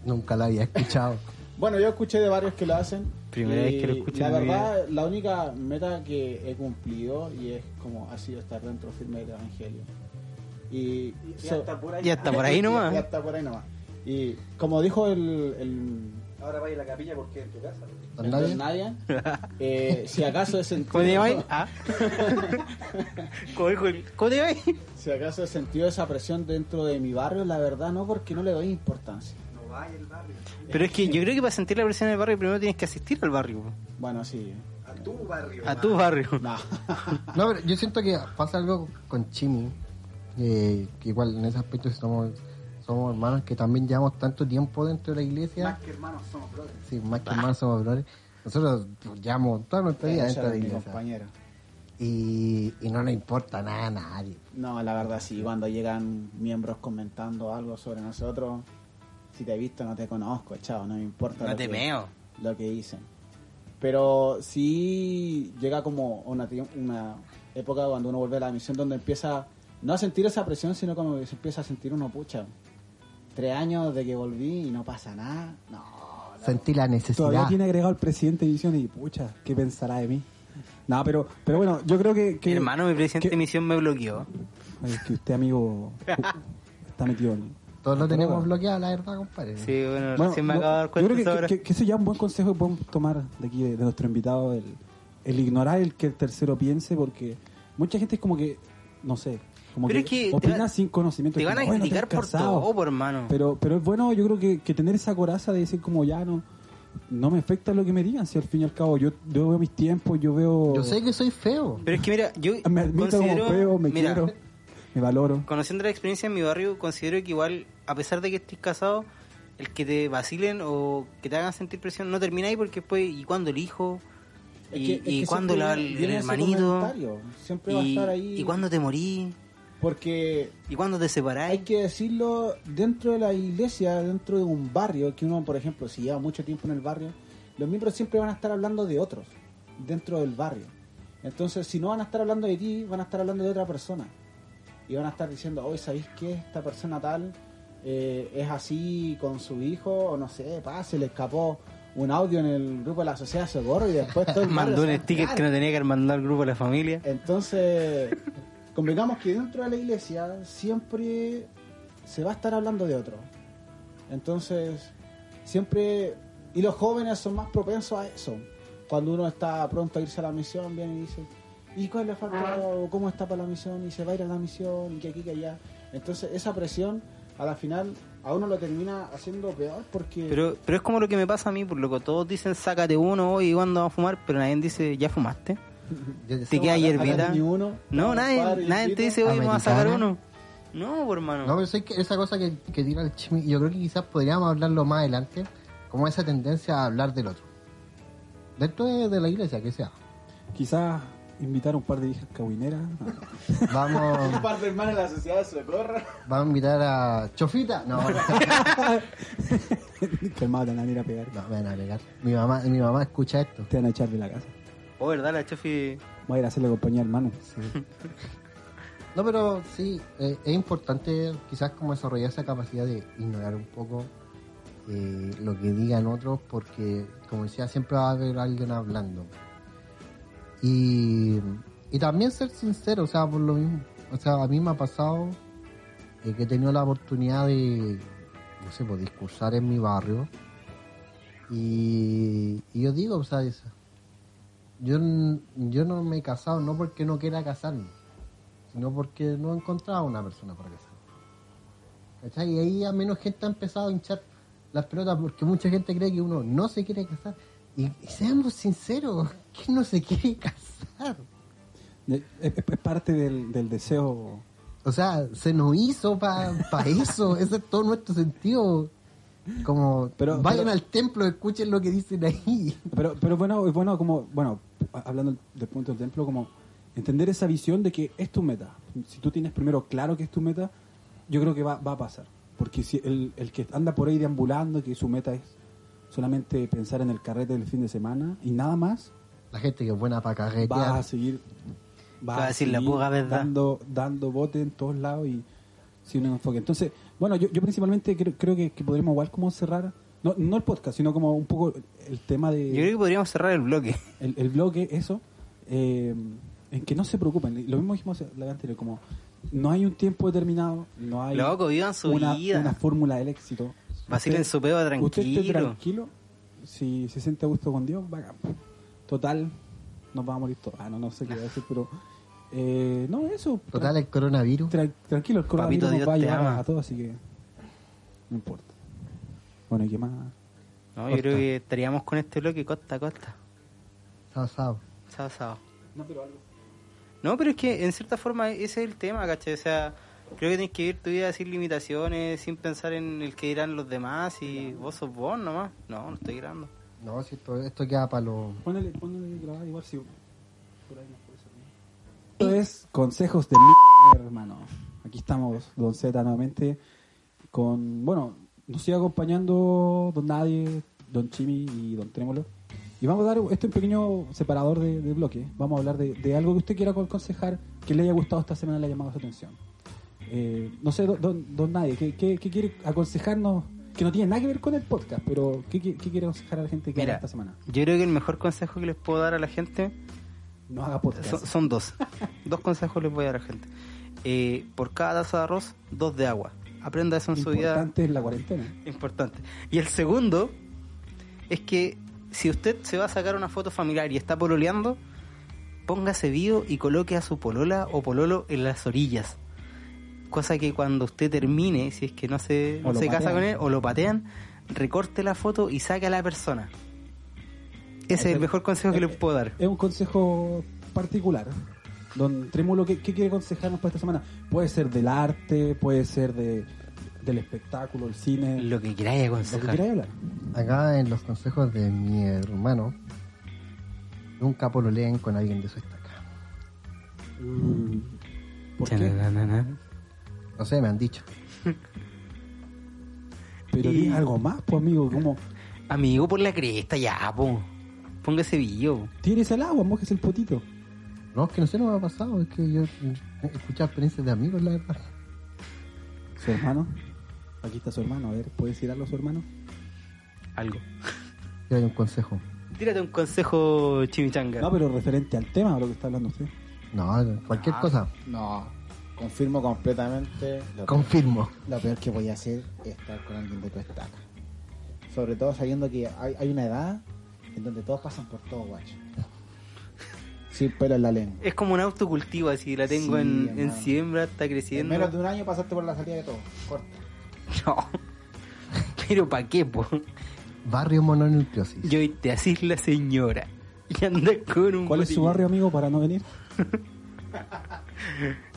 Speaker 5: Nunca la había
Speaker 4: (laughs)
Speaker 5: escuchado.
Speaker 7: Bueno, yo escuché de varios que lo hacen.
Speaker 6: Primera
Speaker 7: y
Speaker 6: vez que lo escucho
Speaker 7: La
Speaker 6: en mi
Speaker 7: verdad, la única meta que he cumplido y es como ha sido estar dentro firme del Evangelio. Y, so-
Speaker 6: Ya está por ahí
Speaker 7: (laughs) Ya
Speaker 6: nomás.
Speaker 7: está por ahí nomás. Y como dijo el, el,
Speaker 2: Ahora vaya a la capilla porque es en tu casa.
Speaker 5: ¿Don
Speaker 7: el
Speaker 5: Nadie?
Speaker 7: Don Nadia, eh, si acaso es sentido,
Speaker 6: ¿Cómo te
Speaker 4: (laughs)
Speaker 6: llamas? Ah. ¿Cómo dijo el- ¿Cómo te llamas?
Speaker 7: si acaso he sentido esa presión dentro de mi barrio, la verdad no, porque no le doy importancia.
Speaker 6: Pero es que yo creo que para sentir la presión del barrio primero tienes que asistir al barrio, po.
Speaker 7: Bueno, sí.
Speaker 6: a tu barrio.
Speaker 7: No.
Speaker 5: No, pero yo siento que pasa algo con Chimi, eh, que igual en ese aspecto somos, somos hermanos que también llevamos tanto tiempo dentro de la iglesia. Más que hermanos somos brothers. Sí, más que hermanos somos brothers. Nosotros llevamos toda nuestra vida
Speaker 7: Esa
Speaker 5: dentro
Speaker 7: era
Speaker 5: de la
Speaker 7: mi
Speaker 5: iglesia.
Speaker 7: compañero.
Speaker 5: Y, y no nos importa nada a nadie.
Speaker 7: No, la verdad sí, cuando llegan miembros comentando algo sobre nosotros, si te he visto no te conozco, chao, no me importa.
Speaker 6: No
Speaker 7: lo
Speaker 6: te
Speaker 7: que-
Speaker 6: veo.
Speaker 7: lo que dicen. Pero sí llega como una, tie- una época cuando uno vuelve a la misión donde empieza no a sentir esa presión, sino como que se empieza a sentir uno pucha. tres años de que volví y no pasa nada. No, no.
Speaker 5: Sentí la
Speaker 4: Todavía
Speaker 5: necesidad.
Speaker 4: tiene agregado el presidente de Edición y pucha, ¿qué pensará de mí? No, pero, pero bueno, yo creo que... que
Speaker 6: Hermano, mi presidente
Speaker 4: que-
Speaker 6: de misión me bloqueó.
Speaker 4: Ay, es que usted, amigo, está
Speaker 6: (laughs)
Speaker 4: metido en...
Speaker 5: Todos lo tenemos
Speaker 4: Droga.
Speaker 5: bloqueado, la verdad, compadre.
Speaker 6: Sí, bueno,
Speaker 4: Bueno,
Speaker 6: recién me
Speaker 4: no,
Speaker 6: acabo de dar
Speaker 4: yo
Speaker 6: cuenta
Speaker 4: creo que,
Speaker 6: eso ahora.
Speaker 4: que- que eso ya es un buen consejo que podemos tomar de aquí, de, de nuestro invitado, el, el ignorar el que el tercero piense, porque mucha gente es como que, no sé, como
Speaker 6: Pero
Speaker 4: que,
Speaker 6: es que te
Speaker 4: opina
Speaker 6: va-
Speaker 4: sin conocimiento.
Speaker 6: Te
Speaker 4: es
Speaker 6: van a
Speaker 4: como, "Bueno, estás
Speaker 6: criticar por
Speaker 4: cansado".
Speaker 6: todo, por hermano.
Speaker 4: Pero, pero es bueno, yo creo que, que tener esa coraza de decir como ya no, no me afecta lo que me digan, si al fin y al cabo yo, yo veo mis tiempos, yo veo...
Speaker 5: Yo sé que soy feo.
Speaker 6: Pero es que mira, yo
Speaker 4: Me admito como
Speaker 6: considero-
Speaker 4: feo, me
Speaker 6: mira,
Speaker 4: quiero, me valoro.
Speaker 6: Conociendo la experiencia en mi barrio, considero que igual, a pesar de que estés casado, el que te vacilen o que te hagan sentir presión no termina ahí porque después, ¿y cuándo el hijo? ¿Y,
Speaker 7: Es que- es
Speaker 6: y
Speaker 7: que
Speaker 6: cuándo
Speaker 7: siempre
Speaker 6: la-
Speaker 7: viene-
Speaker 6: el,
Speaker 7: viene ese
Speaker 6: hermanito?
Speaker 7: comentario, Siempre va a
Speaker 6: Y,
Speaker 7: estar ahí.
Speaker 6: ¿Y cuándo te morís?
Speaker 7: Porque
Speaker 6: ¿Y cuándo te
Speaker 7: hay
Speaker 6: separás?
Speaker 7: que decirlo dentro de la iglesia, dentro de un barrio, que uno, por ejemplo, si lleva mucho tiempo en el barrio, los miembros siempre van a estar hablando de otros dentro del barrio. Entonces, si no van a estar hablando de ti, van a estar hablando de otra persona. Y van a estar diciendo, hoy ¿sabéis que esta persona tal eh, es así con su hijo? O no sé, pa, se le escapó un audio en el grupo de la sociedad de socorro y después todo el
Speaker 6: (laughs)
Speaker 7: barrio
Speaker 6: Mandó
Speaker 7: se va
Speaker 6: un
Speaker 7: a
Speaker 6: sticker
Speaker 7: enterar".
Speaker 6: que no tenía que mandar al grupo de la familia.
Speaker 7: Eh. Entonces, convengamos que dentro de la iglesia siempre se va a estar hablando de otro. Entonces, siempre. Y los jóvenes son más propensos a eso. Cuando uno está pronto a irse a la misión, viene y dice: ¿Y cuál le falta? ¿O cómo está para la misión? Y se va a ir a la misión, y que aquí, que allá. Entonces, esa presión, a la final, a uno lo termina haciendo peor porque.
Speaker 6: Pero, pero es como lo que me pasa a mí, por loco. Todos dicen, sácate uno hoy y cuándo vamos a fumar, pero nadie dice, ¿ya fumaste?
Speaker 5: Yo-
Speaker 6: Te queda
Speaker 7: A la- a la
Speaker 6: hierbita.
Speaker 7: ni uno,
Speaker 6: No,
Speaker 7: un par,
Speaker 6: nadie,
Speaker 7: y
Speaker 6: nadie te
Speaker 7: pito.
Speaker 6: dice, hoy vamos a sacar
Speaker 5: Americana.
Speaker 6: uno. No, por hermano.
Speaker 5: No, pero sé que esa cosa que, que tira el chimi, yo creo que quizás podríamos hablarlo más adelante, como esa tendencia a hablar del otro. Dentro de, de la iglesia, que sea.
Speaker 4: Quizás invitar a un par de hijas cabineras.
Speaker 5: Vamos,
Speaker 7: (laughs) Un par de hermanos de la sociedad de socorro.
Speaker 5: vamos a invitar a Chofita. No, no,
Speaker 4: (laughs) que el mate nadie irá a pegar.
Speaker 5: no, me van a pegar. Mi mamá, mi mamá escucha esto.
Speaker 4: Te van a echar de la casa.
Speaker 6: Oh, ¿verdad? La chofi...
Speaker 4: Voy a ir a hacerle compañía al Manu.
Speaker 5: No, pero sí, eh, es importante quizás como desarrollar esa capacidad de ignorar un poco eh, lo que digan otros, porque como decía, siempre va a haber alguien hablando. Y, y también ser sincero, o sea, por lo mismo, o sea, a mí me ha pasado eh, que he tenido la oportunidad de, no sé, pues, discursar en mi barrio. Y, y yo digo, o sea, es- yo, n- yo no me he casado, no porque no quiera casarme sino porque no encontraba una persona para casar. ¿Cachai? Y ahí a menos gente ha empezado a hinchar las pelotas porque mucha gente cree que uno no se quiere casar. Y, y seamos sinceros, ¿quién no se quiere casar?
Speaker 4: Es, Eh, es- es parte del, del deseo.
Speaker 5: O sea, se nos hizo para
Speaker 4: (laughs)
Speaker 5: eso, ese es todo nuestro sentido. Como
Speaker 4: Pero-
Speaker 5: vayan
Speaker 4: pero-
Speaker 5: al templo, escuchen lo que dicen ahí.
Speaker 4: Pero, pero bueno, es bueno como, bueno, a- hablando del punto del templo, como entender esa visión de que es tu meta. Si tú tienes primero claro que es tu meta, yo creo que va, va a pasar. Porque si el, el que anda por ahí deambulando, que su meta es solamente pensar en el carrete del fin de semana y nada más,
Speaker 5: La gente que es buena para
Speaker 4: vas a
Speaker 5: carretear.
Speaker 4: seguir vas
Speaker 6: Va a decir la pura verdad.
Speaker 4: dando dando bote en todos lados y sin un enfoque entonces bueno yo, yo principalmente creo, creo que, que podríamos igual como cerrar no, no el podcast sino como un poco el tema de
Speaker 6: Yo creo que podríamos cerrar el bloque.
Speaker 4: el, el bloque, eso, eh, en que no se preocupen. Lo mismo dijimos la vez anterior, como no hay un tiempo determinado, no (laughs) hay
Speaker 6: Loco, vivan su
Speaker 4: una,
Speaker 6: vida.
Speaker 4: una fórmula del éxito.
Speaker 6: Vacilen
Speaker 4: Usted-
Speaker 6: su peo
Speaker 4: Usted esté
Speaker 6: tranquilo.
Speaker 4: tranquilo, si se siente a gusto con Dios, vaga. Total, nos vamos a morir todos. Ah, no, no sé qué voy a decir, pero... eh, no, eso.
Speaker 5: Total, el coronavirus.
Speaker 4: Tra- tranquilo, el coronavirus
Speaker 6: Papito
Speaker 4: nos va a
Speaker 6: Dios te
Speaker 4: llevar
Speaker 6: ama.
Speaker 4: a todos, así que no importa. Bueno, ¿y qué más?
Speaker 6: No, yo creo que estaríamos con este bloque costa a costa.
Speaker 5: Sao, sao.
Speaker 6: Sábado, sábado.
Speaker 4: No, pero algo.
Speaker 6: No, pero es que en cierta forma ese es el tema, ¿cachai? O sea, creo que tienes que vivir tu vida sin limitaciones, sin pensar en el que dirán los demás y vos sos vos nomás. No, no estoy grabando.
Speaker 5: No, si esto, esto queda para los...
Speaker 4: Ponele, ponele grabar igual si por ahí nos puede salir. Esto es consejos de mi hermano. Aquí estamos, Don Z, nuevamente. Con, bueno, nos sigue acompañando Don Nadie, Don Chimi y Don Trémolo. Y vamos a dar este un pequeño separador de, de bloque. Vamos a hablar de, de algo que usted quiera aconsejar que le haya gustado esta semana, le haya llamado su atención. Eh, no sé, don, don, don Nadie, ¿qué, qué, qué quiere aconsejarnos? Que no tiene nada que ver con el podcast, pero ¿qué, qué- qué quiere aconsejar a la gente que haga
Speaker 6: Mira,
Speaker 4: esta semana?
Speaker 6: yo creo que el mejor consejo que les puedo dar a la gente
Speaker 4: No haga podcast.
Speaker 6: son, son dos. (laughs) dos consejos les voy a dar a la gente. Eh, por cada taza de arroz, dos de agua. Aprenda eso en su vida.
Speaker 4: Importante es la cuarentena.
Speaker 6: Importante. Y el segundo es que si usted se va a sacar una foto familiar y está pololeando, póngase vivo y coloque a su polola o pololo en las orillas. Cosa que cuando usted termine, si es que no se,
Speaker 4: O
Speaker 6: no
Speaker 4: lo
Speaker 6: se casa
Speaker 4: patean.
Speaker 6: con él o lo patean, recorte la foto y saque a la persona. Ese es el mejor consejo que le puedo dar.
Speaker 4: Es un consejo particular. Don Tremulo, ¿qué, qué quiere aconsejarnos para esta semana? Puede ser del arte, puede ser de, del espectáculo, el cine, lo,
Speaker 6: Lo que queráis
Speaker 4: que
Speaker 6: aconsejar.
Speaker 4: queráis hablar.
Speaker 5: Acá en los consejos de mi hermano, nunca pololeen con alguien de su estaca.
Speaker 4: ¿Por qué?
Speaker 5: No sé, me han dicho.
Speaker 4: Pero
Speaker 6: Y-
Speaker 4: di algo más, pues amigo, como
Speaker 6: Amigo, por la cresta, ya, po. Póngase vivo.
Speaker 4: tienes el agua, mojes el potito.
Speaker 5: No, es que no sé, no me ha pasado. Es que yo he escuchado experiencias de amigos, la verdad.
Speaker 4: Su hermano. Aquí está su hermano, a ver, ¿puede decir algo a su hermano?
Speaker 6: Algo.
Speaker 5: Y hay un consejo.
Speaker 6: Tírate un consejo, chimichanga.
Speaker 4: No, pero referente al tema, a lo que está hablando usted.
Speaker 5: No, cualquier cosa.
Speaker 7: No, confirmo completamente. Lo,
Speaker 5: Confirmo.
Speaker 7: lo peor que voy a hacer es estar con alguien de tu estaca. Sobre todo sabiendo que hay, hay una edad en donde todos pasan por todo, guacho. Sin pelo en la lengua.
Speaker 6: Es como un autocultivo, así la tengo
Speaker 7: Sí,
Speaker 6: en,
Speaker 7: hermano.
Speaker 6: en siembra, está
Speaker 7: En
Speaker 6: creciendo.
Speaker 7: menos de un año pasaste por la salida de todo. Corta.
Speaker 6: (laughs) No. Pero pa' qué, po.
Speaker 5: Barrio mononucleosis.
Speaker 6: Yo y te asís la señora. Y andas con un.
Speaker 4: ¿Cuál es su
Speaker 6: botillo.
Speaker 4: barrio, amigo, para no venir?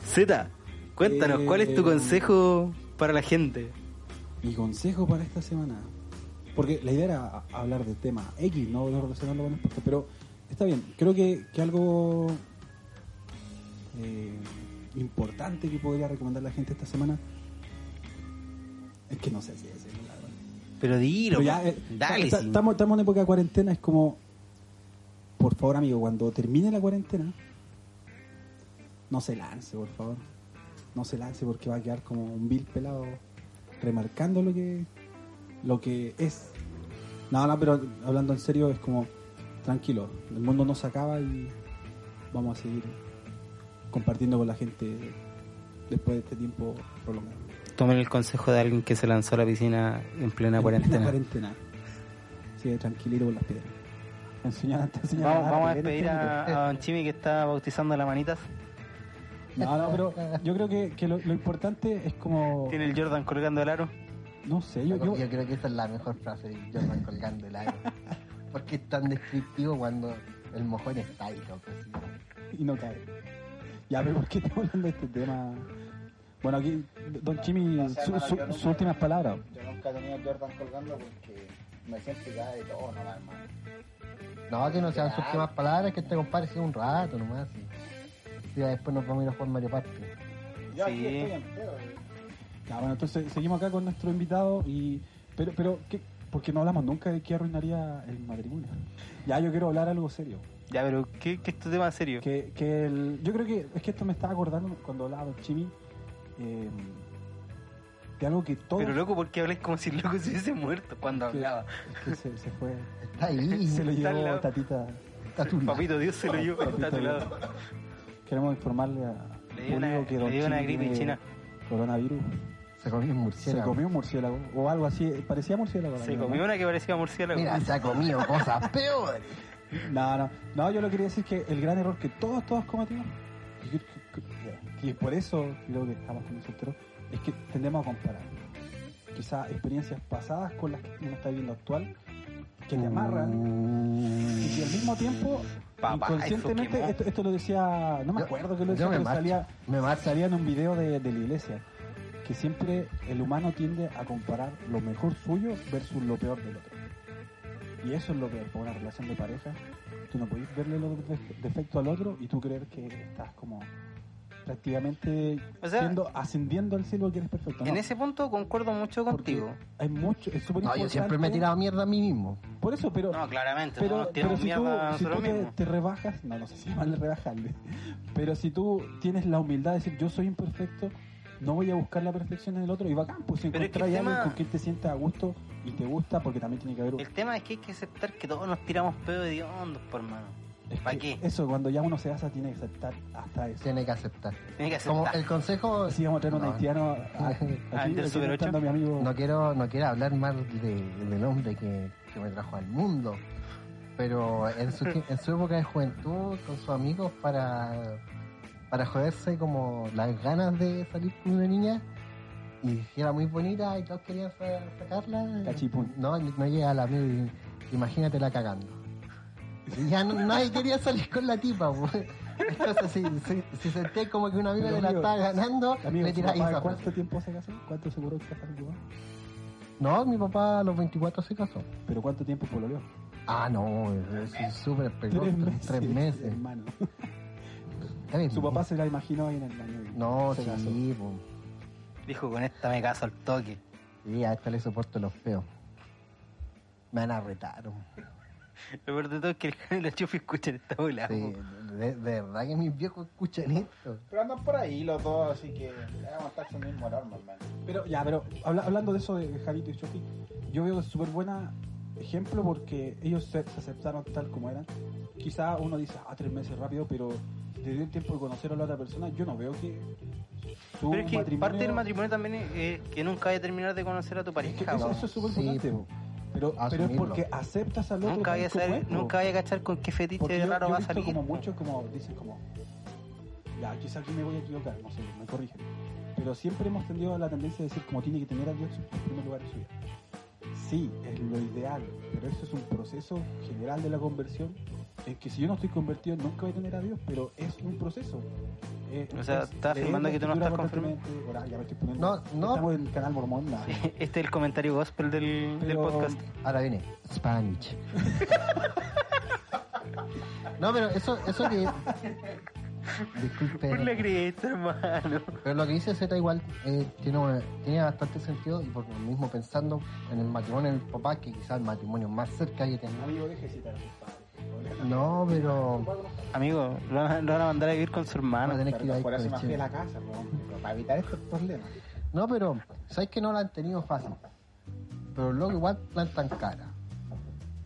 Speaker 6: Z, cuéntanos, ¿cuál es tu
Speaker 4: Eh,
Speaker 6: consejo para la gente?
Speaker 4: Mi consejo para esta semana. Porque la idea era a- hablar de tema X, no no relacionarlo con el podcast, pero está bien. Creo que, que algo eh, importante que podría recomendar la gente esta semana es que no sé si es la verdad.
Speaker 6: Pero dilo,
Speaker 4: Pero ya,
Speaker 6: po.
Speaker 4: eh,
Speaker 6: dale.
Speaker 4: ta- ta-
Speaker 6: sí.
Speaker 4: Estamos estamos en época de cuarentena, es como, por favor amigo, cuando termine la cuarentena, no se lance, por favor. No se lance porque va a quedar como un vil pelado remarcando lo que, lo que es. No, no, pero hablando en serio es como, tranquilo, el mundo no se acaba y vamos a seguir compartiendo con la gente después de este tiempo prolongado.
Speaker 6: Tomen el consejo de alguien que se lanzó a la piscina en plena
Speaker 4: En plena
Speaker 6: cuarentena.
Speaker 4: cuarentena. Sigue tranquilito con las piedras. Enseñar hasta enseñar
Speaker 6: Vamos,
Speaker 4: a-
Speaker 6: vamos a despedir a, a Don Chimi que está bautizando las manitas.
Speaker 4: No, no, pero yo creo que, que lo, lo importante es como.
Speaker 6: Tiene el Jordan colgando el aro.
Speaker 4: No sé, yo. yo-
Speaker 5: creo que esa es la mejor frase de Jordan colgando el (laughs) aire. Porque es tan descriptivo cuando el mojón está ahí, loco, así.
Speaker 4: y no cae. Ya, pero ¿por qué estamos hablando de este tema? Bueno, aquí, Don Chimi, su- su- sus últimas palabras.
Speaker 7: Yo nunca he tenido Jordan colgando porque me siento ya de todo, nomás, hermano.
Speaker 5: No, que no sean sus últimas palabras, que este compadre siga un rato nomás. Y, y después nos vamos a ir a jugar Mario Party.
Speaker 7: Yo
Speaker 6: Sí.
Speaker 7: aquí estoy en pedo. eh.
Speaker 4: Ya, bueno, entonces seguimos acá con nuestro invitado y. Pero, pero, ¿qué? Porque no hablamos nunca de qué arruinaría el matrimonio. Ya, yo quiero hablar algo serio.
Speaker 6: Ya, pero ¿qué, qué es tu tema serio?
Speaker 4: Que, que el- yo creo que es que esto me estaba acordando cuando hablaba con Chimi eh, de algo que todo
Speaker 6: Pero loco, ¿por qué habláis como si el loco se hubiese muerto cuando
Speaker 4: que,
Speaker 6: hablaba?
Speaker 4: que se, se
Speaker 6: (laughs)
Speaker 4: fue,
Speaker 5: Está
Speaker 4: (laughs)
Speaker 5: ahí,
Speaker 4: se lo
Speaker 6: Está al
Speaker 4: llevó
Speaker 6: lado.
Speaker 4: Tatita.
Speaker 5: está tu
Speaker 6: Papito Dios
Speaker 4: (laughs)
Speaker 6: se lo llevó,
Speaker 4: Papito
Speaker 6: está a tu
Speaker 4: Dios.
Speaker 6: lado.
Speaker 4: Queremos informarle a
Speaker 6: Le dio una,
Speaker 4: que don
Speaker 6: le dio una
Speaker 4: Chimi
Speaker 6: gripe
Speaker 4: tiene
Speaker 6: china.
Speaker 4: Coronavirus.
Speaker 5: Se comió un
Speaker 4: Se
Speaker 5: murciélago.
Speaker 4: comió un murciélago o algo así, parecía murciélago. la
Speaker 6: Se
Speaker 4: verdad.
Speaker 6: comió una que parecía murciélago.
Speaker 5: Mira, se ha comido cosas
Speaker 4: (laughs)
Speaker 5: peores.
Speaker 4: No, no, no, yo lo quería decir que el gran error que todos, todos cometimos, y que- que- que por eso creo que estamos con nosotros, es que tendemos a comparar quizás experiencias pasadas con las que uno está viviendo actual, que te amarran,
Speaker 5: Mm.
Speaker 4: y que al mismo tiempo,
Speaker 6: Papá, eso
Speaker 4: inconscientemente,
Speaker 6: quemó.
Speaker 4: esto, esto lo decía, no me
Speaker 5: Yo-
Speaker 4: acuerdo que lo decía,
Speaker 5: yo me
Speaker 4: pero
Speaker 5: marcho.
Speaker 4: salía,
Speaker 5: Me marcha.
Speaker 4: salía en un video de, de la iglesia, que siempre el humano tiende a comparar lo mejor suyo versus lo peor del otro. Y eso es lo que por una relación de pareja, tú no podés verle los defe- defectos al otro y tú creer que estás como prácticamente
Speaker 6: O sea,
Speaker 4: siendo- ascendiendo al cielo que eres perfecto.
Speaker 6: En
Speaker 4: No,
Speaker 6: ese punto concuerdo mucho
Speaker 4: Porque-
Speaker 6: contigo.
Speaker 4: hay mucho, es súper
Speaker 5: No, yo
Speaker 4: importante.
Speaker 5: siempre me he tirado mierda a mí mismo.
Speaker 4: Por eso, pero
Speaker 6: No, claramente,
Speaker 4: pero,
Speaker 6: no nos
Speaker 4: pero
Speaker 6: tiramos
Speaker 4: si tú,
Speaker 6: mierda a
Speaker 4: si tú
Speaker 6: nosotros
Speaker 4: te,
Speaker 6: mismos.
Speaker 4: te rebajas, (laughs) no, no sé si llamarle rebajarle, pero si tú tienes la humildad de decir yo soy imperfecto, no voy a buscar la perfección en el otro y bacán, pues si
Speaker 6: Pero es que
Speaker 4: encontrar
Speaker 6: el
Speaker 4: alguien
Speaker 6: tema-
Speaker 4: con quien te sientas a gusto y te gusta, porque también tiene que haber... un-
Speaker 6: El tema es que hay que aceptar que todos nos tiramos pedo de hondos, por mano.
Speaker 4: es
Speaker 6: ¿pa'
Speaker 4: que
Speaker 6: qué?
Speaker 4: Eso, cuando ya uno se casa tiene que aceptar hasta eso.
Speaker 5: Tiene que aceptar.
Speaker 6: Tienes que
Speaker 5: Como
Speaker 6: aceptar.
Speaker 5: el consejo,
Speaker 4: Así vamos a traer un
Speaker 5: No. (laughs)
Speaker 4: haitiano a- aquí,
Speaker 6: Ah, ¿el del
Speaker 4: aquí
Speaker 6: Super
Speaker 4: no estando mi amigo...
Speaker 5: no quiero, no quiero hablar más de, del hombre que, que me trajo al mundo, pero
Speaker 4: (laughs)
Speaker 5: en su, en su época de juventud, con sus amigos, para, para joderse como las ganas de salir con una niña, y que era muy bonita y todos querían sa- sacarla,
Speaker 4: Cachipún.
Speaker 5: no, no llega a la amigo y imagínatela cagando. Y ya no- nadie quería salir con la tipa, po. Entonces, si, si, si senté como que una amiga
Speaker 4: Pero,
Speaker 5: te la
Speaker 4: amigo,
Speaker 5: estaba ganando,
Speaker 4: Amigo,
Speaker 5: me
Speaker 4: ¿su
Speaker 5: tiráis
Speaker 4: papá
Speaker 5: esa frase.
Speaker 4: ¿cuánto tiempo se casó? ¿Cuánto se duró que casaron tu papá?
Speaker 5: No, mi papá a los 24 se casó.
Speaker 4: ¿Pero cuánto tiempo pololeó?
Speaker 5: Ah, no, es un súper precoz, tres meses.
Speaker 4: hermano.
Speaker 5: Tres
Speaker 4: Su papá
Speaker 5: meses.
Speaker 4: se la imaginó ahí en el baño.
Speaker 5: No,
Speaker 4: se casó.
Speaker 5: sí, po.
Speaker 6: Dijo, con esta me caso al toque.
Speaker 5: sí, a esta le soporto los feos. Me van a retar. po.
Speaker 6: Lo peor de todo es que el Jaime y la Chufi escuchan esta bola.
Speaker 5: Sí, de, de verdad que mis viejos escuchan esto.
Speaker 7: Pero andan por ahí los dos, así que le van a estar su mismo alarma, hermano.
Speaker 4: Pero ya, pero habla- hablando de eso de Javito y Chofi, yo veo súper buena ejemplo porque ellos se, se aceptaron tal como eran. Quizá uno dice, ah, tres meses rápido, pero te dio el tiempo de conocer a la otra persona. Yo no veo que tu
Speaker 6: Pero es que
Speaker 4: matrimonio-
Speaker 6: parte del matrimonio también es eh, que nunca vayas a terminar de conocer a tu
Speaker 4: Es que
Speaker 6: pareja.
Speaker 4: eso,
Speaker 6: weón.
Speaker 4: eso es súper
Speaker 5: Sí,
Speaker 4: importante. po. Pero, pero es
Speaker 5: Asumirlo.
Speaker 4: porque aceptas al otro.
Speaker 6: Nunca
Speaker 4: tal
Speaker 6: vayas a
Speaker 4: como
Speaker 6: saber-
Speaker 4: es, pues, po.
Speaker 6: nunca vayas a cachar con qué
Speaker 4: Porque
Speaker 6: fetiche
Speaker 4: yo,
Speaker 6: raro
Speaker 4: yo he
Speaker 6: va a
Speaker 4: visto
Speaker 6: salir.
Speaker 4: como muchos como dicen como ya quizá aquí me voy a equivocar no sé me corrigen pero siempre hemos tendido a la tendencia de decir como tiene que tener a Dios en primer lugar en su vida sí es lo ideal pero eso es un proceso general de la conversión en que si yo no estoy convertido nunca voy a tener a Dios pero es un proceso Eh,
Speaker 6: O sea,
Speaker 4: es
Speaker 6: ¿estás
Speaker 4: leer
Speaker 6: afirmando
Speaker 4: la
Speaker 6: que tú no
Speaker 4: escritura
Speaker 6: estás confirmando?
Speaker 4: constantemente. Ahora, ya me estoy poniendo
Speaker 5: No, no.
Speaker 4: estamos en el canal mormón la-
Speaker 6: (laughs) Este es el comentario gospel del, del
Speaker 4: Pero-
Speaker 6: podcast.
Speaker 5: Ahora viene, Spanish. (laughs) No, pero eso, eso
Speaker 6: (laughs)
Speaker 5: que. Disculpe.
Speaker 6: Por la grieta, hermano.
Speaker 5: Pero lo que dice Z igual eh, tiene, una- tiene bastante sentido y por lo mismo pensando en el matrimonio del papá, que quizás el matrimonio más cerca que tenía.
Speaker 4: amigo deje citar a sus padres
Speaker 5: No, pero
Speaker 6: Amigo, lo van, lo van a mandar a vivir con su
Speaker 4: Ah,
Speaker 5: van a
Speaker 6: hermano.
Speaker 5: tener que ir
Speaker 7: Pero
Speaker 5: ahí
Speaker 7: por
Speaker 5: con
Speaker 7: eso
Speaker 5: el
Speaker 7: me fui
Speaker 5: chile.
Speaker 7: a la casa, po, hombre, para evitar estos problemas.
Speaker 5: No, pero sabes que no la han tenido fácil. Pero luego igual plantan cara.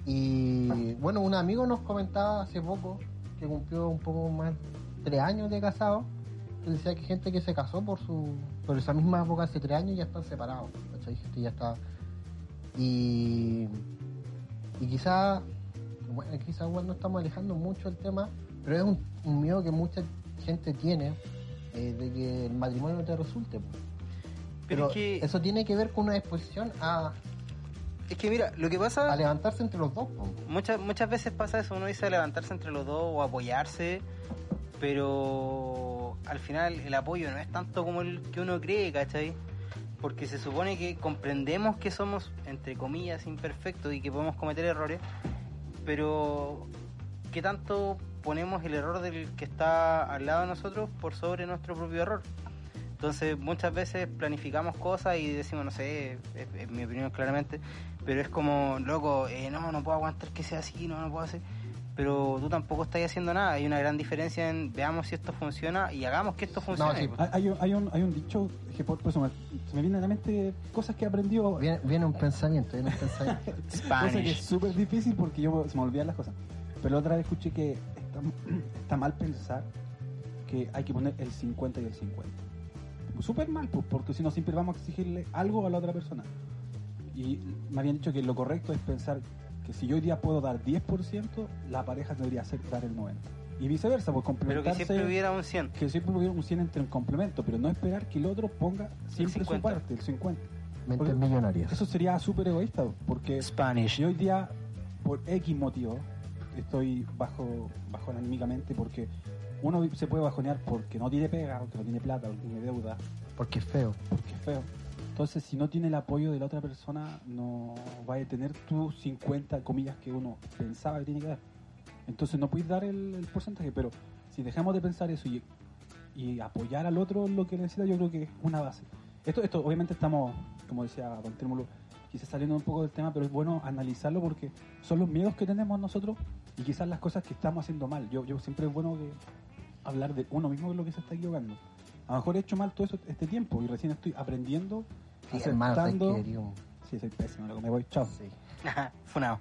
Speaker 5: Y bueno, un amigo nos comentaba hace poco que cumplió un poco más tres años de casado. que decía que gente que se casó por su por esa misma época hace tres años ya están separados. ¿cachai? Gente ya está. Y, y quizá, bueno, quizá igual no estamos alejando mucho el tema, pero es un, un miedo que mucha gente tiene eh, de que el matrimonio no te resulte. po.
Speaker 6: Pero
Speaker 5: Pero
Speaker 6: es que,
Speaker 5: eso tiene que ver con una exposición a,
Speaker 6: es que mira, lo que pasa...
Speaker 5: a levantarse entre los dos. po.
Speaker 6: Muchas, muchas veces pasa eso, uno dice levantarse entre los dos o apoyarse, pero al final el apoyo no es tanto como el que uno cree, ¿cachai? Porque se supone que comprendemos que somos, entre comillas, imperfectos y que podemos cometer errores, pero ¿qué tanto ponemos el error del que está al lado de nosotros por sobre nuestro propio error? Entonces muchas veces planificamos cosas y decimos, no sé, es- es mi opinión claramente, pero es como, loco, eh, no, no puedo aguantar que sea así, no, no puedo hacer. Pero tú tampoco estás haciendo nada. Hay una gran diferencia en veamos si esto funciona y hagamos que esto funcione.
Speaker 5: sí.
Speaker 6: pues.
Speaker 4: Hay, hay un, hay, un, hay un dicho que por, por eso me- se me viene a la mente cosas que he aprendido.
Speaker 5: Viene, viene un pensamiento, viene un
Speaker 6: (laughs)
Speaker 5: pensamiento.
Speaker 4: Cosa que es
Speaker 6: Spanish.
Speaker 4: súper difícil porque yo se me olvidan las cosas. Pero la otra vez escuché que está, (clears throat) está mal pensar que hay que poner el 50 y el 50. Súper mal, pues, porque si no siempre vamos a exigirle algo a la otra persona. Y me habían dicho que lo correcto es pensar que si yo hoy día puedo dar 10%, la pareja debería hacer dar el 90%. Y viceversa, pues
Speaker 6: Pero que
Speaker 4: complementarse
Speaker 6: siempre hubiera un 100.
Speaker 4: que siempre hubiera un 100 entre un complemento, pero no esperar que el otro ponga siempre su
Speaker 6: 50.
Speaker 4: parte, el 50.
Speaker 5: Mentes millonarias.
Speaker 4: Eso sería súper egoísta, porque
Speaker 6: Spanish.
Speaker 4: si hoy día, por X motivo, estoy bajo, bajo anímicamente, porque uno se puede bajonear porque no tiene pega, porque no tiene plata, porque tiene deuda,
Speaker 5: Porque es feo.
Speaker 4: porque es feo. Entonces, si no tiene el apoyo de la otra persona, no va a tener tus 50 comillas que uno pensaba que tiene que dar. Entonces, no puedes dar el, el porcentaje, pero si dejamos de pensar eso y, y apoyar al otro en lo que necesita, yo creo que es una base. Esto, esto obviamente estamos, como decía Pantrémulo, quizás saliendo un poco del tema, pero es bueno analizarlo porque son los miedos que tenemos nosotros y quizás las cosas que estamos haciendo mal. Yo, yo siempre es bueno que hablar de uno mismo de lo que se está equivocando a lo mejor he hecho mal todo eso este tiempo y recién estoy aprendiendo,
Speaker 5: Sí, hermano, ¿sabes
Speaker 4: aceptando.
Speaker 5: qué, digo?
Speaker 4: Sí, soy pésimo, loco, me voy, chao.
Speaker 5: Sí.
Speaker 6: Funado.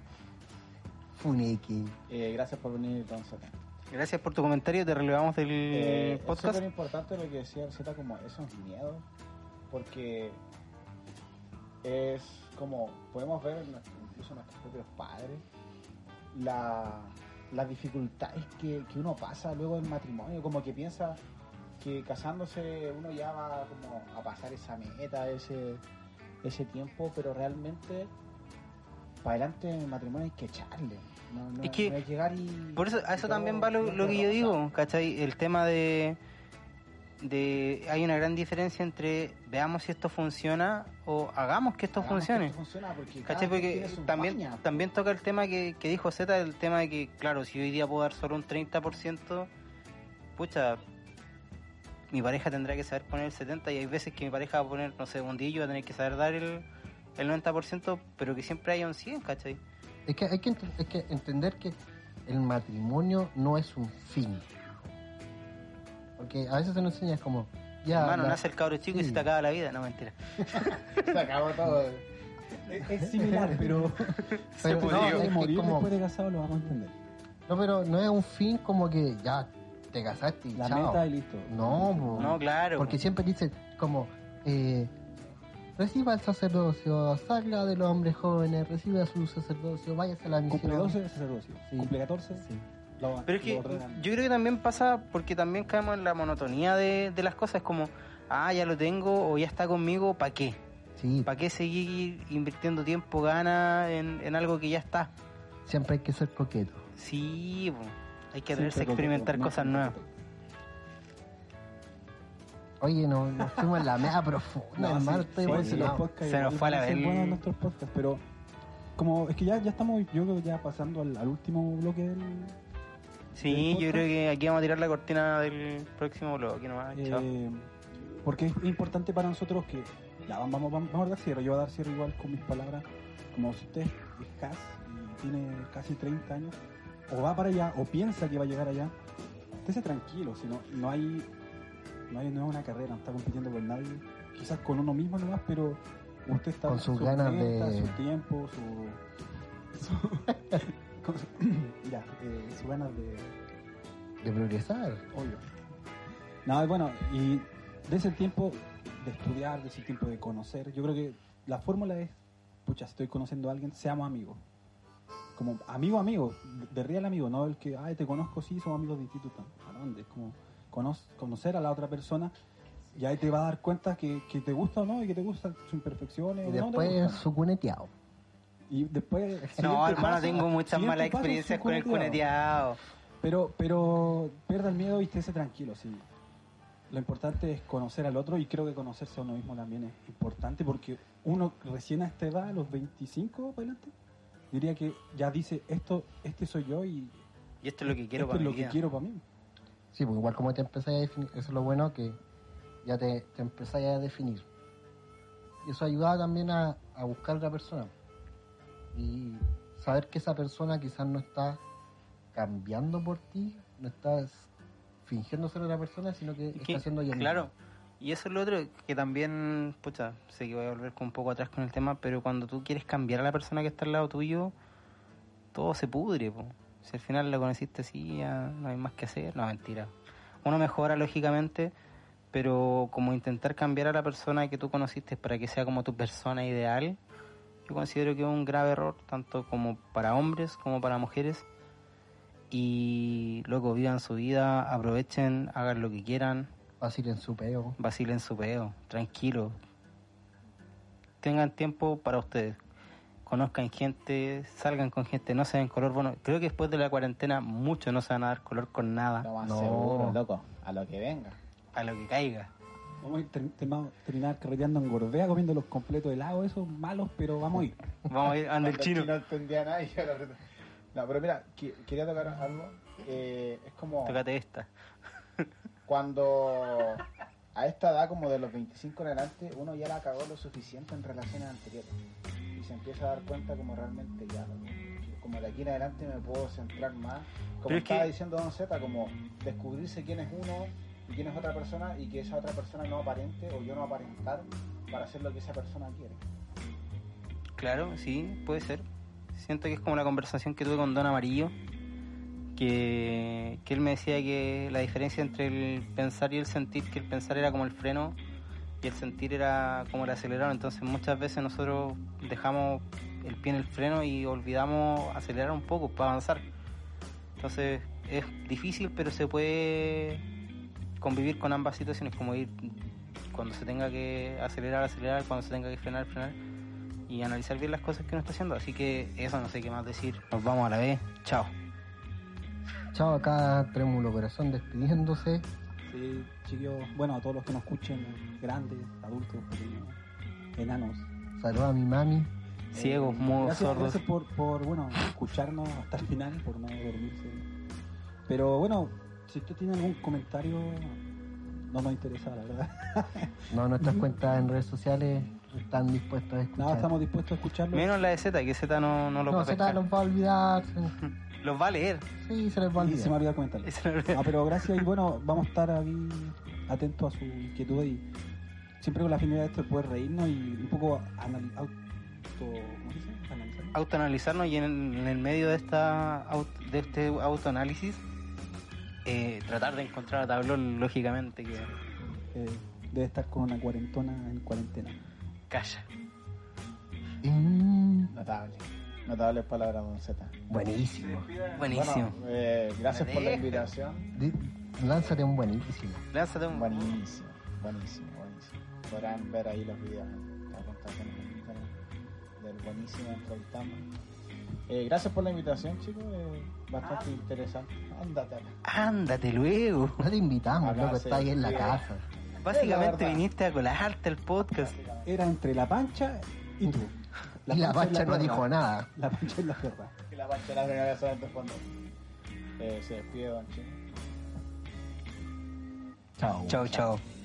Speaker 5: Funeki.
Speaker 7: Eh, gracias por venir entonces.
Speaker 6: Gracias por tu comentario, te relevamos del
Speaker 7: Eh, es
Speaker 6: podcast.
Speaker 7: súper importante lo que decía el Z como esos miedos, porque es como podemos ver en nuestro- incluso en nuestros propios padres la, las dificultades que, que uno pasa luego del matrimonio, como que piensa que casándose uno ya va como a pasar esa meta, ese, ese tiempo, pero realmente para adelante en el matrimonio hay que echarle. No, no-
Speaker 6: Es que-
Speaker 7: no hay llegar y-
Speaker 6: Por eso, a
Speaker 7: y
Speaker 6: eso
Speaker 7: todo
Speaker 6: también va lo,
Speaker 7: bien
Speaker 6: lo que yo
Speaker 7: rosa.
Speaker 6: digo, ¿cachai? El tema de, de... Hay una gran diferencia entre veamos si esto funciona o hagamos que esto
Speaker 7: Hagamos que
Speaker 6: funcione.
Speaker 7: esto funcione, porque
Speaker 5: Ah,
Speaker 7: cada
Speaker 6: ¿Cachai?
Speaker 7: quien tiene
Speaker 6: Porque
Speaker 7: sus
Speaker 6: también,
Speaker 7: mañas.
Speaker 6: también toca el tema que, que dijo Z, el tema de que, claro, si hoy día puedo dar solo un 30%, pucha, mi pareja tendrá que saber poner el 70% y hay veces que mi pareja va a poner, no sé, un 10 y yo va a tener que saber dar el, el 90%, pero que siempre haya un 100, ¿cachai?
Speaker 5: Es que hay que, ent- es que entender que el matrimonio no es un fin. Porque a veces se nos enseña como, ya,
Speaker 6: Hermano,
Speaker 5: la-
Speaker 6: nace el cabro chico y
Speaker 5: sí.
Speaker 6: se te acaba la vida, no mentira.
Speaker 7: Se acabó todo.
Speaker 4: Es, es (laughs) similar, pero
Speaker 5: pero,
Speaker 4: no,
Speaker 5: no,
Speaker 4: de
Speaker 5: es que
Speaker 4: morir
Speaker 5: como-
Speaker 4: después de casado lo vamos a entender.
Speaker 5: no, pero no es un fin como que ya te casaste y
Speaker 4: La
Speaker 5: chao.
Speaker 4: meta y listo.
Speaker 5: No, po.
Speaker 6: No, claro.
Speaker 5: porque siempre dicen como, eh, reciba el sacerdocio, salga de los hombres jóvenes, reciba su sacerdocio, váyase a la misión.
Speaker 4: Cumple 12, sacerdocio.
Speaker 5: Sí.
Speaker 4: Cumple 14,
Speaker 5: Sí.
Speaker 4: lo-
Speaker 6: Pero es que
Speaker 4: lo ordenan.
Speaker 6: yo creo que también pasa porque también caemos en la monotonía de, de las cosas, como, ah, ya lo tengo o ya está conmigo, ¿para qué?
Speaker 5: Sí,
Speaker 6: ¿Para qué seguir invirtiendo tiempo, gana en, en algo que ya está?
Speaker 5: siempre hay que ser coqueto.
Speaker 6: Sí, po. hay que
Speaker 7: Siempre
Speaker 6: atreverse a
Speaker 7: coqueto,
Speaker 6: experimentar
Speaker 7: nunca
Speaker 6: cosas nuevas.
Speaker 5: Oye, no, nos fuimos en la mea profunda,
Speaker 4: (laughs) No,
Speaker 5: hermano,
Speaker 4: sí,
Speaker 5: estoy
Speaker 4: sí,
Speaker 5: emocionado.
Speaker 4: los podcasts
Speaker 6: Se nos
Speaker 4: igual
Speaker 6: fue a la
Speaker 4: parecen
Speaker 6: vez.
Speaker 4: buenos nuestros podcasts, pero como es que ya, ya estamos, yo creo que ya pasando al, al último bloque del. del
Speaker 6: Sí, yo
Speaker 4: podcast.
Speaker 6: creo que aquí vamos a tirar la cortina del próximo blog. nomás, chao.
Speaker 4: eh, porque es importante para nosotros que. Ya, vamos, vamos, vamos a dar cierre. Yo voy a dar cierre igual con mis palabras. Como si usted es Has y tiene casi 30 años, o va para allá, o piensa que va a llegar allá, estése tranquilo. Si no, no hay. No, hay, no es una carrera, no está compitiendo con nadie. Quizás con uno mismo nomás, pero usted está
Speaker 5: Con sus ganas de-
Speaker 4: metas, su tiempo, su. su- (laughs) con su- (clears throat) ya, eh, sus ganas de
Speaker 5: De progresar.
Speaker 4: obvio. No, bueno, y de ese tiempo de estudiar, de ese tiempo de conocer, yo creo que la fórmula es, pucha, si estoy conociendo a alguien, seamos amigos. Como amigo, amigo, de real amigo, no el que, ay, te conozco, sí, somos amigos de instituto. ¿A dónde? Es como cono- conocer a la otra persona y ahí te va a dar cuenta que, que te gusta o no y que te gustan sus imperfecciones.
Speaker 5: Y
Speaker 4: o no te
Speaker 5: después
Speaker 4: gustan.
Speaker 5: su cuneteado.
Speaker 4: Y después... el
Speaker 6: No,
Speaker 4: siguiente
Speaker 6: hermano,
Speaker 4: paso-
Speaker 6: tengo muchas
Speaker 4: siguiente
Speaker 6: malas
Speaker 4: paso es
Speaker 6: experiencias
Speaker 4: su
Speaker 6: con el cuneteado.
Speaker 4: pero, pero pierda el miedo y estése tranquilo, sí. Lo importante es conocer al otro y creo que conocerse a uno mismo también es importante porque uno recién a esta edad, a los 25 para adelante, diría que ya dice esto, este soy yo y
Speaker 6: Y esto es lo que quiero
Speaker 4: esto
Speaker 6: para
Speaker 4: es
Speaker 6: mi
Speaker 4: lo
Speaker 6: vida.
Speaker 4: que quiero para mí.
Speaker 5: Sí, pues igual como te empezáis a definir, eso es lo bueno que ya te, te empezáis a definir. Y eso ayuda también a, a buscar a la persona. Y saber que esa persona quizás no está cambiando por ti, no está fingiendo ser otra persona, sino que
Speaker 6: Es que,
Speaker 5: está siendo ella misma.
Speaker 6: claro. Y eso es lo otro que también, pucha, sé que voy a volver con un poco atrás con el tema, pero cuando tú quieres cambiar a la persona que está al lado tuyo, todo se pudre, po. Si al final la conociste así, ya no hay más que hacer, no, mentira. Uno mejora lógicamente, pero como intentar cambiar a la persona que tú conociste para que sea como tu persona ideal, yo considero que es un grave error, tanto como para hombres como para mujeres. Y luego vivan su vida, aprovechen, hagan lo que quieran,
Speaker 5: Fácil en su peo.
Speaker 6: vacilen su peo, tranquilo. Tengan tiempo para ustedes. Conozcan gente, salgan con gente, no se den color. Bueno, creo que después de la cuarentena muchos no se van a dar color con nada,
Speaker 7: Lo más
Speaker 5: No.
Speaker 7: seguro, loco. A lo que venga.
Speaker 6: a lo que caiga.
Speaker 4: Vamos a ir ter- tema- terminar carreteando en Gordea, comiendo los completos helados, esos malos, pero vamos a ir.
Speaker 6: Vamos a ir ande el
Speaker 7: Cuando el
Speaker 6: chino.
Speaker 7: No entendía nada. (laughs) y yo la verdad- No, pero mira, qui- quería tocar algo. Eh, es como
Speaker 6: Tócate esta.
Speaker 7: cuando a esta edad, como de los 25 en adelante, uno ya la cagó lo suficiente en relaciones anteriores. Y se empieza a dar cuenta como realmente ya, loco, que como de aquí en adelante me puedo centrar más. Como
Speaker 6: Pero es
Speaker 7: estaba
Speaker 6: que-
Speaker 7: diciendo Don Z, como descubrirse quién es uno, y quién es otra persona y que esa otra persona no aparente o yo no aparentar para hacer lo que esa persona quiere.
Speaker 6: Claro, sí, puede ser. Siento que es como la conversación que tuve con Don Amarillo, que, que él me decía que la diferencia entre el pensar y el sentir, que el pensar era como el freno y el sentir era como el acelerador. Entonces muchas veces nosotros dejamos el pie en el freno y olvidamos acelerar un poco para avanzar. Entonces es difícil, pero se puede convivir con ambas situaciones, como ir cuando se tenga que acelerar, acelerar, cuando se tenga que frenar, frenar y analizar bien las cosas que uno está haciendo. Así que eso no sé qué más decir. Nos vamos a la vez. Chao.
Speaker 5: Chao acá, Trémulo Corazón despidiéndose.
Speaker 4: Sí, chiquillos, bueno, a todos los que nos escuchen, grandes, adultos, pequeños, enanos.
Speaker 5: Saluda a mi mami.
Speaker 6: Ciegos,
Speaker 4: Eh,
Speaker 6: mudos,
Speaker 4: gracias,
Speaker 6: sordos.
Speaker 4: Gracias por, por, bueno, escucharnos hasta el final, por no dormirse. Pero bueno, si usted tiene algún comentario, no nos interesa, la verdad.
Speaker 5: No, nuestras cuentas en redes sociales están dispuestas a escuchar.
Speaker 4: Nada, estamos dispuestos a escucharlo.
Speaker 6: Menos la de Z, que Z no, no lo
Speaker 5: no,
Speaker 6: puede
Speaker 5: Z
Speaker 6: pescar.
Speaker 5: los va a olvidar.
Speaker 6: Los va a leer. (laughs)
Speaker 5: Sí, se les va a
Speaker 4: y se me
Speaker 5: olvidar.
Speaker 4: olvidó el comentario.
Speaker 6: Eso no lo-
Speaker 4: Ah, pero gracias y bueno, vamos a estar aquí atentos a su inquietud y siempre con la finalidad de esto de poder reírnos y un poco anali- auto, ¿cómo se dice? Analizar.
Speaker 6: autoanalizarnos y en, en el medio de esta aut- de este autoanálisis eh, tratar de encontrar a Tablón lógicamente que
Speaker 4: Eh, debe estar con una cuarentona en cuarentena.
Speaker 6: calla
Speaker 5: Mm,
Speaker 7: Notable. Notables palabras, don Z.
Speaker 5: buenísimo.
Speaker 6: buenísimo
Speaker 7: Bueno, eh, gracias por la
Speaker 6: Deja.
Speaker 7: invitación.
Speaker 5: Di- Lánzate un buenísimo.
Speaker 6: lánzate un
Speaker 7: Buenísimo, buenísimo, buenísimo. Podrán ver ahí los videos, ¿eh? las contaciones en Instagram del buenísimo entrevistamos. Eh, gracias por la invitación, chicos. eh, bastante interesante. Ándate acá.
Speaker 6: ándate luego
Speaker 5: No te invitamos,
Speaker 7: Acá
Speaker 5: loco,
Speaker 7: se
Speaker 5: está ahí en la
Speaker 7: pide.
Speaker 5: casa.
Speaker 6: básicamente
Speaker 7: verdad.
Speaker 6: viniste a colarte el podcast
Speaker 4: Era entre la pancha y tú.
Speaker 5: y la
Speaker 4: Pancha
Speaker 5: bacha no
Speaker 4: perra.
Speaker 5: dijo nada.
Speaker 4: La pancha es la perra.
Speaker 7: Que la pancha la primera vez solamente fondo. Eh, se despide Don Chino.
Speaker 5: Chao.
Speaker 6: chao chao